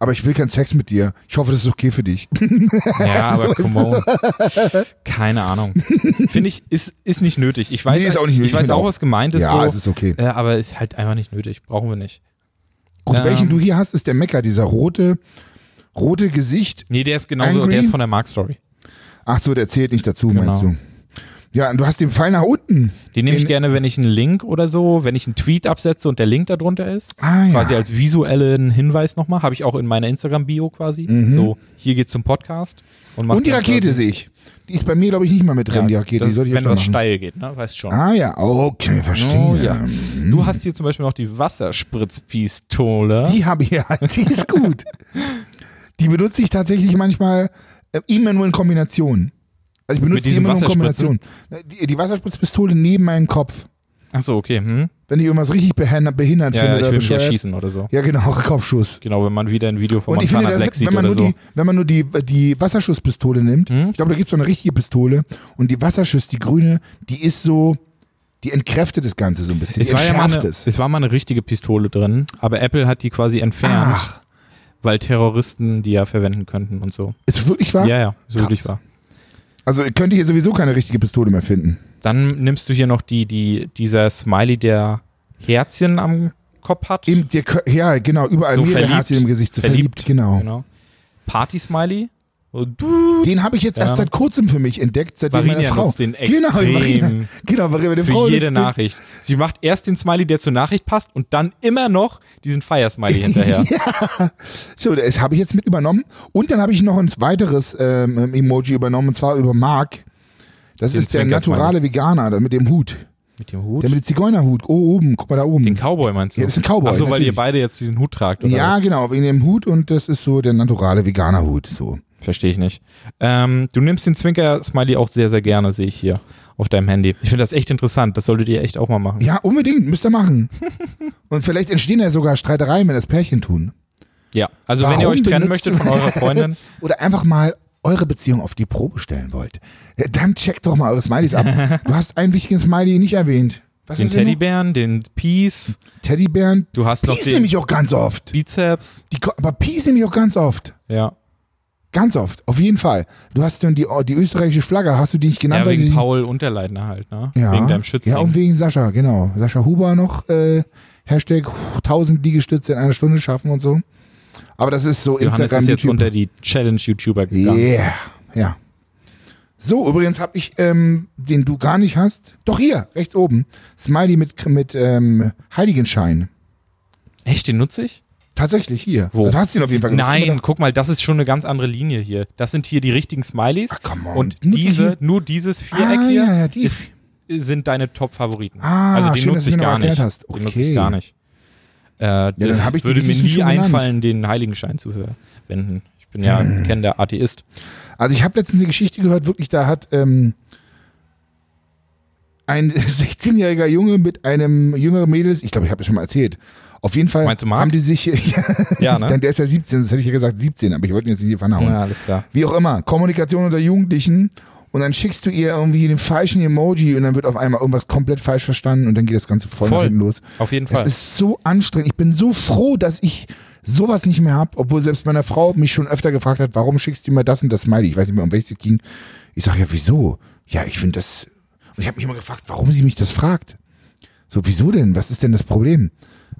[SPEAKER 1] aber ich will keinen Sex mit dir. Ich hoffe, das ist okay für dich.
[SPEAKER 2] Ja, aber come on. Keine Ahnung. Finde ich, ist, ist nicht nötig. Ich weiß, halt
[SPEAKER 1] Nee, ist auch nicht nötig.
[SPEAKER 2] ich weiß
[SPEAKER 1] Find
[SPEAKER 2] auch,
[SPEAKER 1] auch.
[SPEAKER 2] was gemeint ist.
[SPEAKER 1] ja,
[SPEAKER 2] so,
[SPEAKER 1] es ist okay.
[SPEAKER 2] Ja, aber ist halt einfach nicht nötig. Brauchen wir nicht.
[SPEAKER 1] Gut,
[SPEAKER 2] ähm,
[SPEAKER 1] welchen du hier hast, ist der Mecker, dieser rote, rote Gesicht.
[SPEAKER 2] Nee, der ist genauso,
[SPEAKER 1] Angry?
[SPEAKER 2] der ist von der Mark Story.
[SPEAKER 1] Ach so, der zählt nicht dazu, meinst
[SPEAKER 2] Genau.
[SPEAKER 1] du? Ja, und du hast den Pfeil nach unten.
[SPEAKER 2] Den nehme ich
[SPEAKER 1] In-
[SPEAKER 2] gerne, wenn ich einen Link oder so, wenn ich einen Tweet absetze und der Link darunter ist.
[SPEAKER 1] Ah, ja.
[SPEAKER 2] Quasi als visuellen Hinweis nochmal. Habe ich auch in meiner Instagram-Bio quasi. So, hier geht's zum Podcast. Und, macht
[SPEAKER 1] Mhm. Und die
[SPEAKER 2] dann
[SPEAKER 1] Rakete
[SPEAKER 2] quasi-
[SPEAKER 1] sehe ich. Die ist bei mir, glaube ich, nicht mal mit drin,
[SPEAKER 2] Ja,
[SPEAKER 1] die Rakete.
[SPEAKER 2] das,
[SPEAKER 1] die sollte ich
[SPEAKER 2] wenn
[SPEAKER 1] öfter
[SPEAKER 2] was
[SPEAKER 1] machen.
[SPEAKER 2] steil geht, ne? Weißt schon.
[SPEAKER 1] Ah ja, okay, verstehe.
[SPEAKER 2] Oh, ja. Du hast hier zum Beispiel noch die Wasserspritzpistole.
[SPEAKER 1] Die habe ich ja, die ist gut. die benutze ich tatsächlich manchmal äh, immer nur in Kombination. Also ich
[SPEAKER 2] Mit
[SPEAKER 1] benutze die
[SPEAKER 2] diesem
[SPEAKER 1] immer nur in
[SPEAKER 2] Wasserspritzen?
[SPEAKER 1] Kombination. Die, die Wasserspritzpistole neben meinem Kopf.
[SPEAKER 2] Achso, okay. Hm?
[SPEAKER 1] Wenn ich irgendwas richtig behindert, behindert
[SPEAKER 2] Ja,
[SPEAKER 1] finde
[SPEAKER 2] ja, ich
[SPEAKER 1] oder
[SPEAKER 2] will mich ja
[SPEAKER 1] bescheuert.
[SPEAKER 2] schießen oder so.
[SPEAKER 1] ja, genau, Kopfschuss.
[SPEAKER 2] Genau, wenn man wieder ein Video von
[SPEAKER 1] Und ich finde,
[SPEAKER 2] Montana Black
[SPEAKER 1] das,
[SPEAKER 2] sieht
[SPEAKER 1] wenn, man
[SPEAKER 2] oder
[SPEAKER 1] nur
[SPEAKER 2] so. Hm?
[SPEAKER 1] die, wenn man nur die, die Wasserschusspistole nimmt, ich glaube, da gibt es so eine richtige Pistole und die Wasserschuss, die grüne, die ist so, die entkräftet das Ganze so ein bisschen,
[SPEAKER 2] Es
[SPEAKER 1] die
[SPEAKER 2] war, ja mal
[SPEAKER 1] entschärft
[SPEAKER 2] eine,
[SPEAKER 1] es.
[SPEAKER 2] es war mal eine richtige Pistole drin, aber Apple hat die quasi entfernt,
[SPEAKER 1] Ach.
[SPEAKER 2] weil Terroristen die ja verwenden könnten und so.
[SPEAKER 1] Ist wirklich wahr?
[SPEAKER 2] Ja, ja, so
[SPEAKER 1] Krass.
[SPEAKER 2] wirklich war.
[SPEAKER 1] Also ihr könnt hier sowieso keine richtige Pistole mehr finden.
[SPEAKER 2] Dann nimmst du hier noch die, die, dieser Smiley, der Herzchen am Kopf hat.
[SPEAKER 1] Im, der, Kö- ja, genau, überall
[SPEAKER 2] So
[SPEAKER 1] mehrere
[SPEAKER 2] verliebt.
[SPEAKER 1] Herzchen im Gesicht. So verliebt,
[SPEAKER 2] Verliebt.
[SPEAKER 1] genau.
[SPEAKER 2] Genau. Party-Smiley. Und du-
[SPEAKER 1] Den habe ich jetzt
[SPEAKER 2] Ja.
[SPEAKER 1] erst seit kurzem für mich entdeckt, seitdem meine
[SPEAKER 2] Varinia
[SPEAKER 1] Frau.
[SPEAKER 2] nutzt den
[SPEAKER 1] Genau, Marina,
[SPEAKER 2] extrem
[SPEAKER 1] genau, Marina, meine Frau
[SPEAKER 2] für jede
[SPEAKER 1] nutzt den-
[SPEAKER 2] Nachricht. Sie macht erst den Smiley, der zur Nachricht passt und dann immer noch diesen Fire-Smiley hinterher.
[SPEAKER 1] So, das habe ich jetzt mit übernommen. Und dann habe ich noch ein weiteres ähm, Emoji übernommen, und zwar über Mark. Das
[SPEAKER 2] Den
[SPEAKER 1] ist der
[SPEAKER 2] Zwinker-Smiley.
[SPEAKER 1] naturale Veganer da mit dem Hut.
[SPEAKER 2] Mit dem Hut?
[SPEAKER 1] Der mit dem Zigeunerhut. Oh, oben, guck mal da oben.
[SPEAKER 2] den Cowboy meinst du?
[SPEAKER 1] Ja, das ist ein Cowboy,
[SPEAKER 2] Achso, weil
[SPEAKER 1] natürlich.
[SPEAKER 2] ihr beide jetzt diesen Hut tragt. Oder
[SPEAKER 1] ja,
[SPEAKER 2] was?
[SPEAKER 1] genau, wegen dem Hut und das ist so der naturale Veganerhut. So.
[SPEAKER 2] Verstehe ich nicht. Ähm, du nimmst den Zwinker-Smiley auch sehr, sehr gerne, sehe ich hier auf deinem Handy. Ich finde das echt interessant. Das solltet ihr echt auch mal machen.
[SPEAKER 1] Ja, unbedingt, müsst ihr machen. und vielleicht entstehen ja sogar Streitereien, wenn das Pärchen tun.
[SPEAKER 2] Ja. Also, wenn
[SPEAKER 1] Warum
[SPEAKER 2] ihr euch trennen
[SPEAKER 1] benutzt-
[SPEAKER 2] möchtet von eurer Freundin,
[SPEAKER 1] Oder einfach mal eure Beziehung auf die Probe stellen wollt. Ja, Dann checkt doch mal eure Smileys ab. Du hast einen wichtigen Smiley nicht erwähnt. Was
[SPEAKER 2] den
[SPEAKER 1] ist denn noch?
[SPEAKER 2] Teddybären, den Peace,
[SPEAKER 1] Teddybären.
[SPEAKER 2] du hast noch
[SPEAKER 1] Peace
[SPEAKER 2] den
[SPEAKER 1] nehme ich auch ganz oft.
[SPEAKER 2] Bizeps.
[SPEAKER 1] Die, ko- aber Peace nehme ich auch ganz oft.
[SPEAKER 2] Ja.
[SPEAKER 1] Ganz oft, auf jeden Fall. Du hast dann die, die österreichische Flagge, hast du die nicht genannt?
[SPEAKER 2] Ja,
[SPEAKER 1] weil
[SPEAKER 2] wegen
[SPEAKER 1] die,
[SPEAKER 2] Paul Unterleitner halt, ne?
[SPEAKER 1] ja,
[SPEAKER 2] Wegen deinem Schützling.
[SPEAKER 1] Ja, und wegen Sascha, genau. Sascha Huber noch, äh, Hashtag 1000 Liegestütze in einer Stunde schaffen und so. Aber das ist so
[SPEAKER 2] Johannes
[SPEAKER 1] Instagram,
[SPEAKER 2] ist jetzt
[SPEAKER 1] YouTube.
[SPEAKER 2] unter die Challenge-YouTuber gegangen.
[SPEAKER 1] Yeah, ja. So, übrigens habe ich, ähm, den du gar nicht hast, doch hier, rechts oben, Smiley mit, mit ähm, Heiligenschein.
[SPEAKER 2] Echt, den nutze ich?
[SPEAKER 1] Tatsächlich hier.
[SPEAKER 2] Wo?
[SPEAKER 1] Also Du hast ihn auf jeden Fall genutzt. Ich hab
[SPEAKER 2] Nein,
[SPEAKER 1] mir
[SPEAKER 2] guck mal, das ist schon eine ganz andere Linie hier. Das sind hier die richtigen Smileys.
[SPEAKER 1] Ach, Ah, come on.
[SPEAKER 2] Und
[SPEAKER 1] Nur
[SPEAKER 2] diese,
[SPEAKER 1] die-
[SPEAKER 2] nur dieses Viereck
[SPEAKER 1] Ah,
[SPEAKER 2] hier
[SPEAKER 1] ja, ja, die-
[SPEAKER 2] ist, sind deine Top-Favoriten.
[SPEAKER 1] Ah,
[SPEAKER 2] also den
[SPEAKER 1] schön, dass
[SPEAKER 2] nutze
[SPEAKER 1] du
[SPEAKER 2] ich
[SPEAKER 1] mir
[SPEAKER 2] gar
[SPEAKER 1] noch erklärt
[SPEAKER 2] nicht.
[SPEAKER 1] hast.
[SPEAKER 2] Den nutze ich
[SPEAKER 1] Okay.
[SPEAKER 2] gar nicht. Äh,
[SPEAKER 1] dann hab ich die
[SPEAKER 2] würde mir
[SPEAKER 1] wenigstens
[SPEAKER 2] nie
[SPEAKER 1] schon genannt.
[SPEAKER 2] einfallen, den Heiligenschein zu verwenden. Ich bin ja kennender Atheist.
[SPEAKER 1] gedacht. Also ich habe letztens eine Geschichte gehört, wirklich, da hat ähm, ein 16-jähriger Junge mit einem jüngeren Mädels, ich glaube, ich habe das schon mal erzählt. Auf jeden Fall
[SPEAKER 2] Meinst du Marc?
[SPEAKER 1] haben die sich, ja,
[SPEAKER 2] Ja, ne?
[SPEAKER 1] dann der ist ja 17, das hätte ich ja gesagt 17, aber ich wollte ihn jetzt nicht in die Pfanne hauen.
[SPEAKER 2] Ja, alles klar.
[SPEAKER 1] wie auch immer, Kommunikation unter Jugendlichen und dann schickst du ihr irgendwie den falschen Emoji und dann wird auf einmal irgendwas komplett falsch verstanden und dann geht das Ganze voll, nach
[SPEAKER 2] Voll.
[SPEAKER 1] hinten los.
[SPEAKER 2] Auf jeden
[SPEAKER 1] Es
[SPEAKER 2] Fall.
[SPEAKER 1] ist so anstrengend. Ich bin so froh, dass ich sowas nicht mehr habe, obwohl selbst meine Frau mich schon öfter gefragt hat, warum schickst du mir das und das Smiley? Ich weiß nicht mehr, um welches es ging. Ich sage, ja, wieso? Ja, ich finde das... Und ich habe mich immer gefragt, warum sie mich das fragt. So, wieso denn? Was ist denn das Problem?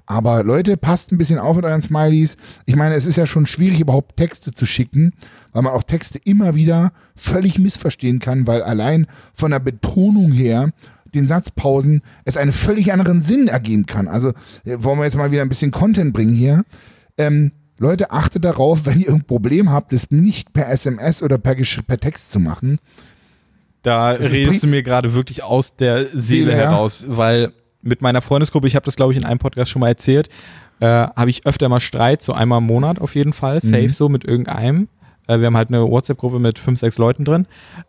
[SPEAKER 1] Aber Leute, passt ein bisschen auf mit euren Smileys. Ich meine, es ist ja schon schwierig, überhaupt Texte zu schicken, weil man auch Texte immer wieder völlig missverstehen kann, weil allein von der Betonung her den Satzpausen es einen völlig anderen Sinn ergeben kann. Also äh, wollen wir jetzt mal wieder ein bisschen Content bringen hier. Ähm, Leute, achtet darauf, wenn ihr ein Problem habt, das nicht per SMS oder per, Gesch- per Text zu machen.
[SPEAKER 2] Da
[SPEAKER 1] ist
[SPEAKER 2] redest du
[SPEAKER 1] bring-
[SPEAKER 2] mir gerade wirklich aus der Seele
[SPEAKER 1] Seele, ja.
[SPEAKER 2] heraus, weil mit meiner Freundesgruppe, ich habe das glaube ich in einem Podcast schon mal erzählt, äh, habe ich öfter mal Streit, so einmal im Monat auf jeden Fall,
[SPEAKER 1] Mhm.
[SPEAKER 2] safe so mit irgendeinem. Äh, wir haben halt eine WhatsApp-Gruppe mit fünf, sechs Leuten drin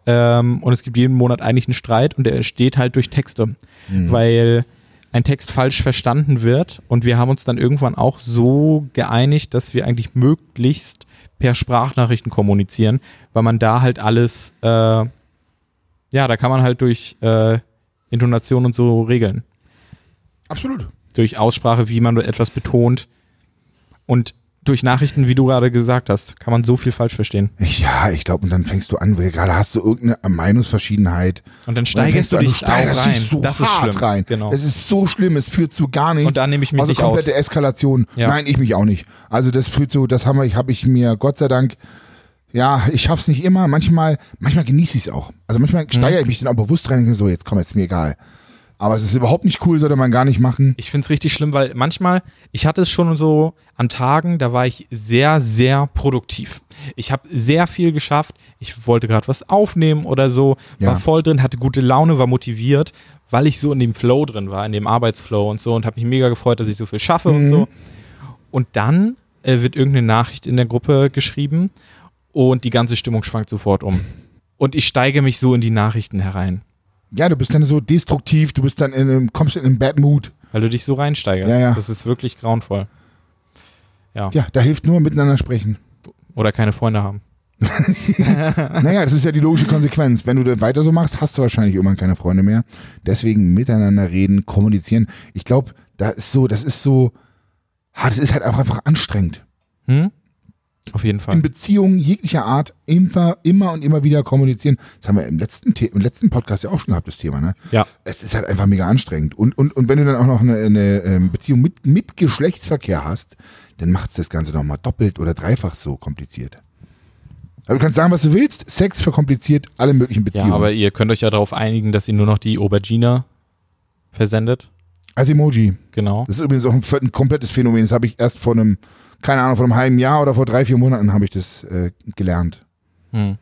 [SPEAKER 2] ähm, und es gibt jeden Monat eigentlich einen Streit und der entsteht halt durch Texte,
[SPEAKER 1] Mhm.
[SPEAKER 2] weil ein Text falsch verstanden wird und wir haben uns dann irgendwann auch so geeinigt, dass wir eigentlich möglichst per Sprachnachrichten kommunizieren, weil man da halt alles äh, ja, da kann man halt durch äh, Intonation und so regeln.
[SPEAKER 1] Absolut.
[SPEAKER 2] Durch Aussprache, wie man etwas betont. Und durch Nachrichten, wie du gerade gesagt hast, kann man so viel falsch verstehen.
[SPEAKER 1] Ich, ja, ich glaube, und dann fängst du an, weil gerade hast du irgendeine Meinungsverschiedenheit.
[SPEAKER 2] Und dann
[SPEAKER 1] Und dann fängst
[SPEAKER 2] steigerst du
[SPEAKER 1] an,
[SPEAKER 2] dich
[SPEAKER 1] steigerst
[SPEAKER 2] auch rein.
[SPEAKER 1] dich so
[SPEAKER 2] das ist
[SPEAKER 1] hart
[SPEAKER 2] schlimm.
[SPEAKER 1] rein.
[SPEAKER 2] Genau.
[SPEAKER 1] Es ist so schlimm, es führt zu gar nichts.
[SPEAKER 2] Und da nehme ich mich
[SPEAKER 1] also
[SPEAKER 2] nicht
[SPEAKER 1] komplette
[SPEAKER 2] aus.
[SPEAKER 1] Eskalation.
[SPEAKER 2] Ja.
[SPEAKER 1] Nein, ich mich auch nicht. Also das führt so, das habe ich, hab ich mir Gott sei Dank, ja, ich schaff's nicht immer. Manchmal, manchmal genieße ich es auch. Also manchmal
[SPEAKER 2] Mhm.
[SPEAKER 1] steigere ich mich dann auch bewusst rein und denke so, jetzt komm, jetzt ist mir egal. Aber es ist überhaupt nicht cool, sollte man gar nicht machen.
[SPEAKER 2] Ich finde es richtig schlimm, weil manchmal, ich hatte es schon so an Tagen, da war ich sehr, sehr produktiv. Ich habe sehr viel geschafft. Ich wollte gerade was aufnehmen oder so,
[SPEAKER 1] Ja.
[SPEAKER 2] war voll drin, hatte gute Laune, war motiviert, weil ich so in dem Flow drin war, in dem Arbeitsflow und so und habe mich mega gefreut, dass ich so viel schaffe
[SPEAKER 1] Mhm.
[SPEAKER 2] und so. Und dann äh, wird irgendeine Nachricht in der Gruppe geschrieben und die ganze Stimmung schwankt sofort um. Und ich steige mich so in die Nachrichten herein,
[SPEAKER 1] Ja, du bist dann so destruktiv, du bist dann in einem, kommst in einen Bad Mood.
[SPEAKER 2] weil du dich so reinsteigerst.
[SPEAKER 1] Ja, ja.
[SPEAKER 2] Das ist wirklich grauenvoll. Ja.
[SPEAKER 1] Ja, da hilft nur miteinander sprechen.
[SPEAKER 2] oder keine Freunde haben.
[SPEAKER 1] Naja, das ist ja die logische Konsequenz. Wenn du das weiter so machst, hast du wahrscheinlich irgendwann keine Freunde mehr. Deswegen miteinander reden, kommunizieren. Ich glaube, da ist so, das ist so, ah, das ist halt auch einfach anstrengend.
[SPEAKER 2] Auf jeden
[SPEAKER 1] In
[SPEAKER 2] Fall.
[SPEAKER 1] Beziehungen jeglicher Art immer, immer und immer wieder kommunizieren. Das haben wir im letzten, The im letzten Podcast ja auch schon gehabt, das Thema, ne?
[SPEAKER 2] Ja.
[SPEAKER 1] Es ist halt einfach mega anstrengend. Und, und, und wenn du dann auch noch eine, eine ähm, Beziehung mit, mit Geschlechtsverkehr hast, dann macht es das Ganze nochmal doppelt oder dreifach so kompliziert. Aber du kannst sagen, was du willst. Sex verkompliziert alle möglichen
[SPEAKER 2] Ja,
[SPEAKER 1] Beziehungen.
[SPEAKER 2] aber ihr könnt euch ja darauf einigen, dass ihr nur noch die Aubergine versendet.
[SPEAKER 1] Als Emoji.
[SPEAKER 2] Genau.
[SPEAKER 1] Das ist übrigens auch ein, völlig- ein komplettes Phänomen. Das habe ich erst vor einem, keine Ahnung, vor einem halben Jahr oder vor drei, vier Monaten habe ich das äh, gelernt.
[SPEAKER 2] Hm.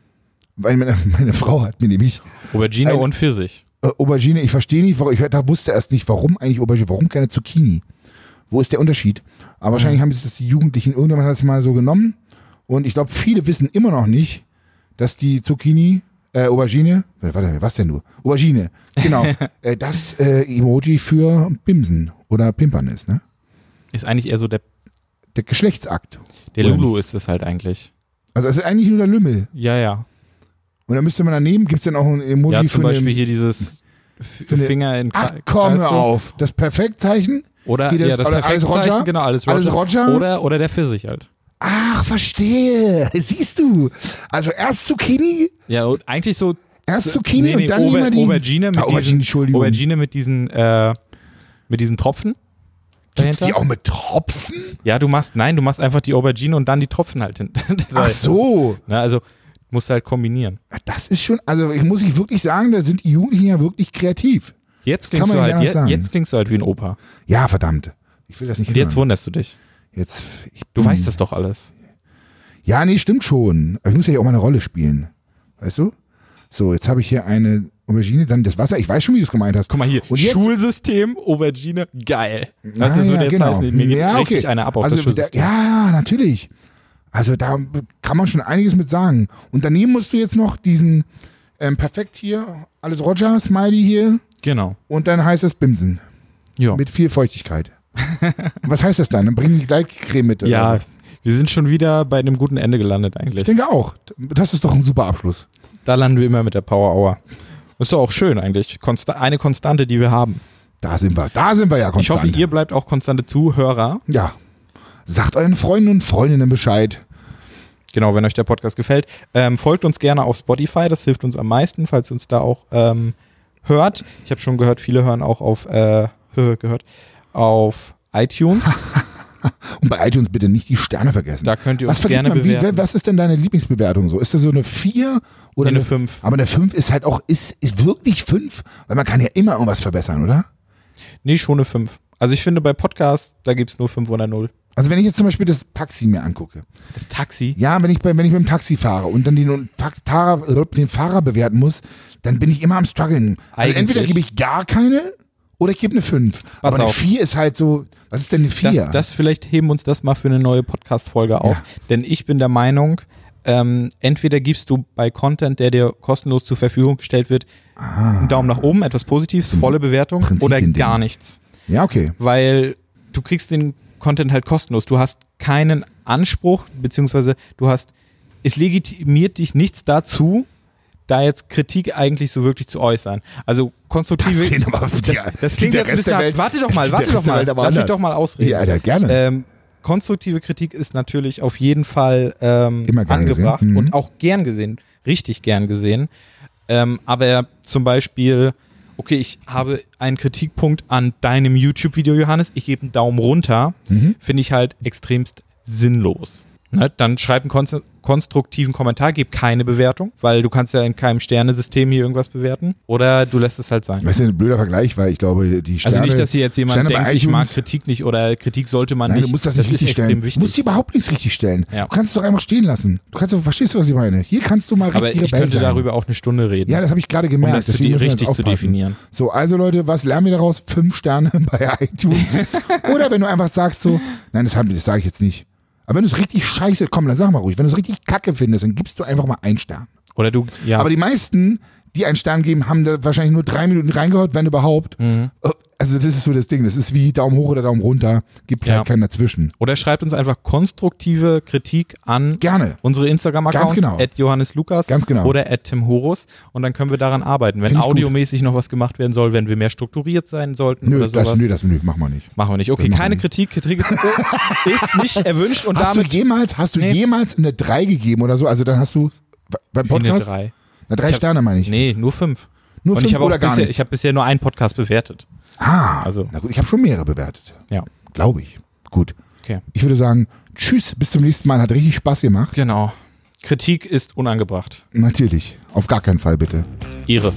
[SPEAKER 1] Weil meine, meine Frau hat mir nämlich
[SPEAKER 2] Aubergine
[SPEAKER 1] Ein-
[SPEAKER 2] und Pfirsich.
[SPEAKER 1] äh, Aubergine, ich verstehe nicht, warum, ich da wusste erst nicht, warum eigentlich Aubergine, warum keine Zucchini? Wo ist der Unterschied? Aber wahrscheinlich haben sich das die Jugendlichen irgendwann das mal so genommen. Und ich glaube, viele wissen immer noch nicht, dass die Zucchini, äh, Aubergine, äh, warte, was denn du? Aubergine, genau, äh, das äh, Emoji für Bimsen oder Pimpern ist, ne?
[SPEAKER 2] Ist eigentlich eher so der,
[SPEAKER 1] Der Geschlechtsakt.
[SPEAKER 2] der
[SPEAKER 1] Oder
[SPEAKER 2] Lulu ist es halt eigentlich.
[SPEAKER 1] Also es ist eigentlich nur der Lümmel.
[SPEAKER 2] Ja, ja.
[SPEAKER 1] Und dann müsste man daneben, gibt es dann auch ein Emoji
[SPEAKER 2] Ja,
[SPEAKER 1] für
[SPEAKER 2] zum Beispiel
[SPEAKER 1] einen-
[SPEAKER 2] hier dieses F
[SPEAKER 1] eine-
[SPEAKER 2] Finger in
[SPEAKER 1] Ach
[SPEAKER 2] Kre-
[SPEAKER 1] komm
[SPEAKER 2] Kreis
[SPEAKER 1] hör
[SPEAKER 2] so.
[SPEAKER 1] auf, das Perfektzeichen.
[SPEAKER 2] Oder
[SPEAKER 1] Hier das-
[SPEAKER 2] ja, das
[SPEAKER 1] oder alles
[SPEAKER 2] Perfektzeichen,
[SPEAKER 1] Roger?
[SPEAKER 2] Genau, alles Roger.
[SPEAKER 1] Alles Roger?
[SPEAKER 2] Oder, oder der Pfirsich halt.
[SPEAKER 1] Ach, verstehe. Siehst du. Also erst Zucchini.
[SPEAKER 2] Ja, und eigentlich so.
[SPEAKER 1] Erst Zucchini und dann
[SPEAKER 2] Auber
[SPEAKER 1] immer die-
[SPEAKER 2] Aubergine mit
[SPEAKER 1] Ah, Aubergine,
[SPEAKER 2] diesen,
[SPEAKER 1] Entschuldigung.
[SPEAKER 2] Aubergine mit diesen, äh, mit diesen Tropfen.
[SPEAKER 1] Gibt's
[SPEAKER 2] dahinter.
[SPEAKER 1] die auch mit Tropfen?
[SPEAKER 2] Ja, du machst, nein, du machst einfach die Aubergine und dann die Tropfen halt hin.
[SPEAKER 1] Ach so.
[SPEAKER 2] Na, also musst du halt kombinieren.
[SPEAKER 1] Das ist schon, also ich muss ich wirklich sagen, da sind die Jugendlichen ja wirklich kreativ.
[SPEAKER 2] Jetzt
[SPEAKER 1] Kann
[SPEAKER 2] klingst, du
[SPEAKER 1] man nicht
[SPEAKER 2] halt,
[SPEAKER 1] anders
[SPEAKER 2] je,
[SPEAKER 1] sagen.
[SPEAKER 2] jetzt klingst du halt wie ein Opa.
[SPEAKER 1] Ja, verdammt. Ich will das nicht
[SPEAKER 2] Und jetzt
[SPEAKER 1] hören.
[SPEAKER 2] wunderst du dich.
[SPEAKER 1] Jetzt, ich,
[SPEAKER 2] Du
[SPEAKER 1] bin-
[SPEAKER 2] weißt das doch alles.
[SPEAKER 1] Ja, nee, stimmt schon. Aber ich muss ja hier auch mal eine Rolle spielen. Weißt du? So, jetzt habe ich hier eine Aubergine, dann das Wasser. Ich weiß schon, wie du es gemeint hast.
[SPEAKER 2] Guck mal hier,
[SPEAKER 1] Und jetzt,
[SPEAKER 2] Schulsystem, Aubergine, geil. Das
[SPEAKER 1] Ah, ja,
[SPEAKER 2] ist, würde jetzt heißen, mir geht richtig einer ab auf
[SPEAKER 1] also,
[SPEAKER 2] das
[SPEAKER 1] da,
[SPEAKER 2] Schulsystem.
[SPEAKER 1] Ja, natürlich. Also da kann man schon einiges mit sagen. Und daneben musst du jetzt noch diesen ähm, perfekt hier, alles Roger, Smiley hier
[SPEAKER 2] Genau.
[SPEAKER 1] und dann heißt das Bimsen
[SPEAKER 2] Ja.
[SPEAKER 1] mit viel Feuchtigkeit. Was heißt das dann? Dann bringen die Gleitcreme mit. oder
[SPEAKER 2] ja,
[SPEAKER 1] so.
[SPEAKER 2] wir sind schon wieder bei einem guten Ende gelandet
[SPEAKER 1] Ich
[SPEAKER 2] eigentlich.
[SPEAKER 1] denke auch. Das ist doch ein super Abschluss.
[SPEAKER 2] Da landen wir immer mit der Power Hour. Ist doch auch schön eigentlich. Konsta eine Konstante, die wir haben.
[SPEAKER 1] Da sind wir. Da sind wir ja konstant.
[SPEAKER 2] Ich hoffe, ihr bleibt auch konstante Zuhörer.
[SPEAKER 1] Ja. Sagt euren Freunden und Freundinnen Bescheid.
[SPEAKER 2] Genau, wenn euch der Podcast gefällt. Ähm, folgt uns gerne auf Spotify, das hilft uns am meisten, falls ihr uns da auch ähm, hört. Ich habe schon gehört, viele hören auch auf, äh, gehört, auf iTunes.
[SPEAKER 1] Und bei iTunes bitte nicht die Sterne vergessen.
[SPEAKER 2] Da könnt ihr
[SPEAKER 1] was
[SPEAKER 2] uns
[SPEAKER 1] vergibt
[SPEAKER 2] gerne
[SPEAKER 1] man? Wie,
[SPEAKER 2] bewerten.
[SPEAKER 1] was ist denn deine Lieblingsbewertung so? Ist das so eine 4 oder
[SPEAKER 2] Nee, eine
[SPEAKER 1] eine
[SPEAKER 2] fünf.
[SPEAKER 1] Aber eine 5 ist halt auch, ist, ist wirklich 5, weil man kann ja immer irgendwas verbessern, oder?
[SPEAKER 2] Nee, schon eine 5. Also ich finde bei Podcasts, da gibt's nur 5 oder 0.
[SPEAKER 1] Also wenn ich jetzt zum Beispiel das Taxi mir angucke.
[SPEAKER 2] Das Taxi.
[SPEAKER 1] Ja, wenn ich, bei, wenn ich mit dem Taxi fahre und dann den, Tax- Fahrer- äh, den Fahrer bewerten muss, dann bin ich immer am struggeln. Also
[SPEAKER 2] Eigentlich.
[SPEAKER 1] entweder gebe ich gar keine oder ich gebe eine 5. Aber eine
[SPEAKER 2] auf.
[SPEAKER 1] 4 ist halt so, was ist denn eine 4?
[SPEAKER 2] Das, das vielleicht heben wir uns das mal für eine neue Podcast-Folge auf. Denn ich bin der Meinung, ähm, entweder gibst du bei Content, der dir kostenlos zur Verfügung gestellt wird, einen Daumen nach oben, etwas Positives, volle Bewertung oder
[SPEAKER 1] Ah. Prinzipien-Ding.
[SPEAKER 2] gar nichts.
[SPEAKER 1] ja, okay.
[SPEAKER 2] Weil du kriegst den Content halt kostenlos. Du hast keinen Anspruch, beziehungsweise du hast, es legitimiert dich nichts dazu, da jetzt Kritik eigentlich so wirklich zu äußern. Also konstruktive.
[SPEAKER 1] Das sehen aber die,
[SPEAKER 2] Das klingt
[SPEAKER 1] der
[SPEAKER 2] jetzt
[SPEAKER 1] Rest
[SPEAKER 2] ein bisschen
[SPEAKER 1] der
[SPEAKER 2] ab.
[SPEAKER 1] Welt,
[SPEAKER 2] Warte doch
[SPEAKER 1] das
[SPEAKER 2] mal,
[SPEAKER 1] sieht
[SPEAKER 2] warte
[SPEAKER 1] der
[SPEAKER 2] doch
[SPEAKER 1] Rest der
[SPEAKER 2] mal.
[SPEAKER 1] Welt aber
[SPEAKER 2] Lass mich
[SPEAKER 1] anders.
[SPEAKER 2] doch mal ausreden.
[SPEAKER 1] Ja, Alter, gerne.
[SPEAKER 2] Ähm, konstruktive Kritik ist natürlich auf jeden Fall ähm,
[SPEAKER 1] Immer gern
[SPEAKER 2] angebracht
[SPEAKER 1] gesehen. Mhm.
[SPEAKER 2] und auch gern gesehen, richtig gern gesehen. Ähm, aber zum Beispiel, okay, ich habe einen Kritikpunkt an deinem YouTube-Video, Johannes, ich gebe einen Daumen runter,
[SPEAKER 1] Mhm.
[SPEAKER 2] finde ich halt extremst sinnlos. Ne? Dann schreib einen konst konstruktiven Kommentar, gib keine Bewertung, weil du kannst ja in keinem Sternesystem hier irgendwas bewerten. Oder du lässt es halt sein.
[SPEAKER 1] Das ist ein blöder Vergleich, weil ich glaube, die Sterne,
[SPEAKER 2] Also nicht, dass hier jetzt jemand
[SPEAKER 1] Sterne bei
[SPEAKER 2] denkt, ich mag
[SPEAKER 1] iTunes-
[SPEAKER 2] Kritik nicht oder Kritik sollte man
[SPEAKER 1] Nein,
[SPEAKER 2] nicht.
[SPEAKER 1] du musst das nicht
[SPEAKER 2] ist
[SPEAKER 1] richtig stellen.
[SPEAKER 2] extrem
[SPEAKER 1] Du
[SPEAKER 2] wichtig.
[SPEAKER 1] musst sie überhaupt nicht richtig stellen.
[SPEAKER 2] Ja.
[SPEAKER 1] Du kannst es doch einfach stehen lassen. Du kannst, doch- verstehst du, was ich meine? Hier kannst du mal
[SPEAKER 2] Aber
[SPEAKER 1] richtig
[SPEAKER 2] ich
[SPEAKER 1] Rebell
[SPEAKER 2] könnte
[SPEAKER 1] sein.
[SPEAKER 2] darüber auch eine Stunde reden.
[SPEAKER 1] ja, das habe ich gerade gemerkt.
[SPEAKER 2] das zu
[SPEAKER 1] deswegen
[SPEAKER 2] de-
[SPEAKER 1] müssen wir jetzt
[SPEAKER 2] richtig zu
[SPEAKER 1] aufpassen.
[SPEAKER 2] definieren.
[SPEAKER 1] So, also Leute, was lernen wir daraus? Fünf Sterne bei iTunes. Oder wenn du einfach sagst so, nein, das, haben- das sage ich jetzt nicht. Aber wenn du es richtig scheiße, komm, dann sag mal ruhig. Wenn du es richtig kacke findest, dann gibst du einfach mal einen Stern.
[SPEAKER 2] Oder du, ja.
[SPEAKER 1] Aber die meisten, die einen Stern geben, haben da wahrscheinlich nur drei Minuten reingehört, wenn überhaupt.
[SPEAKER 2] Mhm.
[SPEAKER 1] Also das ist so das Ding. Das ist wie Daumen hoch oder Daumen runter. Gibt
[SPEAKER 2] Ja.
[SPEAKER 1] halt keinen dazwischen.
[SPEAKER 2] oder schreibt uns einfach konstruktive Kritik an
[SPEAKER 1] Gerne.
[SPEAKER 2] unsere
[SPEAKER 1] Ganz
[SPEAKER 2] Instagram-Accounts,
[SPEAKER 1] genau.
[SPEAKER 2] Johannes Lukas
[SPEAKER 1] Ganz genau.
[SPEAKER 2] oder at Tim Horus und dann können wir daran arbeiten. Wenn
[SPEAKER 1] Find ich gut.
[SPEAKER 2] audiomäßig noch was gemacht werden soll, wenn wir mehr strukturiert sein sollten
[SPEAKER 1] Nö,
[SPEAKER 2] oder sowas.
[SPEAKER 1] das, nö, das nö, machen wir nicht.
[SPEAKER 2] Machen wir nicht. Okay,
[SPEAKER 1] machen wir
[SPEAKER 2] keine
[SPEAKER 1] nicht.
[SPEAKER 2] Kritik. Kritik ist, oh, ist nicht erwünscht und
[SPEAKER 1] Hast du
[SPEAKER 2] damit
[SPEAKER 1] jemals, hast du
[SPEAKER 2] Nee.
[SPEAKER 1] jemals eine 3 gegeben oder so? Also dann hast du beim
[SPEAKER 2] Wie eine
[SPEAKER 1] Podcast
[SPEAKER 2] drei.
[SPEAKER 1] eine 3
[SPEAKER 2] Ich hab-
[SPEAKER 1] Sterne meine ich.
[SPEAKER 2] Nee, nur fünf.
[SPEAKER 1] Nur
[SPEAKER 2] und
[SPEAKER 1] fünf
[SPEAKER 2] ich habe auch
[SPEAKER 1] oder gar
[SPEAKER 2] bisher,
[SPEAKER 1] nichts?
[SPEAKER 2] ich habe bisher nur einen Podcast bewertet.
[SPEAKER 1] Ah,
[SPEAKER 2] Also.
[SPEAKER 1] na gut, ich habe schon mehrere bewertet,
[SPEAKER 2] Ja.
[SPEAKER 1] glaube ich. Gut.
[SPEAKER 2] Okay.
[SPEAKER 1] Ich würde sagen, tschüss, bis zum nächsten Mal. Hat richtig Spaß gemacht.
[SPEAKER 2] Genau. Kritik ist unangebracht.
[SPEAKER 1] Natürlich. Auf gar keinen Fall bitte.
[SPEAKER 2] Ihre.